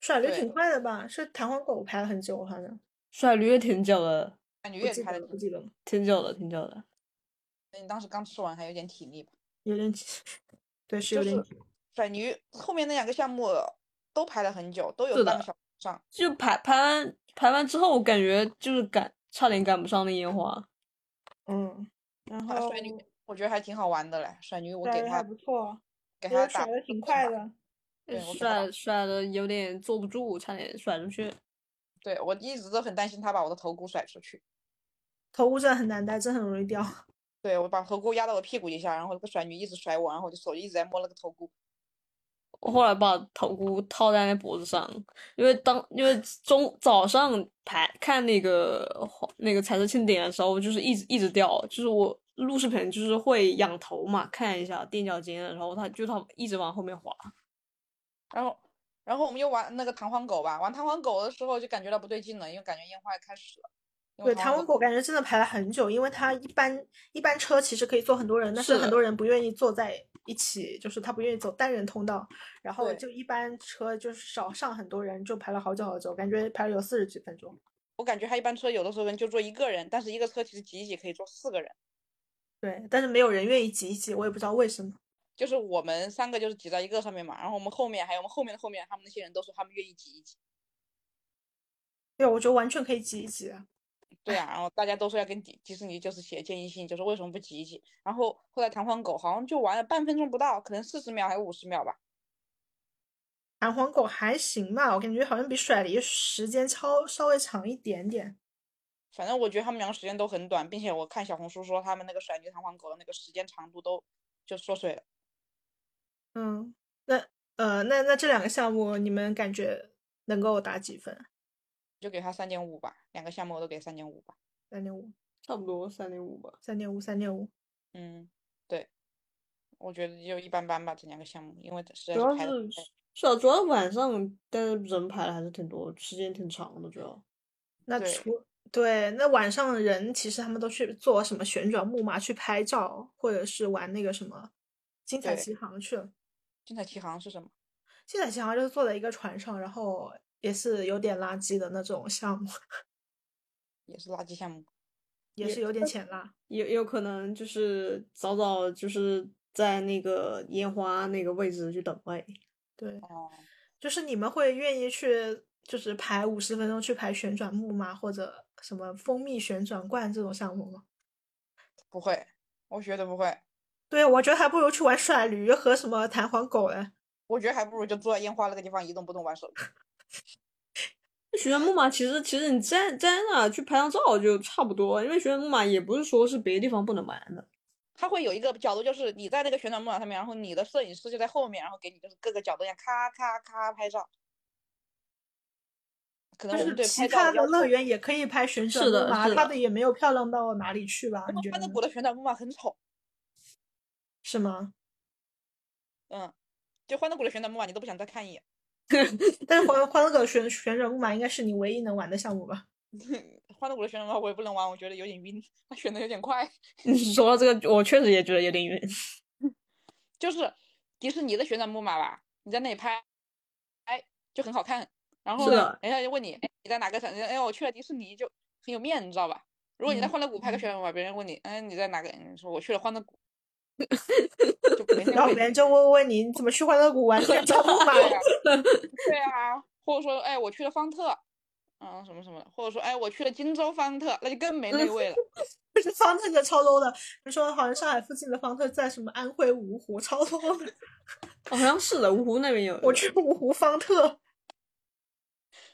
Speaker 3: 甩驴
Speaker 1: 对
Speaker 3: 啊挺快的吧？是弹簧狗排了很久，好像
Speaker 4: 甩驴也挺久的，
Speaker 1: 感觉
Speaker 3: 不
Speaker 1: 也
Speaker 3: 记
Speaker 1: 开
Speaker 3: 得了，
Speaker 1: 了。
Speaker 3: 不记得了，
Speaker 4: 挺久的，挺久的。
Speaker 1: 你当时刚吃完还有点体力吧？
Speaker 3: 有点急， 对，是
Speaker 1: 就
Speaker 3: 有点
Speaker 1: 是
Speaker 3: 急
Speaker 1: 甩驴后面那两个项目都排了很久，都有
Speaker 4: 是
Speaker 1: 半
Speaker 4: 的
Speaker 1: 个小时以上。
Speaker 4: 就排排完排完之后，我感觉就是赶差点赶不上那烟花。
Speaker 3: 嗯，然
Speaker 1: 啊
Speaker 3: 后
Speaker 1: 甩驴我觉得还挺好玩的嘞，甩驴我
Speaker 3: 哦甩
Speaker 1: 给
Speaker 3: 的
Speaker 1: 他
Speaker 3: 还不错，
Speaker 1: 给
Speaker 3: 我
Speaker 1: 他打
Speaker 3: 甩的挺快
Speaker 1: 吧
Speaker 3: 的，
Speaker 1: 对我感
Speaker 4: 甩甩的有点坐不住，差点甩出去。
Speaker 1: 对我一直都很担心他把我的头箍甩出去。
Speaker 3: 头箍真的很难戴，真的很容易掉。
Speaker 1: 对，我把头箍压到我屁股底下，然后那个甩女一直甩我，然后我就手一直在摸那个头箍。
Speaker 4: 我后来把头箍套在那脖子上，因为当因为中早上排看那个黄那个彩色庆典的时候，就是一直一直掉，就是我录视频就是会仰头嘛，看一下垫脚尖，然后它就它一直往后面滑。
Speaker 1: 然后，然后我们又玩那个弹簧狗吧。玩弹簧狗的时候就感觉到不对劲了，因为感觉烟花要开始了。因为
Speaker 3: 对，弹簧狗感觉真的排了很久，因为它一般一般车其实可以坐很多人，但是
Speaker 4: 是
Speaker 3: 很
Speaker 4: 的
Speaker 3: 多人不愿意坐在一起，就是他不愿意走单人通道，然后
Speaker 1: 对
Speaker 3: 就一般车就是少上很多人，就排了好久好久，感觉排了有四十几分钟。
Speaker 1: 我感觉它一般车有的时候人就坐一个人，但是一个车其实挤一挤可以坐四个人。
Speaker 3: 对，但是没有人愿意挤一挤，我也不知道为什么。
Speaker 1: 就是我们三个就是挤到一个上面嘛，然后我们后面还有我们后面的后面，他们那些人都说他们愿意挤一挤。
Speaker 3: 对，我觉得完全可以挤一挤啊。
Speaker 1: 对啊，然后大家都说要跟迪迪士尼就是写建议信，就是为什么不挤一挤。然后后来弹簧狗好像就玩了半分钟不到，可能四十秒还有五十秒吧。
Speaker 3: 弹簧狗还行吧，我感觉好像比甩梨时间超稍微长一点点。
Speaker 1: 反正我觉得他们两个时间都很短，并且我看小红书说他们那个甩泥弹簧狗的那个时间长度都就缩水了。
Speaker 3: 嗯，那呃，那那这两个项目你们感觉能够打几分？啊
Speaker 1: 就给他三点五吧，两个项目我都给三点五吧。
Speaker 3: 三点五，
Speaker 4: 差不多三点五吧。
Speaker 3: 三点五，三点五。
Speaker 1: 嗯，对，我觉得就一般般吧，这两个项目，因为实在
Speaker 4: 主要
Speaker 1: 排的
Speaker 4: 是是啊，主要晚上，但是人排的还是挺多，时间挺长的，主要。
Speaker 3: 那
Speaker 1: 对
Speaker 3: 除对，那晚上人其实他们都去做什么旋转木马去拍照，或者是玩那个什么精彩
Speaker 1: 对
Speaker 3: 奇航去了。
Speaker 1: 精彩奇航是什么？
Speaker 3: 精彩奇航就是坐在一个船上，然后也是有点垃圾的那种项目，
Speaker 1: 也是垃圾项目。
Speaker 3: 也
Speaker 4: 也
Speaker 3: 是有
Speaker 1: 呃
Speaker 3: 点浅垃。
Speaker 4: 也有可能就是早早就是在那个烟花那个位置去等位。
Speaker 3: 对，
Speaker 1: 哦，
Speaker 3: 就是你们会愿意去，就是排五十分钟去排旋转木马或者什么蜂蜜旋转罐这种项目吗？
Speaker 1: 不会，我觉得不会，
Speaker 3: 对，啊我觉得还不如去玩甩驴和什么弹簧狗哎嘞。
Speaker 1: 我觉得还不如就坐在烟花那个地方一动不动玩手机。
Speaker 4: 旋转木马其实其实你站站在那去拍张照就差不多，因为旋转木马也不是说是别的地方不能玩的。
Speaker 1: 它会有一个角度，就是你在那个旋转木马上面，然后你的摄影师就在后面，然后给你就是各个角度这样咔咔咔拍照。可能我
Speaker 3: 但是
Speaker 1: 们对
Speaker 3: 其
Speaker 1: 拍照
Speaker 3: 他
Speaker 1: 要
Speaker 3: 的乐
Speaker 1: 求
Speaker 3: 园也可以拍旋转
Speaker 4: 是
Speaker 3: 木
Speaker 4: 的
Speaker 3: 马，
Speaker 4: 是
Speaker 3: 它
Speaker 4: 的
Speaker 3: 的也没有漂亮到哪里去吧？你觉
Speaker 1: 他
Speaker 3: 得
Speaker 1: 那
Speaker 3: 呢
Speaker 1: 鼓的旋转木马很丑，
Speaker 3: 是吗？
Speaker 1: 嗯，就欢乐谷的旋转木马你都不想再看一眼。
Speaker 3: 但是欢欢乐狗旋旋转木马应该是你唯一能玩的项目吧？
Speaker 1: 欢乐谷的旋转木马我也不能玩，我觉得有点晕，它旋的有点快。
Speaker 4: 你说到这个，我确实也觉得有点晕。
Speaker 1: 就是迪士尼的旋转木马吧，你在那里拍，哎，就很好看。然后
Speaker 4: 是
Speaker 1: 呢
Speaker 4: 的，
Speaker 1: 人家就问你，哎，你在哪个城市？哎，我去了迪士尼，就很有面，你知道吧？如果你在
Speaker 3: 嗯
Speaker 1: 欢乐谷拍个旋转木马，别人问你，哎，你在哪个？你说我去了欢乐谷，就 没人
Speaker 3: 然后
Speaker 1: 会
Speaker 3: 别人就问问你，你怎么去欢乐谷玩旋转木马？
Speaker 1: 对啊 对啊，或者说，哎，我去了方特，嗯，什么什么的，或者说，哎，我去了荆州方特，那就更没那 味了。
Speaker 3: 就是方特就超 low 的，你 说好像上海附近的方特在什么安徽芜湖，超 low 的。
Speaker 4: 哦好像是的，芜湖那边有。
Speaker 3: 我去芜湖方特，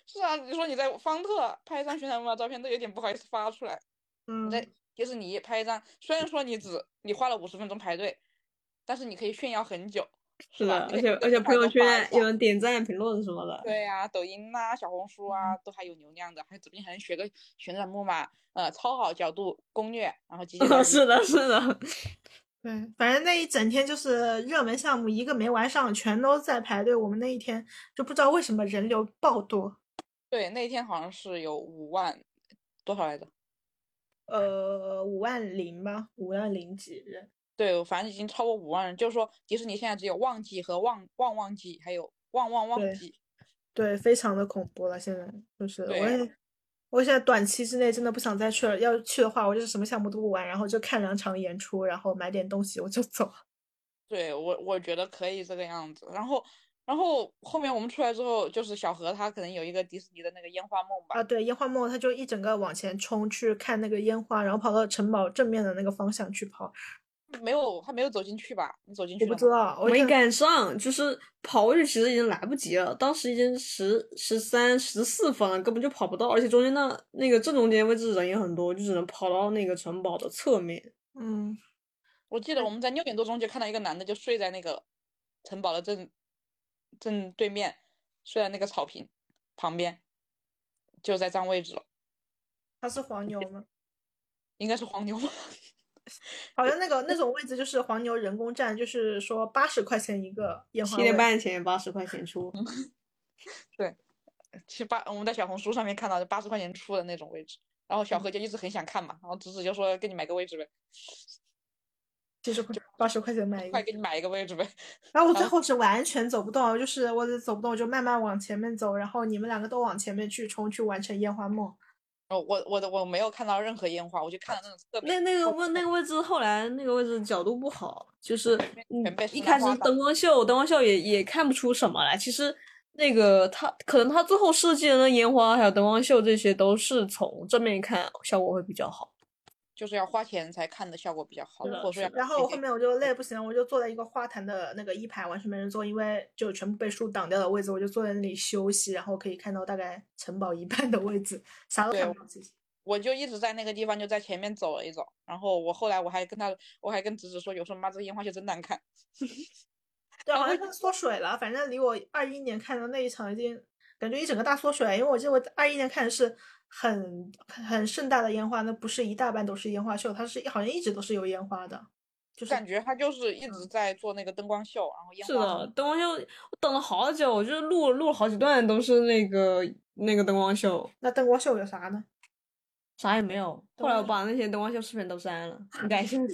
Speaker 1: 是啊，你说你在方特拍一张旋转木马照片，都有点不好意思发出来。你
Speaker 3: 嗯，
Speaker 1: 在迪士尼拍一张，虽然说你只你花了五十分钟排队，但是你可以炫耀很久，
Speaker 4: 是的
Speaker 1: 吧？，你可
Speaker 4: 而
Speaker 1: 以
Speaker 4: 且
Speaker 1: 在
Speaker 4: 而且
Speaker 1: 上
Speaker 4: 朋
Speaker 1: 面多发
Speaker 4: 友
Speaker 1: 一
Speaker 4: 圈
Speaker 1: 下
Speaker 4: 有人点赞、评论什么的。
Speaker 1: 对呀、抖音呐、小红书啊，
Speaker 4: 嗯
Speaker 1: 都还有流量的，还指不定还能学个旋转木马，呃，超好角度攻略，然 后极简主义
Speaker 4: 是的，是的，
Speaker 3: 对，反正那一整天就是热门项目一个没玩上，全都在排队。我们那一天就不知道为什么人流爆多，
Speaker 1: 对，那一天好像是有五万多少来着？
Speaker 3: 呃，五万零吧，五万零几人。
Speaker 1: 对，反正已经超过五万人。就是说，迪士尼现在只有旺季和旺旺旺季，还有旺旺旺
Speaker 3: 对
Speaker 1: 季。
Speaker 3: 对，非常的恐怖了。现在就是我
Speaker 1: 对呀
Speaker 3: 也，我现在短期之内真的不想再去了。要去的话，我就是什么项目都不玩，然后就看两场演出，然后买点东西我就走了。
Speaker 1: 对我，我觉得可以这个样子。然后，然后后面我们出来之后，就是小何他可能有一个迪士尼的那个烟花梦吧
Speaker 3: 啊，。对，烟花梦，他就一整个往前冲去看那个烟花，然后跑到城堡正面的那个方向去跑。
Speaker 1: 没有，他没有走进去吧？你走进去
Speaker 3: 啊
Speaker 1: 了
Speaker 3: 我不
Speaker 1: 吗
Speaker 3: 知道，我
Speaker 4: 没
Speaker 3: 真
Speaker 4: 赶上，就是跑过去其实已经来不及了，当时已经十十三、十四分了，根本就跑不到，而且中间那那个正中间位置人也很多，就只能跑到那个城堡的侧面。
Speaker 3: 嗯，
Speaker 1: 我记得我们在六点多钟就看到一个男的就睡在那个城堡的正正对面，睡在那个草坪旁边，就在占位置了，
Speaker 3: 他是黄牛吗？
Speaker 1: 应该是黄牛吧？
Speaker 3: 好像那个那种位置就是黄牛人工站，就是说八十块钱一个烟花
Speaker 4: 七点
Speaker 3: 位
Speaker 4: 半前八十块钱出，
Speaker 1: 七八，我们在小红书上面看到八十块钱出的那种位置，然后小何就一直很想看嘛，然后直子就说给你买个位置呗，
Speaker 3: 其实八十块钱买一个
Speaker 1: 快。给你买一个位置呗。
Speaker 3: 然后我最后是完全走不动，就是我走不动，我就慢慢往前面走，然后你们两个都往前面去冲，去完成烟花梦。
Speaker 1: 哦，我我的我没有看到任何烟花，我就看到那种特别
Speaker 4: 那那个
Speaker 1: 我
Speaker 4: 位那个位置后来那个位置角度不好，就是嗯
Speaker 1: 全被
Speaker 4: 一
Speaker 1: 石
Speaker 4: 开
Speaker 1: 楠
Speaker 4: 始
Speaker 1: 花挡
Speaker 4: 灯光秀灯光秀也也看不出什么来，其实。那个他可能他最后设计的那烟花还有灯光秀这些都是从正面看效果会比较好。
Speaker 1: 就是要花钱才看的效果比较好，
Speaker 4: 是的
Speaker 1: 或者说
Speaker 4: 是
Speaker 1: 要
Speaker 4: 的
Speaker 3: 然后
Speaker 1: 给
Speaker 3: 我后面我就累不行了，我就坐在一个花坛的那个一排，完全没人坐，因为就全部被树挡掉的位置，我就坐在那里休息，然后可以看到大概城堡一半的位置，啥都
Speaker 1: 对
Speaker 3: 看
Speaker 1: 我
Speaker 3: 不到。其实
Speaker 1: 我就一直在那个地方，就在前面走了一走。然后我后来我还跟他，我还跟侄子说，有时候妈这个烟花秀真难看。
Speaker 3: 对，好像它缩水了，反正离我二一年看的那一场已经感觉一整个大缩水，啊因为我记得我二一年看的是很很盛大的烟花，那不是一大半都是烟花秀，它是好像一直都是有烟花的，就嗯
Speaker 1: 就是感觉他就是一直在做那个灯光秀，然后烟
Speaker 4: 是
Speaker 1: 花
Speaker 4: 的，灯光秀我等了好久，我就是录录了好几段都是那个那个灯光秀，
Speaker 3: 那灯光秀有啥呢？
Speaker 4: 啥也没有。
Speaker 3: 灯
Speaker 4: 后来
Speaker 3: 光
Speaker 4: 我把那些灯光秀视频都删了，你感谢我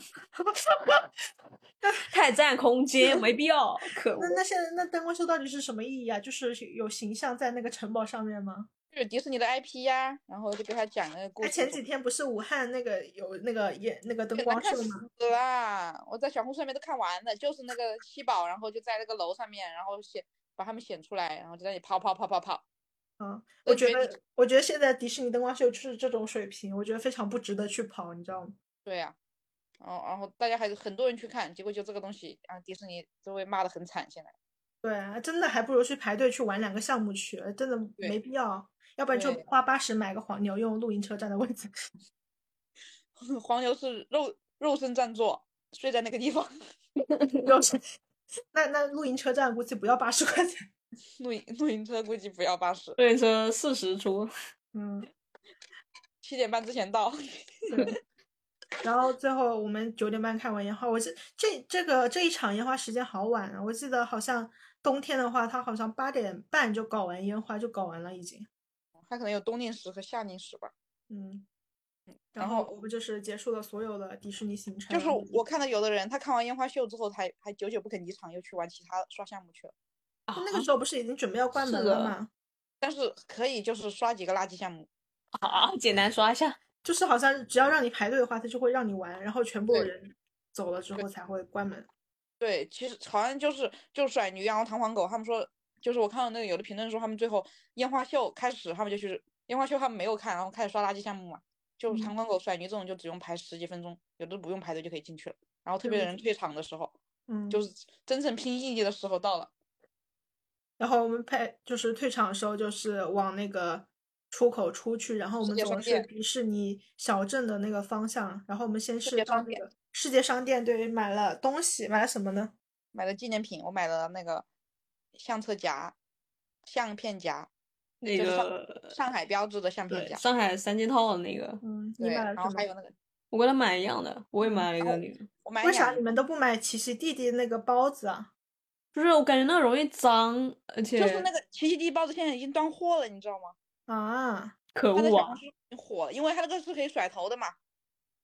Speaker 4: 太占空间，没必要，可恶
Speaker 3: 那。那现在那灯光秀到底是什么意义啊？就是有形象在那个城堡上面吗？
Speaker 1: 就是迪士尼的 IP 呀、然后就给他讲那个故
Speaker 3: 哎，
Speaker 1: 事。
Speaker 3: 前几天不是武汉那个有那个烟那个灯
Speaker 1: 很难
Speaker 3: 光
Speaker 1: 看
Speaker 3: 秀
Speaker 1: 死
Speaker 3: 吗？
Speaker 1: 啦！啊我在小红书上面都看完了，就是那个七宝，然后就在那个楼上面，然后显把他们显出来，然后就在那里跑跑跑跑跑。
Speaker 3: 啊，
Speaker 1: 我
Speaker 3: 我觉
Speaker 1: 觉得
Speaker 3: 得我觉得现在迪士尼灯光秀就是这种水平，我觉得非常不值得去跑，你知道吗？
Speaker 1: 对呀、然后然后大家还是很多人去看，结果就这个东西啊，迪士尼都被骂的很惨。现在
Speaker 3: 对啊，真的还不如去排队去玩两个项目去，真的
Speaker 1: 对
Speaker 3: 没必要。要不然就
Speaker 1: 对
Speaker 3: 花八十买个黄牛，用露营车站的位置。
Speaker 1: 黄牛是肉肉身占座，睡在那个地方。
Speaker 3: 要是那那露营车站估计不要八十块钱。
Speaker 1: 露营露营车估计不要八十，
Speaker 4: 所以说四十出，
Speaker 3: 嗯，
Speaker 1: 七点半之前到。
Speaker 3: 对。然后最后我们九点半看完烟花，我记这这个这一场烟花时间好晚啊，我记得好像冬天的话，它好像八点半就搞完烟花就搞完了已经。
Speaker 1: 它可能有冬令时和夏令时吧。
Speaker 3: 嗯，
Speaker 1: 然
Speaker 3: 后
Speaker 1: 后
Speaker 3: 我们就是结束了所有的迪士尼行
Speaker 1: 就
Speaker 3: 程。
Speaker 1: 是我看到有的人，他看完烟花秀之后还，还久久不肯离场，又去玩其他刷项目去了。
Speaker 3: 那个时候不是已经准备要关
Speaker 4: 是
Speaker 3: 门了
Speaker 4: 的
Speaker 3: 吗？
Speaker 1: 但是可以就是刷几个垃圾项目，
Speaker 4: 啊，简单刷一下。
Speaker 3: 就是好像只要让你排队的话，他就会让你玩，然后全部
Speaker 1: 对
Speaker 3: 人走了之后才会关门。
Speaker 1: 对，其实好像就是就是甩驴，然后弹簧狗，他们说就是我看到那个有的评论说他们最后烟花秀开始，他们就去烟花秀他们没有看，然后开始刷垃圾项目嘛，
Speaker 3: 嗯
Speaker 1: 就是弹簧狗、甩驴这种就只用排十几分钟，有的不用排队就可以进去了。然后特别
Speaker 3: 对
Speaker 1: 有人退场的时候，
Speaker 3: 嗯，
Speaker 1: 就是真正拼毅力的时候到了。
Speaker 3: 然后我们排就是退场的时候，就是往那个出口出去，然后我
Speaker 1: 世
Speaker 3: 们
Speaker 1: 界
Speaker 3: 走
Speaker 1: 商
Speaker 3: 的是
Speaker 1: 店
Speaker 3: 迪士尼小镇的那个方向，然后我们先
Speaker 1: 世
Speaker 3: 是
Speaker 1: 界
Speaker 3: 到
Speaker 1: 商
Speaker 3: 那
Speaker 1: 店
Speaker 3: 个世界商店，对，买了东西，买了什么呢？
Speaker 1: 买了纪念品，我买了那个相册夹、相片夹，
Speaker 4: 那
Speaker 1: 就是上
Speaker 3: 呃
Speaker 4: 个
Speaker 1: 上海标志的相片
Speaker 4: 对
Speaker 1: 夹，
Speaker 4: 上海三件套的那个，
Speaker 3: 嗯，你
Speaker 1: 对，
Speaker 3: 买了
Speaker 1: 然
Speaker 3: 什
Speaker 1: 后还
Speaker 3: 么？
Speaker 1: 有那个，
Speaker 4: 我跟他买一样的，我也买了一
Speaker 1: 然
Speaker 4: 个
Speaker 1: 后
Speaker 4: 那个。
Speaker 1: 我买
Speaker 3: 为
Speaker 1: 了
Speaker 3: 啥
Speaker 1: 两
Speaker 3: 你们都不买琪琪弟弟那个包子啊？
Speaker 4: 不是，我感觉那个容易脏，而且
Speaker 1: 就是那个奇奇地包子现在已经断货了，你知道吗？
Speaker 3: 啊，
Speaker 4: 可
Speaker 1: 它在
Speaker 4: 恶
Speaker 1: 小
Speaker 4: 啊
Speaker 1: 红！书挺火的，因为它那个是可以甩头的嘛。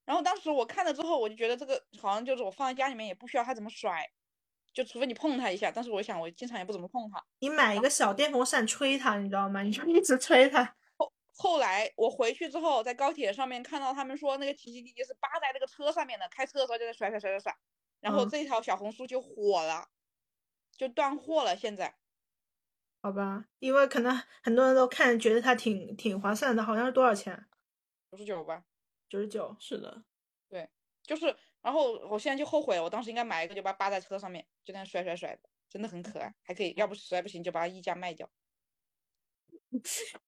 Speaker 1: 然后当时我看了之后，我就觉得这个好像就是我放在家里面也不需要它怎么甩，就除非你碰它一下，但是我想我经常也不怎么碰它。
Speaker 3: 你买一
Speaker 1: 啊
Speaker 3: 个小电风扇吹它，你知道吗？你就一直吹它。
Speaker 1: 后来我回去之后，在高铁上面看到他们说那个奇奇弟弟是扒在那个车上面的，开车的时候就在甩甩甩甩甩，然后
Speaker 3: 嗯
Speaker 1: 这条小红书就火了，就断货了。现在
Speaker 3: 好吧，因为可能很多人都看觉得它挺挺划算的，好像是多少钱？
Speaker 1: 九十九吧，
Speaker 3: 九十九。
Speaker 4: 是的，
Speaker 1: 就是，然后我现在就后悔了，我当时应该买一个就把它扒在车上面，就那样甩甩甩的，真的很可爱，还可以，要不实在不行就把它溢价卖掉。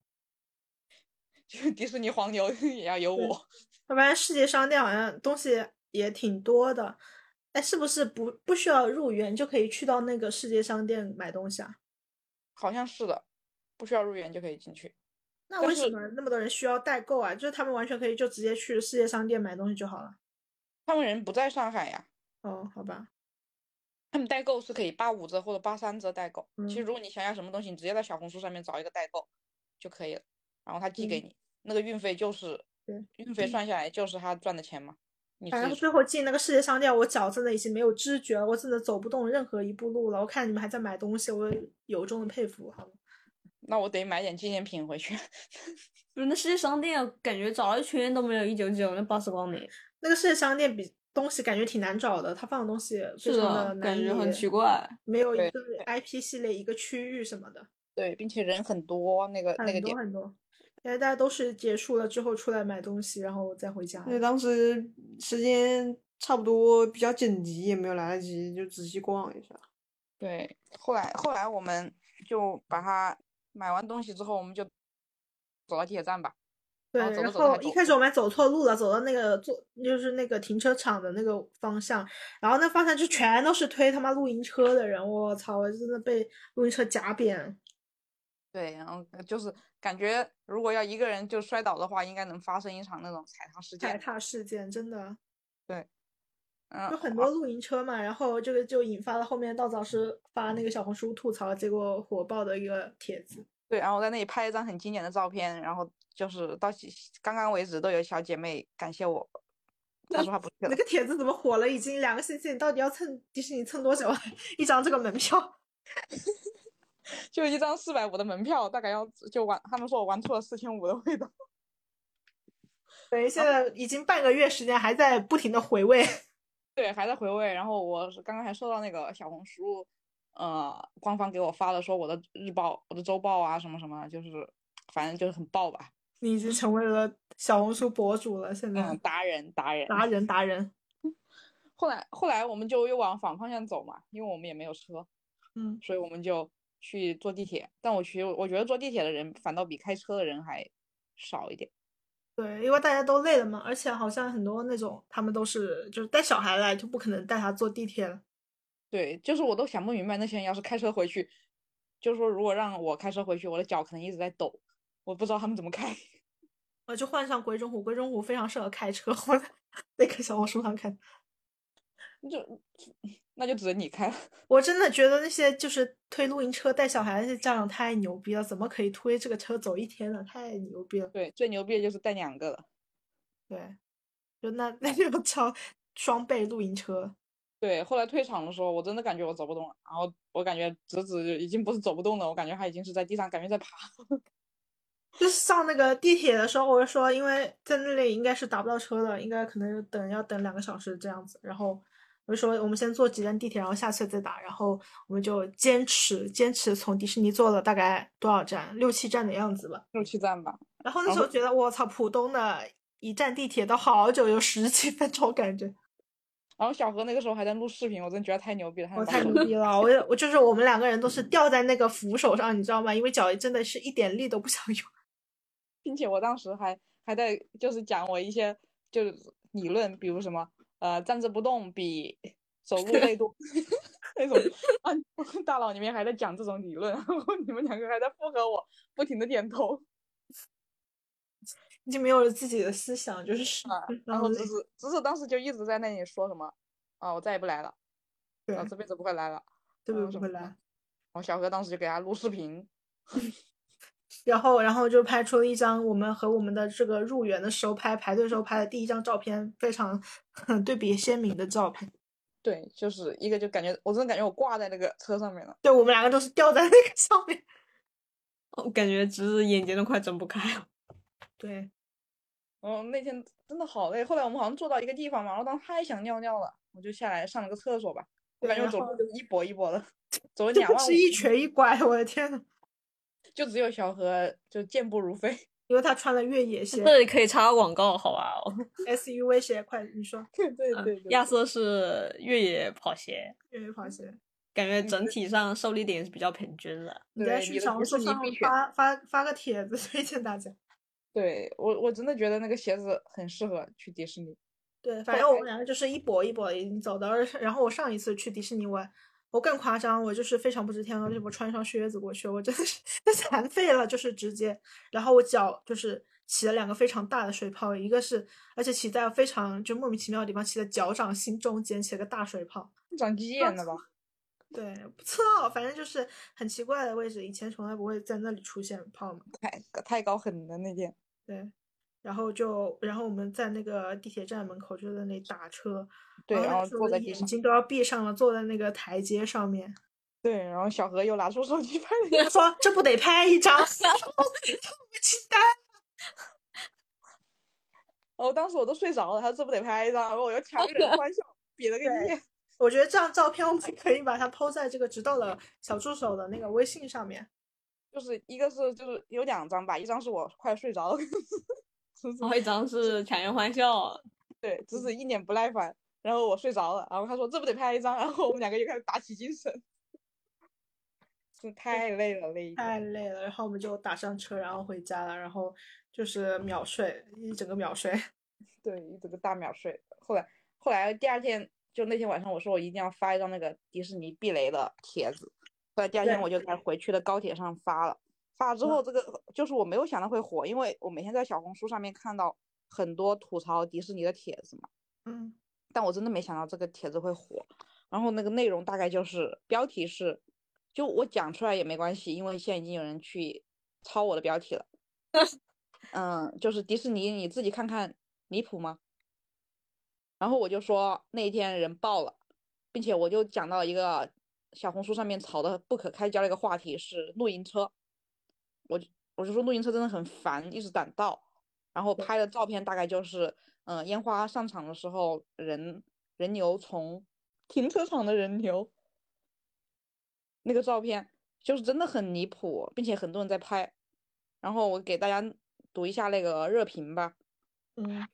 Speaker 1: 就是迪士尼黄牛也要有
Speaker 3: 对
Speaker 1: 我，
Speaker 3: 我发现世界商店好像东西也挺多的，哎，是不是不不需要入园就可以去到那个世界商店买东西啊？
Speaker 1: 好像是的，不需要入园就可以进去。
Speaker 3: 那
Speaker 1: 但
Speaker 3: 为什
Speaker 1: 是
Speaker 3: 么那么多人需要代购啊？就是他们完全可以就直接去世界商店买东西就好了。
Speaker 1: 他们人不在上海呀，
Speaker 3: 哦，好吧，
Speaker 1: 他们代购是可以八五折或者八三折代购。其实
Speaker 3: 嗯
Speaker 1: 如果你想要什么东西，你直接在小红书上面找一个代购就可以了，然后他寄给
Speaker 3: 嗯
Speaker 1: 你，那个运费就是
Speaker 3: 对
Speaker 1: 运费算下来就是他赚的钱嘛。你自
Speaker 3: 反
Speaker 1: 己
Speaker 3: 正
Speaker 1: 数
Speaker 3: 最后进那个世界商店，我脚真的已经没有知觉了，我真的走不动任何一步路了。我看你们还在买东西，我由衷的佩服，好吗？
Speaker 1: 那我得买点纪念品回去。
Speaker 4: 不是那世界商店感觉找了一圈都没有一九九那八十光年，
Speaker 3: 那个世界商店比东西感觉挺难找的，它放的东西非常的难以，
Speaker 4: 怪。
Speaker 3: 没有
Speaker 1: 对
Speaker 3: 一个 IP 系列一个区域什么的。
Speaker 1: 对，并且人很多，那个那个点
Speaker 3: 很多很多，因为大家都是结束了之后出来买东西，然后再回家。
Speaker 5: 因为当时时间差不多，比较紧急，也没有来得及就仔细逛一下。
Speaker 1: 对。后来后来我们就把它买完东西之后，我们就走到地铁站吧。
Speaker 3: 对，
Speaker 1: 然后走着
Speaker 3: 然
Speaker 1: 走着还
Speaker 3: 后一
Speaker 1: 走
Speaker 3: 开始我们还走错路了，走到那个坐就是那个停车场的那个方向，然后那方向就全都是推他妈露营车的人，我操，我真的被露营车夹扁。
Speaker 1: 对，然后就是感觉如果要一个人就摔倒的话，应该能发生一场那种踩踏事
Speaker 3: 踩
Speaker 1: 件。
Speaker 3: 踏事件真的
Speaker 1: 嗯
Speaker 3: 有，很多露营车嘛，然后这个就引发了后面稻草师发那个小红书吐槽，结果火爆的一个帖子。
Speaker 1: 对，然后我在那里拍一张很经典的照片，然后就是到现刚刚为止都有小姐妹感谢我，她说她不去
Speaker 3: 那
Speaker 1: 了。
Speaker 3: 个帖子怎么火了？已经两个星期，你到底要蹭迪士尼蹭多久啊？ 一张这个门票。
Speaker 1: 就一张四百五的门票，大概要就玩，他们说我玩出了四千五的味道。
Speaker 3: 对，现在已经半个月时间，还在不停的回味。
Speaker 1: 对，还在回味。然后我是刚刚还收到那个小红书，呃，官方给我发的，说我的日报、我的周报啊，什么什么，就是反正就是很爆吧。
Speaker 3: 你已经成为了小红书博主了，现在、
Speaker 1: 嗯，达人，达人。
Speaker 3: 达人达人。
Speaker 1: 后来后来我们就又往反方向走嘛，因为我们也没有车，
Speaker 3: 嗯，
Speaker 1: 所以我们就去坐地铁。但我其实我觉得坐地铁的人反倒比开车的人还少一点。
Speaker 3: 对，因为大家都累了嘛，而且好像很多那种他们都是就是带小孩来，就不可能带他坐地铁了。
Speaker 1: 对，就是我都想不明白，那些人要是开车回去，就是说如果让我开车回去，我的脚可能一直在抖，我不知道他们怎么开。
Speaker 3: 呃，就换上鬼冢虎，鬼冢虎非常适合开车， 我在那个小红书上看，
Speaker 1: 就 那就只能你开了。
Speaker 3: 我真的觉得那些就是推露营车带小孩的那些家长太牛逼了，怎么可以推这个车走一天呢？太牛逼了。
Speaker 1: 对，最牛逼的就是带两个的。
Speaker 3: 对，就那 那就超双倍露营车。
Speaker 1: 对，后来退场的时候，我真的感觉我走不动了。然后我感觉直直已经不是走不动了，我感觉他已经是在地上，感觉在爬。
Speaker 3: 就是上那个地铁的时候，我就说，因为在那里应该是打不到车的，应该可能等要等两个小时这样子。然后我就说，我们先坐几站地铁，然后下次再打。然后我们就坚持坚持从迪士尼坐了大概多少站，六七站的样子吧。
Speaker 1: 六七站吧，
Speaker 3: 然后那
Speaker 1: 然
Speaker 3: 时候觉得，我操，浦东的一站地铁都好久，有十几分钟 感觉。
Speaker 1: 然后小何那个时候还在录视频，我真觉得太牛逼了，他能
Speaker 3: 我
Speaker 1: 把
Speaker 3: 哦太
Speaker 1: 手
Speaker 3: 牛
Speaker 1: 机
Speaker 3: 逼了！我也我就是我们两个人都是吊在那个扶手上，你知道吗？因为脚真的是一点力都不想有。
Speaker 1: 并且我当时还还在就是讲我一些就是理论，比如什么呃站着不动比走路累多 那种啊， 大脑里面还在讲这种理论，然后你们两个还在附和我，不停的点头，
Speaker 3: 已经没有了自己的思想，就是嗯
Speaker 1: 啊
Speaker 3: 非
Speaker 1: 然
Speaker 3: 常
Speaker 1: 后
Speaker 3: 累
Speaker 1: 只是只是当时就一直在那里说什么啊我再也不来了，
Speaker 3: 对
Speaker 1: 啊这辈子不会来了，
Speaker 3: 这
Speaker 1: 然
Speaker 3: 边
Speaker 1: 后
Speaker 3: 不
Speaker 1: 什
Speaker 3: 会
Speaker 1: 么
Speaker 3: 来。
Speaker 1: 然后小何当时就给他录视频，
Speaker 3: 然后，然后就拍出了一张我们和我们的这个入园的时候拍排队时候拍的第一张照片，非常对比鲜明的照片。
Speaker 1: 对，就是一个就感觉，我真的感觉我挂在那个车上面了。
Speaker 3: 对我们两个都是吊在那个上面。
Speaker 4: 我哦感觉只是眼睛都快睁不开了。
Speaker 3: 对，
Speaker 1: 然后那天真的好累，后来我们好像坐到一个地方嘛，然后当时太想尿尿了，我就下来上了个厕所吧。我感觉
Speaker 3: 对
Speaker 1: 我走
Speaker 3: 然
Speaker 1: 路就一跛一跛的， 走了
Speaker 3: 真
Speaker 1: 两
Speaker 3: 的
Speaker 1: 万
Speaker 3: 是一瘸一拐，我的天呐，
Speaker 1: 就只有小何就健步如飞。
Speaker 3: 因为他穿了越 野鞋
Speaker 4: 这里可以插个广告，好吧？哦
Speaker 3: ，SUV 鞋，快你说
Speaker 1: 对对对对，
Speaker 4: 亚瑟是越野跑鞋，
Speaker 3: 越野跑鞋，
Speaker 4: 感觉整体上受力点是比较平均的。
Speaker 3: 你在
Speaker 1: 对
Speaker 3: 去
Speaker 1: 你的
Speaker 3: 小红
Speaker 1: 鞋
Speaker 3: 书
Speaker 1: 是你
Speaker 3: 上
Speaker 1: 必选
Speaker 3: 发发发个帖子 推荐大家。
Speaker 1: 对我我真的觉得那个鞋子很适合去迪士尼。
Speaker 3: 对，反
Speaker 1: 后
Speaker 3: 正我
Speaker 1: 来
Speaker 3: 们两个就是一跛一跛已经走的，而 然后我上一次去迪士尼玩，我更夸张，我就是非常不知天高地厚，穿上靴子过去，我真的是 那残废了，就是直接，然后我脚就是起了两个非常大的水泡，一个是而且起在非常就莫名其妙的地方，起在脚掌心中间起了个大水泡，
Speaker 1: 长鸡眼了吧？
Speaker 3: 对，不错，反正就是很奇怪的位置，以前从来不会在那里出现泡嘛，
Speaker 1: 太太高狠了那件。
Speaker 3: 对。然后就，然后我们在那个地铁站门口就在那里打车，
Speaker 1: 对，然
Speaker 3: 啊那
Speaker 1: 后
Speaker 3: 时候
Speaker 1: 坐
Speaker 3: 我的
Speaker 1: 在地
Speaker 3: 眼
Speaker 1: 上。
Speaker 3: 睛都要闭上了，坐在那个台阶 上面。
Speaker 1: 对，然后小何又拿出手机拍了一
Speaker 3: 他说：“这不得拍一张？”我期待。
Speaker 1: 哦，当时我都睡着了，他这不得拍一张，然后我又强忍 欢笑，比了个
Speaker 3: 对
Speaker 1: 耶。
Speaker 3: 我觉得这张照片我们可以把它 PO 在这个直到了小助手的那个微信上面。
Speaker 1: 就是一个是就是有两张吧，一张是我快睡
Speaker 3: 哦
Speaker 1: 着了， 侄子
Speaker 4: 然后一张是强颜欢笑，
Speaker 1: 对侄
Speaker 3: 嗯
Speaker 1: 子一脸不耐烦，然后我睡着了，然后他说这不得拍一张，然后我们两个就开始打起精神， 真的太累了累。
Speaker 3: 太累了，然后我们就打上车，然后回家了，然后就是秒睡，一整个秒睡。
Speaker 1: 对，一整个大秒睡。后来后来第二天就那天晚上，我说我一定要发一张那个迪士尼避雷的帖子。后来第二天
Speaker 3: 对
Speaker 1: 我就在回去的高铁上发了，发了之后这个就是我没有想到会火，因为我每天在小红书上面看到很多吐槽迪士尼的帖子嘛，
Speaker 3: 嗯，
Speaker 1: 但我真的没想到这个帖子会火。然后那个内容大概就是标题是，就我讲出来也没关系，因为现在已经有人去抄我的标题了。嗯，就是迪士尼你自己看看离谱吗？然后我就说那一天人爆了，并且我就讲到一个小红书上面吵得不可开交的一个话题是露营车，我就我就说露营车真的很烦，一直挡道。然后拍的照片大概就是，嗯、烟花上场的时候，人人流从停车场的人流，那个照片就是真的很离谱，并且很多人在拍。然后我给大家读一下那个热评吧。
Speaker 3: 嗯，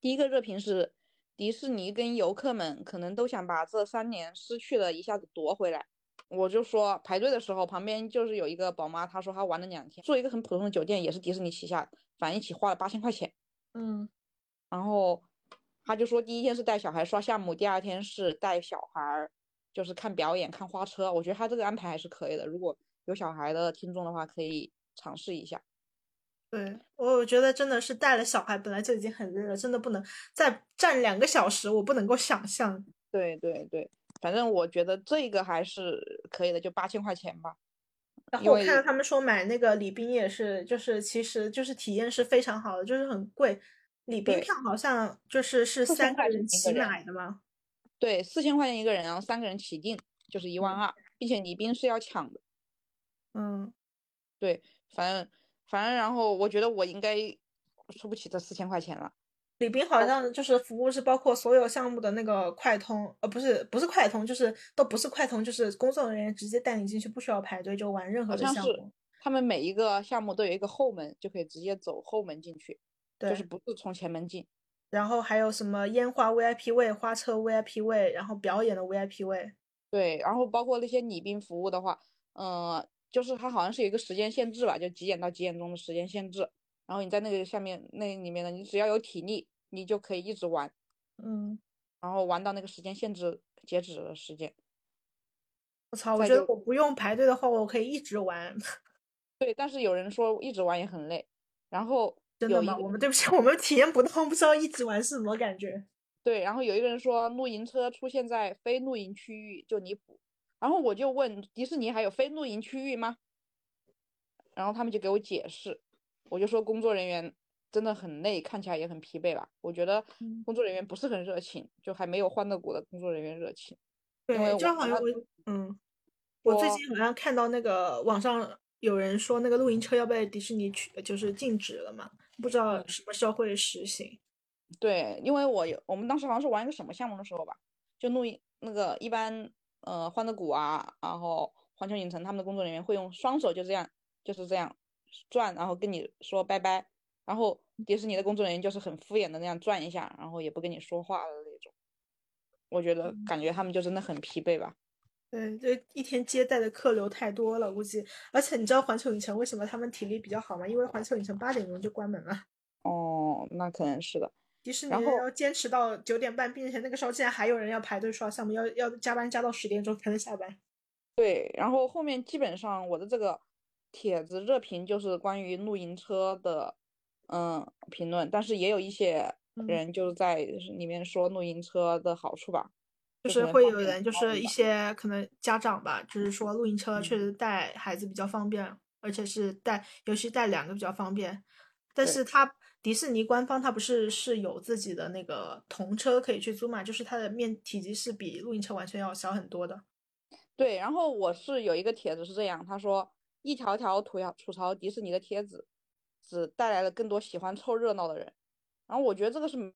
Speaker 1: 第一个热评是：迪士尼跟游客们可能都想把这三年失去的一下子夺回来。我就说排队的时候，旁边就是有一个宝妈，她说她玩了两天，住一个很普通的酒店，也是迪士尼旗下，反正一起花了八千块钱。
Speaker 3: 嗯，
Speaker 1: 然后他就说，第一天是带小孩刷项目，第二天是带小孩儿就是看表演、看花车。我觉得他这个安排还是可以的，如果有小孩的听众的话，可以尝试一下。
Speaker 3: 对，我觉得真的是带了小孩，本来就已经很累了，真的不能再站两个小时，我不能够想象。
Speaker 1: 对对对，反正我觉得这个还是可以的，就八千块钱吧。
Speaker 3: 然
Speaker 1: 因
Speaker 3: 后我
Speaker 1: 为
Speaker 3: 看到他们说买那个礼宾也是，就是其实就是体验是非常好的，就是很贵。礼宾
Speaker 1: 对
Speaker 3: 票好像就是是
Speaker 1: 4000
Speaker 3: 三个
Speaker 1: 块钱
Speaker 3: 人
Speaker 1: 一个
Speaker 3: 起
Speaker 1: 人
Speaker 3: 买的嘛。
Speaker 1: 对，四千块钱一个人，然后三个人起订，就是一万二，并且礼宾是要抢的。
Speaker 3: 嗯，
Speaker 1: 对，反正反正，然后我觉得我应该出不起这四千块钱了。
Speaker 3: 礼宾
Speaker 1: 哦
Speaker 3: 好像就是服务是包括所有项目的那个快通，呃，不是不是快通，就是都不是快通，就是工作人员直接带你进去，不需要排队就玩任何
Speaker 1: 好
Speaker 3: 的
Speaker 1: 像
Speaker 3: 项
Speaker 1: 是
Speaker 3: 目。
Speaker 1: 他们每一个项目都有一个后门，就可以直接走后门进去，
Speaker 3: 对，
Speaker 1: 就是不是从前门进。
Speaker 3: 然后还有什么烟花 VIP 位、花车 VIP 位，然后表演的 VIP 位。
Speaker 1: 对，然后包括那些礼宾服务的话，嗯，就是它好像是有一个时间限制吧，就几点到几点钟的时间限制。然后你在那个下面那里面呢，你只要有体力，你就可以一直玩，
Speaker 3: 嗯，
Speaker 1: 然后玩到那个时间限制截止的时间。
Speaker 3: 我操，我
Speaker 1: 再
Speaker 3: 觉得
Speaker 1: 就
Speaker 3: 我不用排队的话，我可以一直玩。
Speaker 1: 对，但是有人说一直玩也很累，然后
Speaker 3: 真
Speaker 1: 有
Speaker 3: 的
Speaker 1: 一
Speaker 3: 吗？
Speaker 1: 个
Speaker 3: 我们对不起，我们体验不到，不知道一直玩是什么感觉。
Speaker 1: 对，然后有一个人说露营车出现在非露营区域就离谱，然后我就问迪士尼还有非露营区域吗？然后他们就给我解释，我就说工作人员真的很累，看起来也很疲惫吧。我觉得
Speaker 4: 嗯
Speaker 1: 工作人员不是很热情，就还没有欢乐谷的工作人员热情。因为
Speaker 3: 对，就
Speaker 1: 我
Speaker 3: 好
Speaker 1: 看
Speaker 3: 像
Speaker 1: 到
Speaker 3: 我嗯，我最
Speaker 1: 说
Speaker 3: 近好像看到那个网上有人说那个露营车要被迪士尼取，就是禁止了嘛，不知道
Speaker 1: 嗯
Speaker 3: 什么时候会实行。
Speaker 1: 对，因为我有我们当时好像是玩一个什么项目的时候吧，就录音那个一般呃欢乐谷啊，然后环球影城他们的工作人员会用双手就这样就是这样转，然后跟你说拜拜，然后迪士尼的工作人员就是很敷衍的那样转一下，然后也不跟你说话的那种。我觉得感觉他们就真的很疲惫吧。
Speaker 3: 对，这一天接待的客流太多了，估计。而且你知道环球影城为什么他们体力比较好吗？因为环球影城八点钟就关门了，
Speaker 1: 哦，那可能是的。
Speaker 3: 迪士尼
Speaker 1: 然后
Speaker 3: 要坚持到九点半，并且那个时候竟然还有人要排队刷项目，要要加班加到十点钟才能下班。
Speaker 1: 对，然后后面基本上我的这个帖子热评就是关于露营车的，嗯，评论，但是也有一些
Speaker 3: 嗯
Speaker 1: 人就是在里面说露营车的好处吧，
Speaker 3: 就
Speaker 1: 就是可能
Speaker 3: 会
Speaker 1: 方
Speaker 3: 有
Speaker 1: 便
Speaker 3: 人，就
Speaker 1: 交通
Speaker 3: 是一
Speaker 1: 吧
Speaker 3: 些可能家长吧，就是说露营车
Speaker 1: 嗯
Speaker 3: 确实带孩子比较方便，而且是带，尤其带两个比较方便。但
Speaker 1: 对
Speaker 3: 是它迪士尼官方它不是是有自己的那个童车可以去租嘛，就是它的面体积是比露营车完全要小很多的。
Speaker 1: 对，然后我是有一个帖子是这样，他说一条条吐槽吐槽迪士尼的帖子，只带来了更多喜欢凑热闹的人。然后我觉得这个是没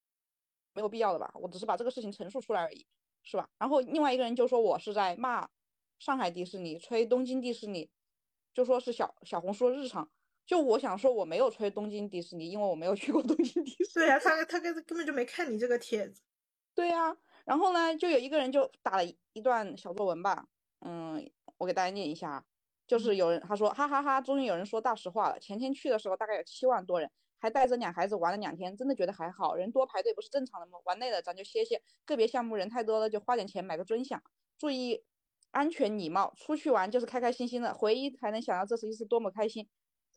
Speaker 1: 没有必要的吧，我只是把这个事情陈述出来而已，是吧？然后另外一个人就说我是在骂上海迪士尼，吹东京迪士尼，就说是小小红书日常。就我想说我没有吹东京迪士尼，因为我没有去过东京迪士尼。
Speaker 3: 对呀、啊，他他根根本就没看你这个帖子。
Speaker 1: 对呀，然后呢，就有一个人就打了一一段小作文吧，嗯，我给大家念一下啊，
Speaker 4: 嗯
Speaker 1: 就是有人他说哈哈哈，终于有人说大实话了。前天去的时候大概有七万多人，还带着俩孩子玩了两天，真的觉得还好，人多排队不是正常的吗？玩累了咱就歇歇，个别项目人太多了就花点钱买个尊享，注意安全礼貌，出去玩就是开开心心的，回忆才能想到这是一次多么开心。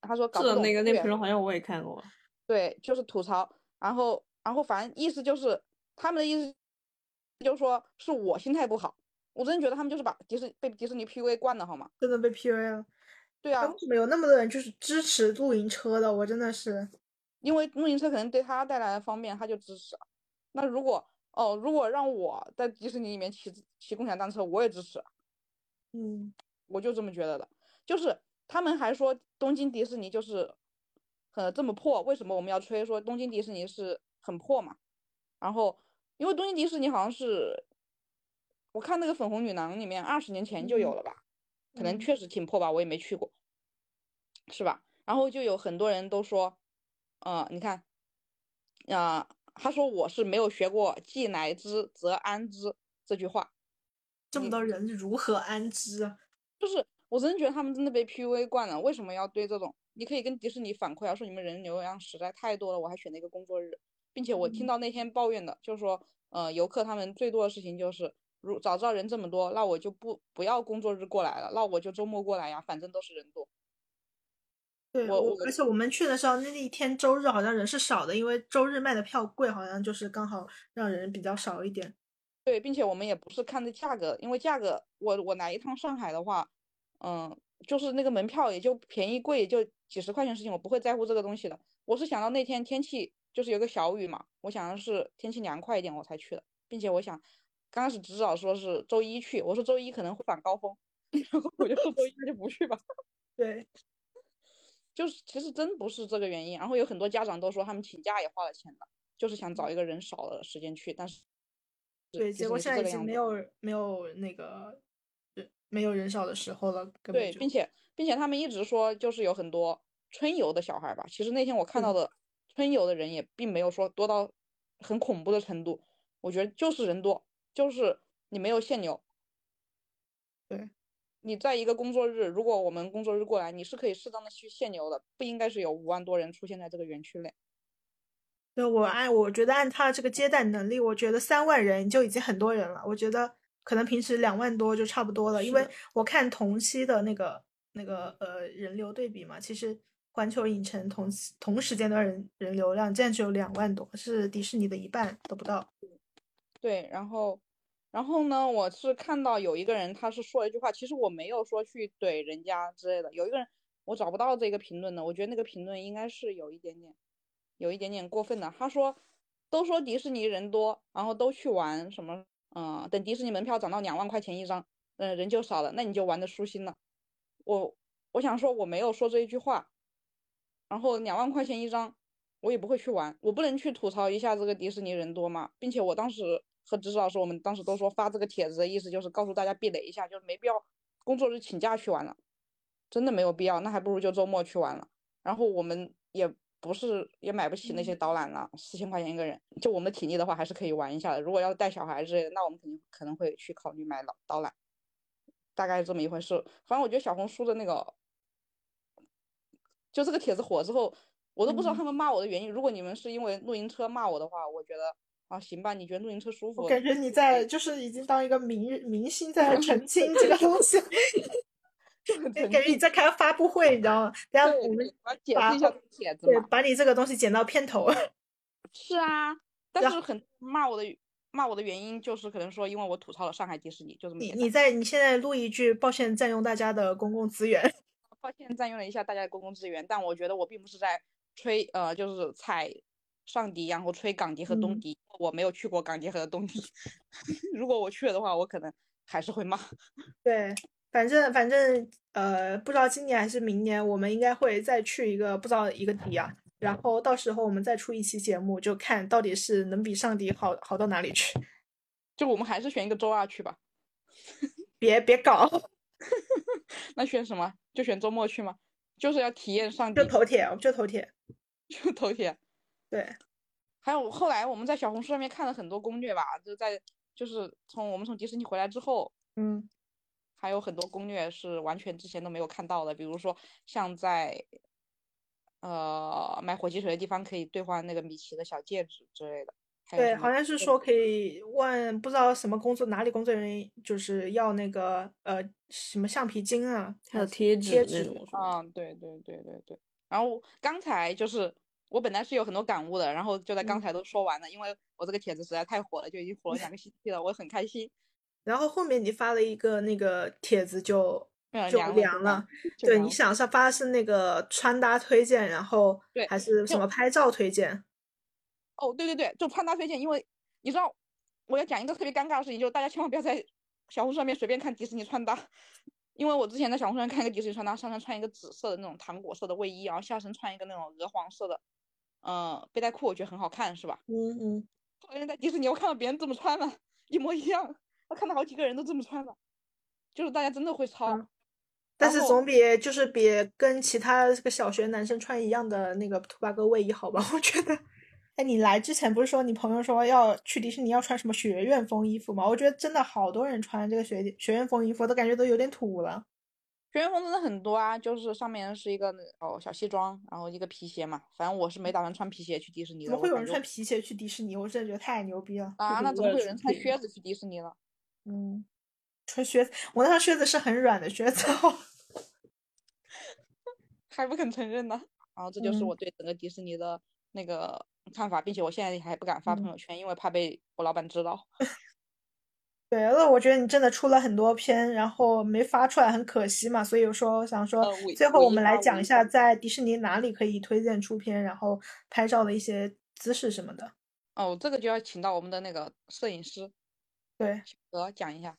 Speaker 1: 他说搞不
Speaker 4: 是
Speaker 1: 懂
Speaker 4: 那个
Speaker 1: 服务
Speaker 4: 那
Speaker 1: 员
Speaker 4: 评论好像我也看过，
Speaker 1: 对，就是吐槽，然后然后反正意思就是他们的意思就是说是我心态不好，我真觉得他们就是把迪士被迪士尼 PUA 惯了好吗？
Speaker 3: 真的被 PUA 了。
Speaker 1: 对
Speaker 3: 哎
Speaker 1: 啊
Speaker 3: 为，什么有那么多人就是支持露营车的？我真的是，
Speaker 1: 因为露营车可能对他带来的方便，他就支持。那如果哦，如果让我在迪士尼里面骑自骑共享单车，我也支持，
Speaker 3: 嗯，
Speaker 1: 我就这么觉得的。就是他们还说东京迪士尼就是呃这么破，为什么我们要吹说东京迪士尼是很破嘛？然后因为东京迪士尼好像是我看那个粉红女郎里面二十年前就有
Speaker 3: 嗯
Speaker 1: 了吧，可能
Speaker 3: 嗯
Speaker 1: 确实挺破吧，我也没去过，是吧？然后就有很多人都说，呃，你看，啊、他说我是没有学过“既来之则安之”这句话，
Speaker 3: 这么
Speaker 1: 你
Speaker 3: 多人如何安置啊？
Speaker 1: 就是我真的觉得他们真的被 PUA 惯了，为什么要对这种？你可以跟迪士尼反馈啊，说你们人流量实在太多了，我还选了一个工作日，并且我听到那天抱怨的，就是说，呃，游客他们最多的事情就是，如早知道人这么多，那我就不不要工作日过来了，那我就周末过来呀，反正都是人多。
Speaker 3: 对
Speaker 1: 我我
Speaker 3: 而且我们去的时候，那一天周日好像人是少的，因为周日卖的票贵，好像就是刚好让人比较少一点。
Speaker 1: 对，并且我们也不是看这价格，因为价格，我我来一趟上海的话，嗯，就是那个门票也就便宜贵，也就几十块钱事情，我不会在乎这个东西的。我是想到那天天气就是有个小雨嘛，我想的是天气凉快一点我才去的，并且我想刚开始指导说是周一去，我说周一可能会反高峰， 然后我就说周一那就不去吧。
Speaker 3: 对，
Speaker 1: 就是其实真不是这个原因，然后有很多家长都说他们请假也花了钱的，就是想找一个人少的时间去，但是
Speaker 3: 对，
Speaker 1: 迪
Speaker 3: 结
Speaker 1: 士
Speaker 3: 果
Speaker 1: 尼是
Speaker 3: 现在
Speaker 1: 这个
Speaker 3: 已经
Speaker 1: 样
Speaker 3: 没
Speaker 1: 子。
Speaker 3: 有没有那个人没有人少的时候了，根本
Speaker 1: 对，
Speaker 3: 就
Speaker 1: 并且并且他们一直说就是有很多春游的小孩儿吧，其实那天我看
Speaker 3: 嗯
Speaker 1: 到的春游的人也并没有说多到很恐怖的程度，我觉得就是人多，就是你没有限流。
Speaker 3: 对，
Speaker 1: 你在一个工作日，如果我们工作日过来，你是可以适当的去限流的，不应该是有五万多人出现在这个园区内。
Speaker 3: 对我按我觉得按他这个接待能力，我觉得三万人就已经很多人了。我觉得可能平时两万多就差不多了，因
Speaker 1: 是
Speaker 3: 为
Speaker 1: 的
Speaker 3: 我看同期的那个那个呃人流对比嘛，其实环球影城同期同时间段人人流量竟然只有两万多，是迪士尼的一半都不到。
Speaker 1: 对，然后，然后呢，我是看到有一个人，他是说了一句话，其实我没有说去怼人家之类的。有一个人，我找不到这个评论的，我觉得那个评论应该是有一点点，有一点点过分了。他说，都说迪士尼人多，然后都去玩什么，嗯、等迪士尼门票涨到两万块钱一张，嗯、人就少了，那你就玩的舒心了。我我想说我没有说这一句话，然后两万块钱一张，我也不会去玩，我不能去吐槽一下这个迪士尼人多嘛，并且我当时和指指老师，我们当时都说发这个帖子的意思就是告诉大家避雷一下，就是没必要工作日请假去玩了，真的没有必要，那还不如就周末去玩了。然后我们也不是也买不起那些导览了，四千块钱一个人，就我们的体力的话还是可以玩一下的。如果要带小孩之类的，那我们肯定可能会去考虑买导导览，大概是这么一回事。反正我觉得小红书的那个，就这个帖子火之后，我都不知道
Speaker 3: 嗯
Speaker 1: 他们骂我的原因。如果你们是因为露营车骂我的话，我觉得啊行吧，你觉得露营车舒服
Speaker 3: 我，感觉你在就是已经当一个明明星 在澄清这个东西，
Speaker 1: 就很
Speaker 3: 感
Speaker 1: 纯
Speaker 3: 觉你在开发布会，你 知道吗？等下
Speaker 1: 对
Speaker 3: 我们
Speaker 1: 对我要解
Speaker 3: 把
Speaker 1: 释一下
Speaker 3: 后
Speaker 1: 这个帖子
Speaker 3: 对
Speaker 1: 嘛。
Speaker 3: 把你这个东西剪到片头。
Speaker 1: 是啊，但
Speaker 3: 然
Speaker 1: 是很骂我的骂我的原因就是可能说因为我吐槽了上海迪士尼，就这么
Speaker 3: 你
Speaker 1: 简
Speaker 3: 你
Speaker 1: 单。
Speaker 3: 在你现在录一句，抱歉占用大家的公共资源。
Speaker 1: 抱歉占用了一下大家的公共资源，但我觉得我并不是在吹呃就是踩上迪，然后吹港迪和东
Speaker 3: 嗯
Speaker 1: 迪，我没有去过港迪和东迪。 如果我去了的话，我可能还是会骂。
Speaker 3: 对，反正反正呃，不知道今年还是明年，我们应该会再去一个不知道一个迪啊，然后到时候我们再出一期节目，就看到底是能比上迪好好到哪里去。
Speaker 1: 就我们还是选一个周二去吧。
Speaker 3: 别别搞，
Speaker 1: 那选什么？就选周末去吗？就是要体验上
Speaker 3: 就
Speaker 1: 迪，
Speaker 3: 头铁，我们就头铁。
Speaker 1: 就头铁。
Speaker 3: 对，
Speaker 1: 还有后来我们在小红书上面看了很多攻略吧，就在就是从我们从迪士尼回来之后，
Speaker 3: 嗯，
Speaker 1: 还有很多攻略是完全之前都没有看到的，比如说像在呃买火鸡腿的地方可以兑换那个米奇的小戒指之类的，还有
Speaker 3: 对，
Speaker 1: 什么
Speaker 3: 好像是
Speaker 1: 各
Speaker 3: 说
Speaker 1: 种
Speaker 3: 可以问不知道什么工作哪里工作人员就是要那个呃什么橡皮筋啊，
Speaker 4: 还有贴纸
Speaker 3: 贴
Speaker 4: 那
Speaker 3: 纸
Speaker 4: 种什么的。
Speaker 1: 啊，对对对对对。然后刚才就是我本来是有很多感悟的，然后就在刚
Speaker 3: 嗯
Speaker 1: 才都说完了，因为我这个帖子实在太火了，就已经火了两个星期了，我很开心。
Speaker 3: 然后后面你发了一个那个帖子就
Speaker 1: 嗯，
Speaker 3: 就
Speaker 1: 凉了，
Speaker 3: 凉了，
Speaker 1: 就
Speaker 3: 对，
Speaker 1: 凉
Speaker 3: 你
Speaker 1: 了
Speaker 3: 想是发的是那个穿搭推荐，然后
Speaker 1: 对
Speaker 3: 还是什
Speaker 1: 就
Speaker 3: 么拍照推荐？
Speaker 1: 哦，对对对，就穿搭推荐，因为你知道，我要讲一个特别尴尬的事情，就是大家千万不要在小红书上面随便看迪士尼穿搭， 因为我之前在小红书上看一个迪士尼穿搭，上身穿一个紫色的那种糖果色的卫衣，然后下身穿一个那种鹅黄色的，呃，背带裤，我觉得很好看，是吧？
Speaker 3: 嗯嗯，
Speaker 1: 后来在迪士尼，我看到别人这么穿了，一模一样，我看到好几个人都这么穿了，就是大家真的会抄。
Speaker 3: 嗯但
Speaker 1: 然
Speaker 3: 是
Speaker 1: 后
Speaker 3: 总比就是比跟其他这个小学男生穿一样的那个兔八哥卫衣好吧？ 我觉得。哎，你来之前不是说你朋友说要去迪士尼要穿什么学院风衣服吗？我觉得真的好多人穿这个学学院风衣服，都感觉都有点土了。
Speaker 1: 学院风真的很多啊，就是上面是一个那哦小西装，然后一个皮鞋嘛，反正我是没打算穿皮鞋去迪士尼
Speaker 3: 怎
Speaker 1: 的，
Speaker 3: 么
Speaker 1: 我
Speaker 3: 会有
Speaker 1: 感
Speaker 3: 人
Speaker 1: 觉
Speaker 3: 穿皮鞋去迪士尼？我真的觉得太牛逼了。
Speaker 1: 啊，
Speaker 4: 是
Speaker 1: 那
Speaker 4: 为
Speaker 1: 怎么会
Speaker 4: 了
Speaker 1: 有
Speaker 4: 出
Speaker 1: 人穿
Speaker 4: 片
Speaker 1: 靴子去迪士尼呢？
Speaker 3: 嗯，穿靴子，我那双靴子是很软的靴子哦。
Speaker 1: 还不肯承认呢？然后这就是
Speaker 3: 嗯
Speaker 1: 我对整个迪士尼的那个看法，并且我现在还不敢发朋
Speaker 3: 嗯
Speaker 1: 友圈，因为怕被我老板知道。
Speaker 3: 对，那我觉得你真的出了很多篇，然后没发出来，很可惜嘛。所以说想说
Speaker 1: 呃我，
Speaker 3: 最后
Speaker 1: 我
Speaker 3: 我
Speaker 1: 一
Speaker 3: 们
Speaker 1: 发
Speaker 3: 来
Speaker 1: 我
Speaker 3: 讲
Speaker 1: 一
Speaker 3: 一下在迪士尼哪里可以推荐出片，然后拍照的一些姿势什么的。
Speaker 1: 哦，这个就要请到我们的那个摄影师
Speaker 3: 对，
Speaker 1: 呃讲一下。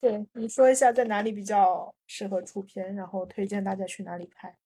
Speaker 3: 对，你说一下在哪里比较适合出片，然后推荐大家去哪里拍。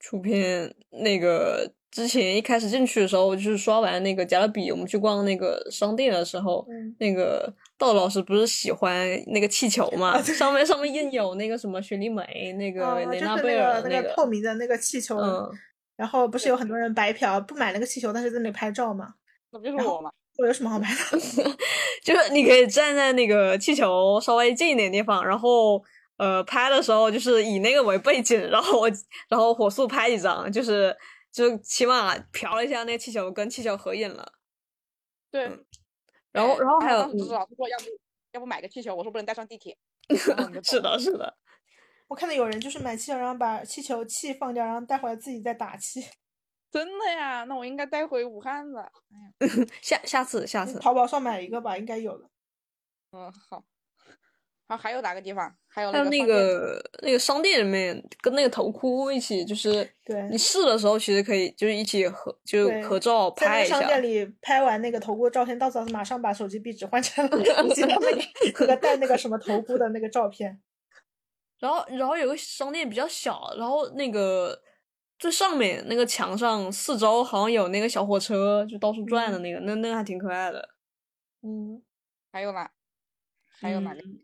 Speaker 4: 出片那个之前一开始进去的时候，就是刷完那个加勒比，我们去逛那个商店的时候，
Speaker 3: 嗯，
Speaker 4: 那个道老师不是喜欢那个气球嘛，
Speaker 3: 啊对
Speaker 4: 上面上面印有那个什么雪莉梅，那个
Speaker 3: 啊，
Speaker 4: 雷
Speaker 3: 就是
Speaker 4: 娜
Speaker 3: 那
Speaker 4: 贝
Speaker 3: 个
Speaker 4: 尔
Speaker 3: 那
Speaker 4: 那
Speaker 3: 个透明的那个气球，
Speaker 4: 嗯，
Speaker 3: 然后不是
Speaker 1: 对
Speaker 3: 有很多人白嫖，不买那个气球，但是在那里拍照嘛。
Speaker 1: 那不就是
Speaker 3: 然后
Speaker 1: 我嘛？
Speaker 3: 我有什么好拍的？
Speaker 4: 就是你可以站在那个气球稍微近一点地方，然后呃拍的时候就是以那个为背景，然后我然后火速拍一张，就是就起码瞟了一下那气球，跟气球合影了。
Speaker 1: 对。
Speaker 4: 然后
Speaker 3: 哎
Speaker 1: 对
Speaker 4: 然后还有
Speaker 1: 当时指导
Speaker 4: 嗯，
Speaker 1: 老师说，要不要不买个气球？我说不能带上地铁。然 后我们就走
Speaker 4: 是
Speaker 1: 了
Speaker 4: 的，是的。
Speaker 3: 我看到有人就是买气球，然后把气球气放掉，然后带回来自己再打气。
Speaker 1: 真的呀？那我应该带回武汉了。哎呀，
Speaker 4: 下下次下次，
Speaker 3: 淘宝上买一个吧，应该有的。
Speaker 1: 嗯，好。啊，还有哪个地方？还有
Speaker 4: 还有
Speaker 1: 那
Speaker 4: 那
Speaker 1: 个
Speaker 4: 个那个商店里面跟那个头箍一起，就是
Speaker 3: 对
Speaker 4: 你试的时候，其实可以就是一起合就
Speaker 3: 对
Speaker 4: 合照
Speaker 3: 在那
Speaker 4: 拍
Speaker 3: 个
Speaker 4: 一下
Speaker 3: 商。 店里拍完那个头箍的照片，到时候马上把手机壁纸换 成以及他们那个戴那个什么头箍的那个照片。
Speaker 4: 然后然后有个商店比较小，然后那个最上面那个墙上四周好像有那个小火车，就到处转的那个，那那个还挺可爱的。
Speaker 3: 嗯，
Speaker 1: 还有哪？还有哪个？
Speaker 2: 嗯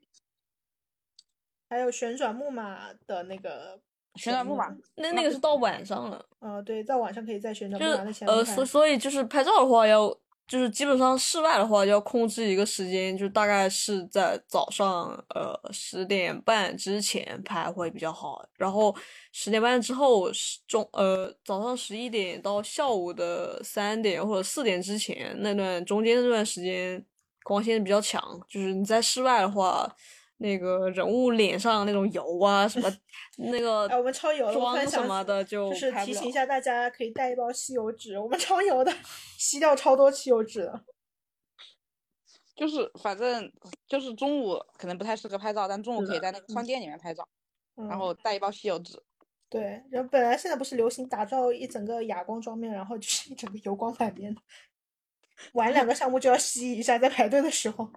Speaker 3: 还有旋转木马的那个
Speaker 1: 旋转木
Speaker 3: 嗯
Speaker 1: 马，
Speaker 4: 那那个是到晚上了，
Speaker 3: 呃，对，在晚上可以在旋转
Speaker 4: 就
Speaker 3: 木马的
Speaker 4: 是
Speaker 3: 前面
Speaker 4: 呃，
Speaker 3: 看
Speaker 4: 所所以就是拍照的话要，就是基本上室外的话要控制一个时间，就大概是在早上呃十点半之前拍会比较好，然后十点半之后是中呃早上十一点到下午的三点或者四点之前那段中间这段时间光线比较强，就是你在室外的话。那个人物脸上那种油啊，什么 那个
Speaker 3: 哎，我们超油了，我突
Speaker 4: 妆
Speaker 3: 然
Speaker 4: 什
Speaker 3: 想
Speaker 4: 么
Speaker 3: 起
Speaker 4: 的就
Speaker 3: 就是
Speaker 4: 拍
Speaker 3: 提
Speaker 4: 不
Speaker 3: 醒一
Speaker 4: 了
Speaker 3: 下大家，可以带一包吸油纸，我们超油的，吸掉超多吸油纸的。
Speaker 1: 就是反正就是中午可能不太适合拍照，但中午可以在那个商店里面拍照，
Speaker 3: 嗯，
Speaker 1: 然后带一包吸油纸。
Speaker 3: 对，然后本来现在不是流行打造一整个哑光妆面，然后就是一 整个油光反面的，玩两个项目就要吸一下，在排队的时候。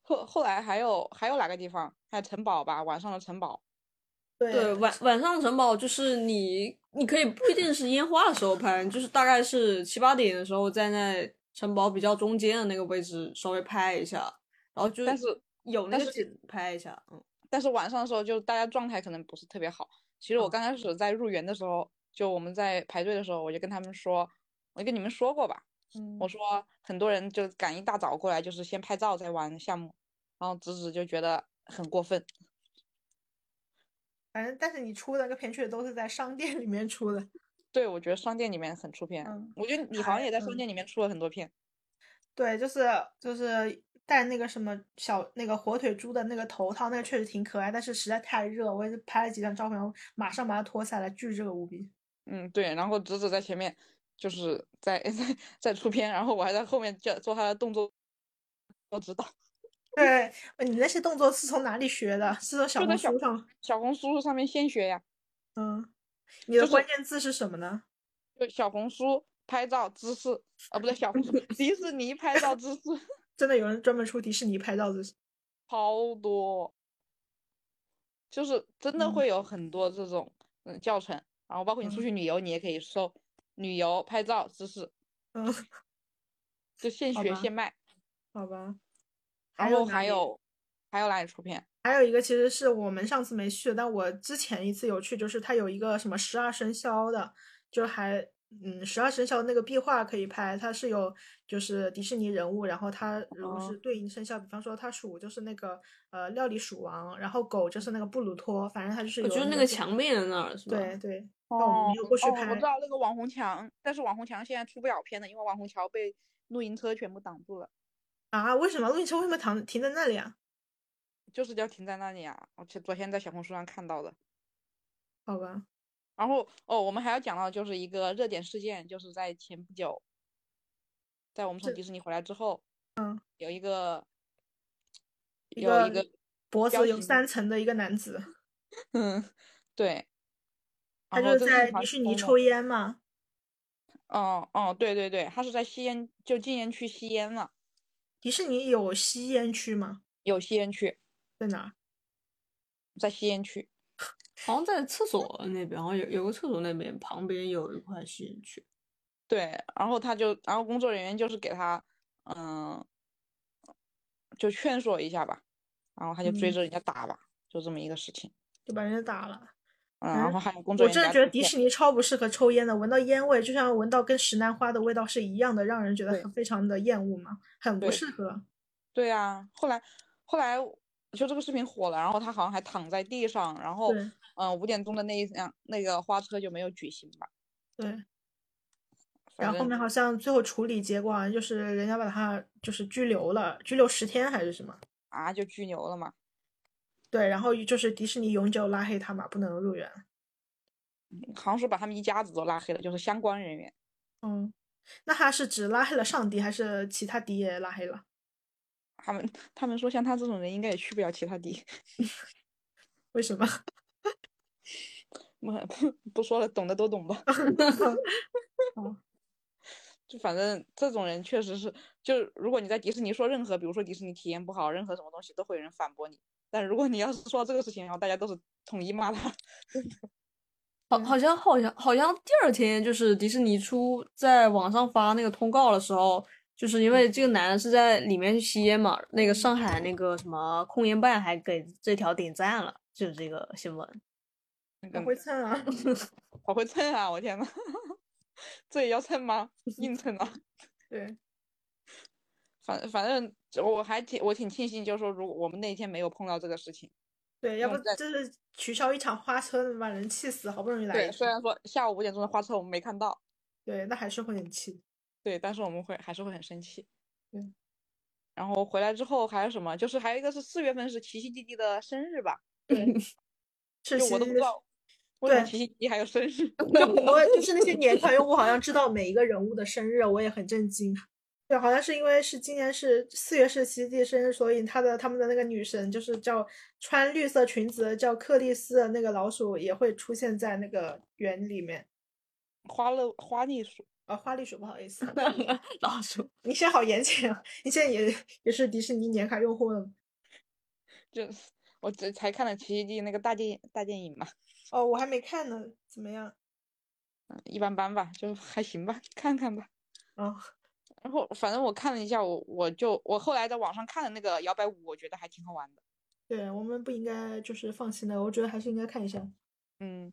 Speaker 1: 后后来还有还有哪个地方？还有城堡吧，晚上的城堡。
Speaker 3: 对，
Speaker 4: 对，晚晚上城堡就是你，你可以不一定是烟花的时候拍，就是大概是七八点的时候，在那城堡比较中间的那个位置稍微拍一下，然后就
Speaker 1: 但是
Speaker 4: 有那
Speaker 1: 但
Speaker 4: 个
Speaker 1: 是
Speaker 4: 景拍一下，嗯，
Speaker 1: 但是晚上的时候，就大家状态可能不是特别好。其
Speaker 3: 嗯
Speaker 1: 实我刚开始在入园的时候，就我们在排队的时候，我就跟他们说，我就跟你们说过吧，
Speaker 3: 嗯
Speaker 1: 我说很多人就赶一大早过来，就是先拍照再玩项目，然后直直就觉得很过分。
Speaker 3: 反正但是你出的那个片却都是在商店里面出的。
Speaker 1: 对，我觉得商店里面很出片，
Speaker 3: 嗯
Speaker 1: 我觉得你好像
Speaker 3: 还
Speaker 1: 也在商
Speaker 3: 嗯
Speaker 1: 店里面出了很多片。
Speaker 3: 对，就是就是戴那个什么小那个火腿猪的那个头套，那个确实挺可爱，但是实在太热，我也是拍了几张照片，我马上把它脱下来，巨热无比。
Speaker 1: 嗯，对，然后直直在前面，就是在 在在出片，然后我还在后面叫做他的动作我指导，
Speaker 3: 对，呃你那些动作是从哪里学的？是从小
Speaker 1: 就
Speaker 3: 红
Speaker 1: 在小
Speaker 3: 书上？
Speaker 1: 小红书上面先学呀，
Speaker 3: 嗯，你的
Speaker 1: 就是
Speaker 3: 关键字是什么呢？
Speaker 1: 就小红书拍照姿势，啊，不对，小红书迪士尼拍照姿势
Speaker 3: 真的有人专门出迪士尼拍照的？
Speaker 1: 超多，就是真的
Speaker 3: 嗯
Speaker 1: 会有很多这种嗯教程，然后包括你出
Speaker 3: 嗯
Speaker 1: 去旅游，你也可以搜旅游拍照姿势，
Speaker 3: 嗯，
Speaker 1: 就现
Speaker 3: 好
Speaker 1: 学
Speaker 3: 吧
Speaker 1: 现卖，
Speaker 3: 好吧。
Speaker 1: 然
Speaker 3: 还有
Speaker 1: 后哦
Speaker 3: 哪
Speaker 1: 还
Speaker 3: 里
Speaker 1: 有还有哪里出片？
Speaker 3: 还有一个其实是我们上次没去，但我之前一次有去，就是它有一个什么十二生肖的，就是还嗯十二生肖那个壁画可以拍，它是有就是迪士尼人物，然后它如果
Speaker 1: 哦
Speaker 3: 是对应生肖，比方说它鼠就是那个呃料理鼠王，然后狗就是那个布鲁托，反正它就是
Speaker 4: 我
Speaker 3: 有
Speaker 4: 哦就是那
Speaker 3: 个
Speaker 4: 个墙面那儿是吧？
Speaker 3: 对对，但我们
Speaker 1: 哦
Speaker 3: 没有过去
Speaker 1: 哦，我
Speaker 3: 拍
Speaker 1: 知。道那个网红墙，但是网红墙现在出不了片了，因为网红墙被露营车全部挡住了，
Speaker 3: 啊，为什么露营车为什么停停在那里啊？
Speaker 1: 就是要停在那里啊！我前昨天在小红书上看到的。
Speaker 3: 好吧，
Speaker 1: 然后哦，我们还要讲到就是一个热点事件，就是在前不久，在我们从
Speaker 3: 这
Speaker 1: 迪士尼回来之后，
Speaker 3: 嗯，
Speaker 1: 有一个
Speaker 3: 一
Speaker 1: 有一
Speaker 3: 个
Speaker 1: 个
Speaker 3: 脖
Speaker 1: 彪
Speaker 3: 子有
Speaker 1: 形
Speaker 3: 三层的一个男子，
Speaker 1: 嗯，对，
Speaker 3: 他
Speaker 1: 然
Speaker 3: 就
Speaker 1: 后
Speaker 3: 是
Speaker 1: 这是
Speaker 3: 在
Speaker 1: 一条
Speaker 3: 迪士尼
Speaker 1: 疯的
Speaker 3: 抽烟嘛。
Speaker 1: 哦哦，对对对，他是在吸烟，就禁烟区吸烟了，
Speaker 3: 迪士尼有吸烟区吗？
Speaker 1: 有吸烟区，
Speaker 3: 在哪儿？
Speaker 1: 在吸烟区。
Speaker 4: 好像在厕所那边，好像有有个厕所那边旁边有一块吸烟区。
Speaker 1: 对，然后他就，然后工作人员就是给他，嗯，就劝说一下吧，然后他就追
Speaker 3: 嗯
Speaker 1: 着人家打吧，就这么一个事情。
Speaker 3: 就把人家打了。
Speaker 1: 嗯，
Speaker 3: 反
Speaker 1: 然
Speaker 3: 正
Speaker 1: 后还有工作
Speaker 3: 啊我
Speaker 1: 人员给他
Speaker 3: 真的觉得
Speaker 1: 道
Speaker 3: 迪
Speaker 1: 歉
Speaker 3: 士尼超不适合抽烟的，闻到烟味就像闻到跟石楠花的味道是一样的，让人觉得
Speaker 1: 对
Speaker 3: 很非常的厌恶嘛，很不
Speaker 1: 对
Speaker 3: 适合。
Speaker 1: 对啊，后来后来就这个视频火了，然后他好像还躺在地上，然后
Speaker 3: 对
Speaker 1: 嗯五点钟的那一辆那个花车就没有举行吧，
Speaker 3: 对，
Speaker 1: 反
Speaker 3: 然后后面
Speaker 1: 正
Speaker 3: 好像最后处理结果好像就是人家把他就是拘留了，拘留十天还是什么？
Speaker 1: 啊就拘留了嘛。
Speaker 3: 对，然后就是迪士尼永久拉黑他嘛，不能入园。
Speaker 1: 嗯好像是把他们一家子都拉黑了，就是相关人员。
Speaker 3: 嗯，那他是只拉黑了上帝，还是其他迪也拉黑了？
Speaker 1: 他们他们说像他这种人应该也去不了其他地。
Speaker 3: 为什么？
Speaker 1: 不 不说了，懂的都懂 吧。 就反正这种人确实是，就是如果你在迪士尼说任何，比如说迪士尼体验不好，任何什么东西都会有人反驳你。但如果你要是说到这个事情，然后大家都是统一骂他，
Speaker 4: 好，好像好像好像第二天就是迪士尼出在网上发那个通告的时候，就是因为这个男的是在里面吸烟嘛，那个上海那个什么控烟办还给这条点赞了，就是这个新闻。
Speaker 1: 那
Speaker 3: 我
Speaker 1: 个
Speaker 3: 会蹭啊，
Speaker 1: 好会蹭啊！我天呐， 这也要蹭吗？硬蹭啊！
Speaker 3: 对，
Speaker 1: 反反正我还挺我挺庆幸，就是说如果我们那天没有碰到这个事情，
Speaker 3: 对，要
Speaker 1: 那
Speaker 3: 不
Speaker 1: 我再
Speaker 3: 这是取消一场花车，把人气死，好不容易来
Speaker 1: 对，
Speaker 3: 一
Speaker 1: 虽
Speaker 3: 次，
Speaker 1: 然说下午五点钟的花车我们没看到，
Speaker 3: 对，那还是会很气。
Speaker 1: 对，但是我们会还是会很生气。
Speaker 3: 对。
Speaker 1: 然后回来之后还有什么？就是还有一个是四月份是琪琪弟弟的生日吧？
Speaker 3: 是
Speaker 1: 就
Speaker 3: 其
Speaker 1: 我都不
Speaker 3: 实
Speaker 1: 知道为什么
Speaker 3: 对
Speaker 1: 琪琪弟弟还有 生日。
Speaker 3: 就我就是那些年团员，我好像知道每一个人物的生日，我也很震惊。对，好像是因为是今年是四月是奇迹生日，所以他的他们的那个女神就是叫穿绿色裙子的叫克丽丝的那个老鼠也会出现在那个园里面。
Speaker 1: 花乐花栗鼠，
Speaker 3: 啊，花栗鼠，不好意思，
Speaker 4: 老鼠，
Speaker 3: 你现在好严谨啊！你现在也也是迪士尼年卡用户了吗。
Speaker 1: 就是我这才看了奇迹弟那个大电影大电影嘛，
Speaker 3: 哦，我还没看呢，怎么样？
Speaker 1: 嗯一般般吧，就还行吧，看看吧。
Speaker 3: 哦，
Speaker 1: 然后反正我看了一下，我我就我后来在网上看的那个摇摆舞，我觉得还挺好玩的。
Speaker 3: 对我们不应该就是放弃的，我觉得还是应该看一下。
Speaker 1: 嗯，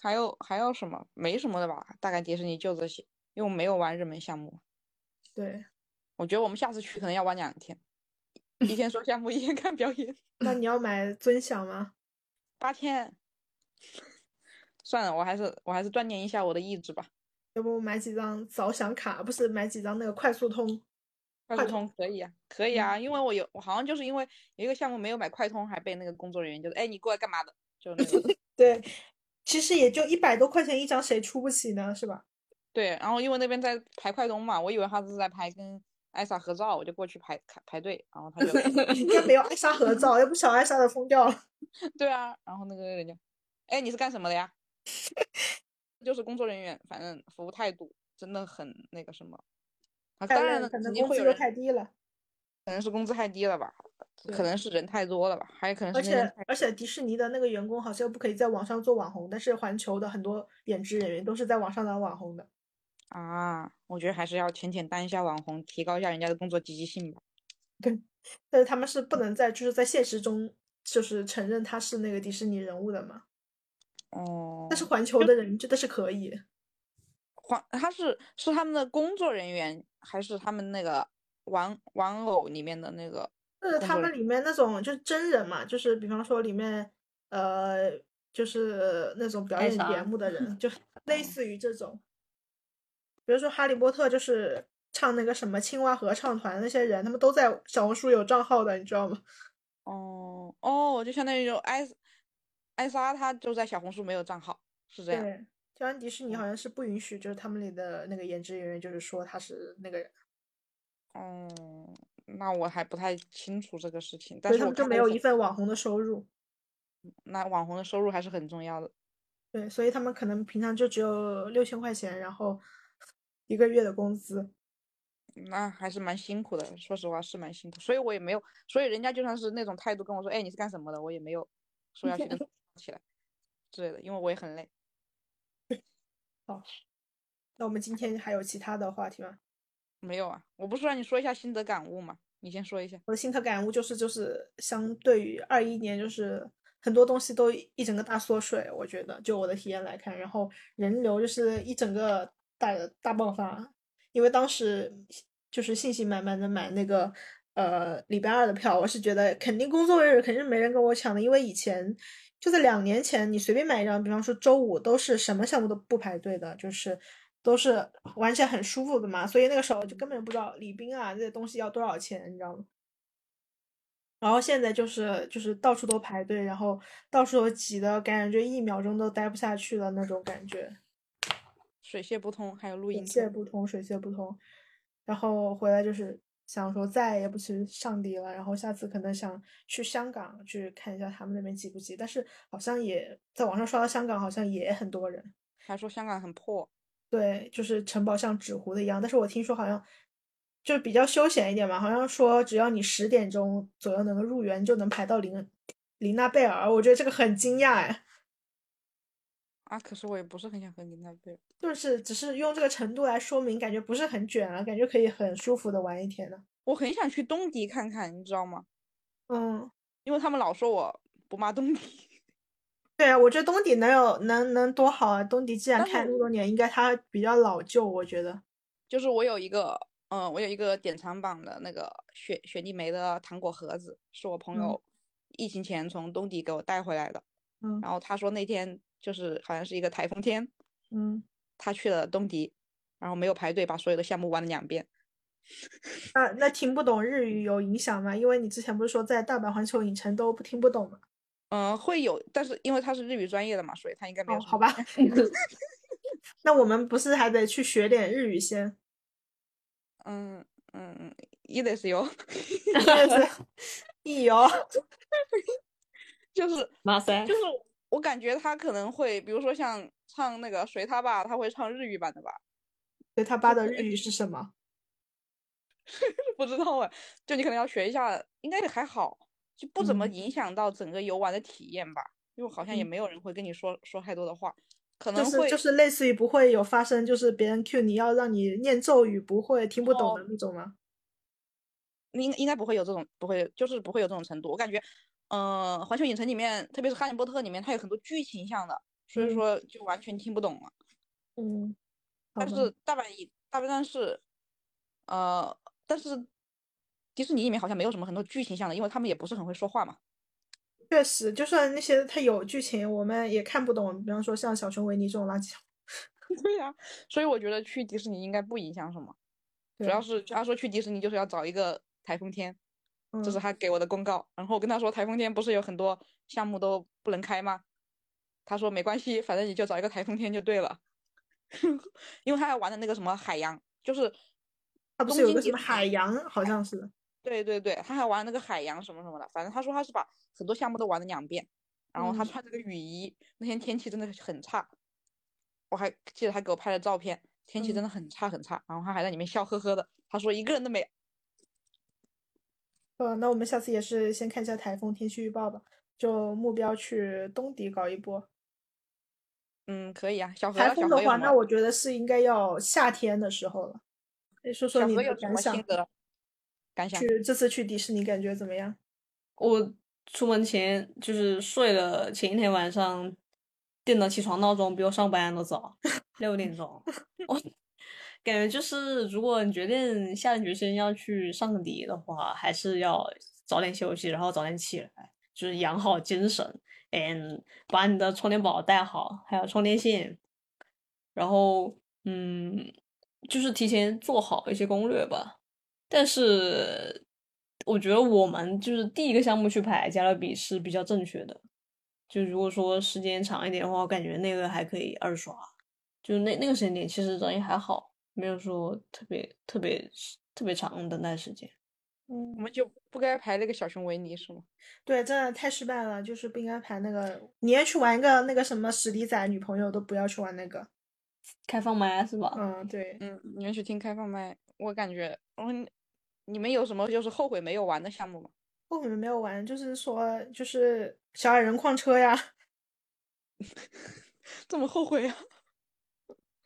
Speaker 1: 还有还有什么？没什么的吧，大概迪士尼就这些，因为我没有玩热门项目。
Speaker 3: 对，
Speaker 1: 我觉得我们下次去可能要玩两天，一天说项目，一 天看表演。
Speaker 3: 那 你要买尊享吗？
Speaker 1: 八天， 算了，我还是我还是锻炼一下我的意志吧。
Speaker 3: 要不我买几张早享卡，不是买几张那个快速通？
Speaker 1: 快
Speaker 3: 快
Speaker 1: 速通可以啊，可以啊，因为我有我好像就是因为有一个项目没有买快通，还被那个工作人员就是哎你过来干嘛的，就那种。
Speaker 3: 对，其实也就一百多块钱一张，谁出不起呢？是吧？
Speaker 1: 对，然后因为那边在排快通嘛，我以为他是在排跟艾莎合照，我就过去排排排队，然后他就
Speaker 3: 应该没有艾莎合照，要不小艾莎的疯掉了。
Speaker 1: 对啊，然后那个人家，哎，你是干什么的呀？ 就是工作人员，反正服务态度真的很那个什么。啊，
Speaker 3: 看
Speaker 1: 当
Speaker 3: 来
Speaker 1: 然了，
Speaker 3: 可
Speaker 1: 肯
Speaker 3: 能
Speaker 1: 定
Speaker 3: 工
Speaker 1: 会
Speaker 3: 资
Speaker 1: 有
Speaker 3: 都
Speaker 1: 人，
Speaker 3: 太低了，
Speaker 1: 可能是工资太低了吧，可
Speaker 3: 对
Speaker 1: 能是人太多了吧，还有可能
Speaker 3: 而
Speaker 1: 是那边
Speaker 3: 且
Speaker 1: 太
Speaker 3: 而且迪士尼的那个员工好像又不可以在网上做网红，但是环球的很多演职人员都是在网上当网红的。
Speaker 1: 啊，我觉得还是要浅浅当一下网红，提高一下人家的工作积极性吧。
Speaker 3: 但是他们是不能在就是在现实中就是承认他是那个迪士尼人物的嘛。
Speaker 1: 哦，
Speaker 3: 但是环球的人真的是可以，
Speaker 1: 黄他是是他们的工作人员，还是他们那个玩玩偶里面的那个？
Speaker 3: 就是
Speaker 1: 工
Speaker 3: 他
Speaker 1: 作
Speaker 3: 们
Speaker 1: 人
Speaker 3: 里面那种就是真人嘛，就是比方说里面呃，就是那种表
Speaker 4: 艾
Speaker 3: 演
Speaker 4: 莎
Speaker 3: 节目 的人，就类
Speaker 1: 哦
Speaker 3: 似于这种，比如说《哈利波特》就是唱那个什么青蛙合唱团那些人，他们都在小红书有账号的，你知道吗？
Speaker 1: 哦哦，就相当于有艾斯艾莎，她就在小红书没有账号，是这样。
Speaker 3: 对，就像迪士
Speaker 1: 嗯
Speaker 3: 尼好像是不允许，就是他们里的那个颜值人员，就是说他是那个人，
Speaker 1: 嗯，那我还不太清楚这个事情，但
Speaker 3: 所以
Speaker 1: 是
Speaker 3: 他
Speaker 1: 我
Speaker 3: 们就
Speaker 1: 看
Speaker 3: 没
Speaker 1: 到
Speaker 3: 有
Speaker 1: 小
Speaker 3: 一份网红的收入。
Speaker 1: 那网红的收入还是很重要的。
Speaker 3: 对，所以他们可能平常就只有六千块钱，然后一个月的工资。
Speaker 1: 那还是蛮辛苦的，说实话是蛮辛苦，所以我也没有，所以人家就算是那种态度跟我说，哎，你是干什么的，我也没有说要去 跟他起来之类的，因为我也很累。
Speaker 3: 那我们今天还有其他的话题吗？
Speaker 1: 没有啊，我不是让你说一下心得感悟吗？你先说一下。
Speaker 3: 我的心得感悟就是，就是相对于二一年，就是很多东西都一一整个大缩水。我觉得，就我的体验来看，然后人流就是一整个大大爆发，因为当时就是信心满满的买那个呃礼拜二的票，我是觉得肯定工作日肯定是没人跟我抢的，因为以前就在两年前，你随便买一张，比方说周五都是什么项目都不排队的，就是都是玩起来很舒服的嘛，所以那个时候就根本不知道礼宾啊这些东西要多少钱，你知道吗？然后现在就是就是到处都排队，然后到处都挤的，感觉一秒钟都待不下去了那种感觉。
Speaker 1: 水泄不通，还有录
Speaker 3: 水
Speaker 1: 音
Speaker 3: 泄
Speaker 1: 通。
Speaker 3: 不通，水泄不通。然后回来就是想说再也不去上迪了，然后下次可能想去香港去看一下他们那边挤不挤，但是好像也在网上刷到香港好像也很多人，
Speaker 1: 还说香港很破，
Speaker 3: 对，就是城堡像纸糊的一样，但是我听说好像就是比较休闲一点嘛，好像说只要你十点钟左右能够入园，就能排到林林娜贝尔，我觉得这个很惊讶哎，
Speaker 1: 啊，可是我也不是很想和你那边。
Speaker 3: 就是只是用这个程度来说明，感觉不是很卷了，啊感觉可以很舒服的玩一天呢。
Speaker 1: 我很想去东迪看看，你知道吗？
Speaker 3: 嗯，
Speaker 1: 因为他们老说我不骂东迪，
Speaker 3: 对啊，我觉得东迪能有能能多好啊！东迪既然
Speaker 1: 但是
Speaker 3: 开那么
Speaker 1: 我
Speaker 3: 多年，应该它比较老旧，我觉得。
Speaker 1: 就是我有一个，嗯，我有一个典藏版的那个雪雪地梅的糖果盒子，是我朋
Speaker 3: 嗯
Speaker 1: 友疫情前从东迪给我带回来的。
Speaker 3: 嗯
Speaker 1: 然后他说那天就是好像是一个台风天，
Speaker 3: 嗯，
Speaker 1: 他去了东迪，然后没有排队，把所有的项目玩了两遍。
Speaker 3: 那那听不懂日语有影响吗？因为你之前不是说在大阪环球影城都不听不懂吗？
Speaker 1: 嗯，会有，但是因为他是日语专业的嘛，所以他应该没有
Speaker 3: 哦，
Speaker 1: 什
Speaker 3: 好
Speaker 1: 么
Speaker 3: 吧， 那我们不是还得去学点日语先？
Speaker 1: 嗯嗯嗯，一得是 有，
Speaker 3: 一游，
Speaker 1: 就是
Speaker 4: 哇塞
Speaker 1: 就，是我感觉他可能会，比如说像唱那个随他吧，他会唱日语版的吧，
Speaker 3: 对他爸的日语是什么？
Speaker 1: 不知道哎，就你可能要学一下，应该也还好，就不怎么
Speaker 3: 嗯
Speaker 1: 影响到整个游玩的体验吧，因为好像也
Speaker 3: 嗯
Speaker 1: 没有人会跟你说说太多的话，可
Speaker 3: 就
Speaker 1: 能
Speaker 3: 是
Speaker 1: 会
Speaker 3: 就是类似于不会有发生，就是别人 cue 你要让你念咒语，不会听不懂
Speaker 1: 哦
Speaker 3: 的那种吗？
Speaker 1: 应应该不会有这种，不会就是不会有这种程度。我感觉，嗯、环球影城里面，特别是《哈利波特》里面，它有很多剧情向的，所以
Speaker 3: 嗯
Speaker 1: 说就完全听不懂啊了。
Speaker 3: 嗯，好
Speaker 1: 但
Speaker 3: 吧
Speaker 1: 是大阪一大阪但是，呃，但是迪士尼里面好像没有什么很多剧情向的，因为他们也不是很会说话嘛。
Speaker 3: 确实，就算那些它有剧情，我们也看不懂。比方说像小熊维尼这种垃圾，
Speaker 1: 对呀、所以我觉得去迪士尼应该不影响什么，主
Speaker 3: 对
Speaker 1: 要是他说去迪士尼就是要找一个台风天，这是
Speaker 3: 嗯
Speaker 1: 他给我的公告。然后我跟他说，台风天不是有很多项目都不能开吗？他说没关系，反正你就找一个台风天就对了。 因为他要玩的那个什么海洋，就是
Speaker 3: 啊它不
Speaker 1: 东
Speaker 3: 是有
Speaker 1: 京哎
Speaker 3: 个
Speaker 1: 迪
Speaker 3: 什么
Speaker 1: 士尼
Speaker 3: 海洋，好像是。
Speaker 1: 对对对，他还玩那个海洋什么什么的，反正他说他是把很多项目都玩了两遍，然后他
Speaker 3: 嗯
Speaker 1: 穿这个雨衣，那天天气真的很差，我还记得他给我拍了照片，天气真
Speaker 3: 嗯
Speaker 1: 的很差很差，然后他还在里面笑呵呵的，他说一个人都没有，
Speaker 3: 呃，那我们下次也是先看一下台风天气预报吧，就目标去东迪搞一波。
Speaker 1: 嗯，可以啊，小何
Speaker 3: 台
Speaker 1: 小
Speaker 3: 风
Speaker 1: 何
Speaker 3: 的
Speaker 1: 有
Speaker 3: 话，
Speaker 1: 什
Speaker 3: 那
Speaker 1: 么
Speaker 3: 我觉得是应该要夏天的时候了。哎，说说
Speaker 1: 小
Speaker 3: 你
Speaker 1: 何
Speaker 3: 的
Speaker 1: 有什
Speaker 3: 感
Speaker 1: 么
Speaker 3: 想
Speaker 1: 心，得感想？
Speaker 3: 去这次去迪士尼感觉怎么样？
Speaker 4: 我出门前就是睡了前一天晚上定的起床闹钟，比我上班都早，六点钟。我感觉就是，如果你决定下定决心要去上迪的话，还是要早点休息，然后早点起来，就是养好精神，and 把你的充电宝带好，还有充电线，然后嗯，就是提前做好一些攻略吧。但是我觉得我们就是第一个项目去排加勒比是比较正确的。就如果说时间长一点的话，我感觉那个还可以二刷。就是那那个时间点其实人也还好，没有说特别特别特别长的等待时间。
Speaker 1: 我
Speaker 3: 嗯，
Speaker 1: 们就不该排那个小熊维尼是吗？
Speaker 3: 对，真的太失败了，就是不应该排那个。你要去玩一个那个什么史迪仔女朋友，都不要去玩那个。
Speaker 4: 开放麦啊是吧？
Speaker 3: 嗯，对。
Speaker 1: 嗯，你们去听开放麦，我感觉，嗯，你们有什么就是后悔没有玩的项目吗？
Speaker 3: 后悔没有玩，就是说就是小矮人矿车呀，
Speaker 1: 这么后悔啊？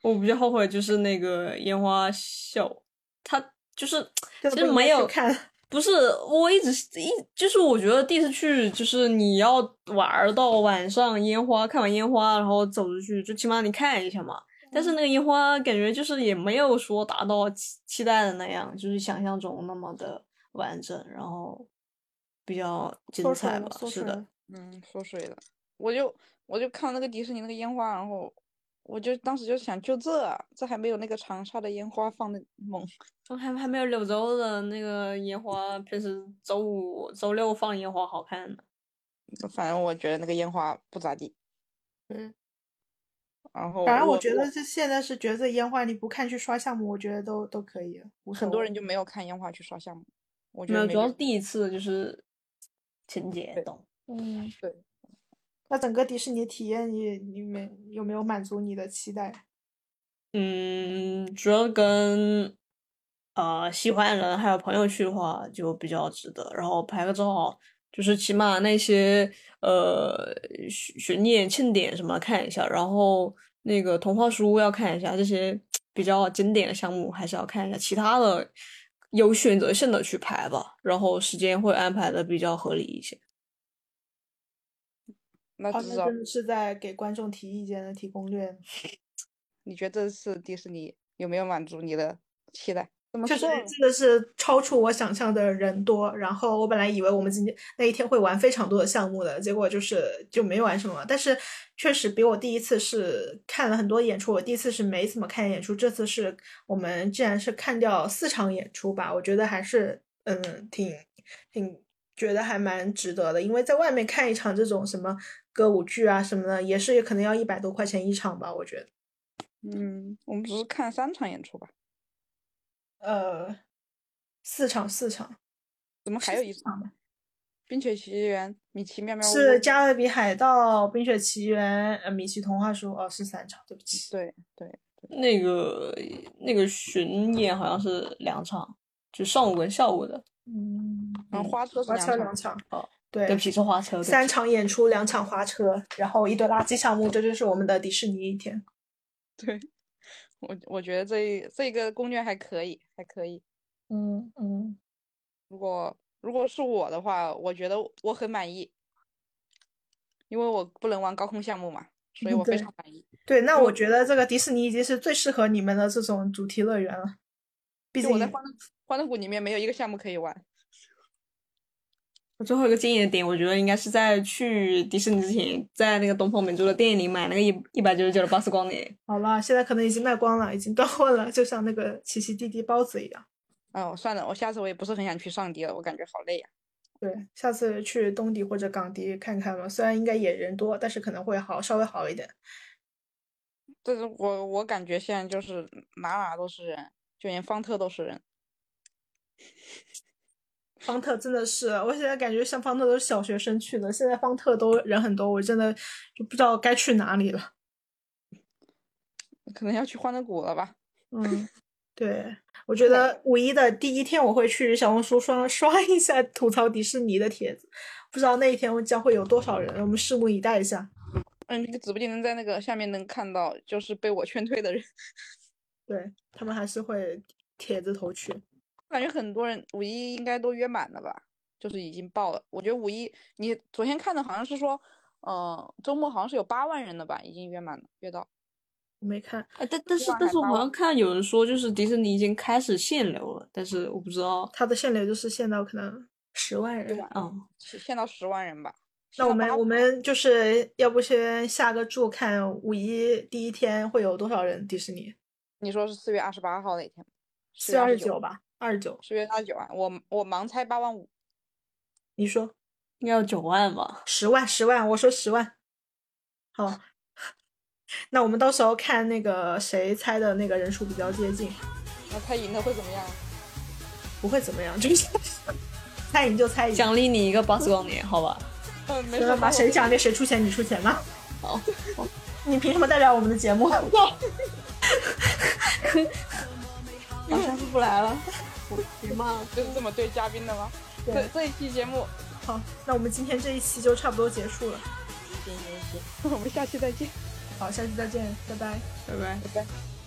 Speaker 4: 我比较后悔就是那个烟花秀，它就是
Speaker 3: 这
Speaker 4: 其
Speaker 3: 不
Speaker 4: 实
Speaker 3: 应
Speaker 4: 没
Speaker 3: 该去
Speaker 4: 有
Speaker 3: 看。
Speaker 4: 不是，我一直是一就是我觉得第一次去就是你要玩儿到晚上烟花，看完烟花然后走出去，就起码你看一下嘛。但是那个烟花感觉就是也没有说达到期期待的那样，就是想象中那么的完整，然后比较精
Speaker 3: 说出来
Speaker 4: 彩
Speaker 3: 了，
Speaker 4: 吧。
Speaker 3: 说
Speaker 4: 是
Speaker 3: 出来
Speaker 4: 的
Speaker 3: 了，。
Speaker 1: 嗯，缩水了。我就我就看那个迪士尼那个烟花，然后我就当时就想，就这啊，这还没有那个长沙的烟花放的猛。
Speaker 4: 我还还没有柳州的那个烟花，平时周五、周六放烟花好看呢。
Speaker 1: 反正我觉得那个烟花不咋地。
Speaker 3: 嗯，
Speaker 1: 然后
Speaker 3: 反正我
Speaker 1: 我
Speaker 3: 觉得这现在是角色烟花，你不看去刷项目，我觉得都都可以，无
Speaker 1: 很
Speaker 3: 所
Speaker 1: 多
Speaker 3: 谓
Speaker 1: 人就没有看烟花去刷项目，我觉
Speaker 4: 没
Speaker 1: 得
Speaker 4: 有，
Speaker 1: 没
Speaker 4: 主要
Speaker 1: 必
Speaker 4: 是第一次就是情节
Speaker 1: 对
Speaker 4: 懂。
Speaker 3: 嗯，
Speaker 1: 对。
Speaker 3: 那整个迪士尼体验你你没有没有满足你的期待？
Speaker 4: 嗯，主要跟呃喜欢的人还有朋友去的话就比较值得，然后拍个照，就是起码那些呃巡巡演庆典什么看一下，然后那个童话书要看一下，这些比较经典的项目还是要看一下，其他的有选择性的去排吧，然后时间会安排的比较合理一些。
Speaker 1: 那
Speaker 3: 哦，
Speaker 1: 至
Speaker 3: 那
Speaker 1: 少
Speaker 3: 真的是在给观众提意见的提攻略呢。
Speaker 1: 你觉得这次迪士尼有没有满足你的期待？怎么
Speaker 3: 确实
Speaker 1: 说呢？
Speaker 3: 真的是超出我想象的人多。然后我本来以为我们今天那一天会玩非常多的项目的，结果就是就没玩什么。但是确实比我第一次是看了很多演出，我第一次是没怎么看演出，这次是我们竟然是看掉四场演出吧，我觉得还是嗯挺挺觉得还蛮值得的，因为在外面看一场这种什么歌舞剧啊什么的，也是可能要一百多块钱一场吧，我觉得。
Speaker 1: 嗯，我们只是看三场演出吧，
Speaker 3: 呃，四场四场。
Speaker 1: 怎么还有一场
Speaker 3: 场
Speaker 1: 呢？冰雪奇缘、米奇妙妙屋，
Speaker 3: 是《加勒比海盗》《冰雪奇缘》呃《米奇童话书》哦，是三场，对不起。
Speaker 1: 对对，
Speaker 4: 那个那个巡演好像是两场，就上午跟下午的。
Speaker 3: 嗯，
Speaker 1: 然后花车是
Speaker 3: 花车
Speaker 1: 两
Speaker 3: 两
Speaker 1: 场，
Speaker 3: 场，
Speaker 4: 哦，对
Speaker 3: 对
Speaker 4: 不，起，是花车。对不
Speaker 3: 三
Speaker 4: 起
Speaker 3: 场演出，两场花车，然后一堆垃圾项目，这就是我们的迪士尼一天。
Speaker 1: 对，我我觉得这这个攻略还可以，还可以。
Speaker 3: 嗯嗯，
Speaker 1: 如果如果是我的话，我觉得我很满意，因为我不能玩高空项目嘛，所以
Speaker 3: 嗯
Speaker 1: 我非
Speaker 3: 对
Speaker 1: 常满意。
Speaker 3: 对，那我觉得这个迪士尼已经是最适合你们的这种主题乐园了，毕
Speaker 1: 就
Speaker 3: 竟
Speaker 1: 我在欢乐欢乐谷里面没有一个项目可以玩。
Speaker 4: 我最后一个建议的点，我觉得应该是在去迪士尼之前，在那个东方明珠的电影里买那个一一百九十九的巴斯光年。
Speaker 3: 好了，现在可能已经卖光了，已经断货了，就像那个奇奇弟弟包子一样。
Speaker 1: 哦，算了，我下次我也不是很想去上迪了，我感觉好累啊呀、
Speaker 3: 对，下次去东迪或者港迪看看吧，虽然应该也人多，但是可能会好稍微好一点。
Speaker 1: 但是我我感觉现在就是哪哪都是人，就连方特都是人。
Speaker 3: 方特真的是，我现在感觉像方特都是小学生去的，现在方特都人很多，我真的就不知道该去哪里了。
Speaker 1: 可能要去欢乐谷了吧？
Speaker 3: 嗯，对，我觉得五一的第一天我会去小红书刷刷一下吐槽迪士尼的帖子，不知道那一天将会有多少人，我们拭目以待一下。
Speaker 1: 嗯，这个指不定能在那个下面能看到，就是被我劝退的人。
Speaker 3: 对他们还是会帖子头去。
Speaker 1: 感觉很多人五一应该都约满了吧，就是已经报了。我觉得五一你昨天看的好像是说，呃，周末好像是有八万人的吧，已经约满了，约到。
Speaker 3: 我没看，
Speaker 4: 哎，但但是
Speaker 1: 哇
Speaker 4: 但
Speaker 1: 还
Speaker 4: 是我
Speaker 1: 八
Speaker 4: 好
Speaker 1: 万
Speaker 4: 像看有人说，就是迪士尼已经开始限流了，但是我不知道。
Speaker 3: 他的限流就是限到可能十万人。
Speaker 4: 嗯，
Speaker 1: 限限到十万人吧。
Speaker 3: 那
Speaker 1: 限
Speaker 3: 我
Speaker 1: 到
Speaker 3: 们
Speaker 1: 八
Speaker 3: 我
Speaker 1: 万
Speaker 3: 们就是要不先下个注，看五一第一天会有多少人？迪士尼
Speaker 1: 你说是四月二十八号那天吗？
Speaker 3: 四
Speaker 4: 啊
Speaker 3: 月二
Speaker 1: 29
Speaker 3: 十九，吧，二十九。
Speaker 1: 四月二十九啊，我我盲猜八万五，
Speaker 3: 你说
Speaker 4: 应该有九万吧。
Speaker 3: 十万，十万，我说十万。好， 那我们到时候看那个谁猜的那个人数比较接近，
Speaker 1: 那猜赢了会怎么样？
Speaker 3: 不会怎么样，就是 猜赢就猜赢，
Speaker 4: 奖励你一个巴斯光年，好吧？
Speaker 1: 嗯，没
Speaker 3: 没
Speaker 1: 事，
Speaker 3: 办法，谁奖励谁出钱，你出钱吗？
Speaker 4: 好，
Speaker 3: 你凭什么代表我们的 节目？
Speaker 4: 我下次不来了，我别骂了。
Speaker 1: 就是这么对嘉宾的吗？
Speaker 3: 对
Speaker 1: 这这一期节目，
Speaker 3: 好，那我们今天这一期就差不多结束了。
Speaker 1: 行行行，我们下期再见。
Speaker 3: 好，下期再见，拜拜。
Speaker 4: 拜拜。
Speaker 1: 拜拜。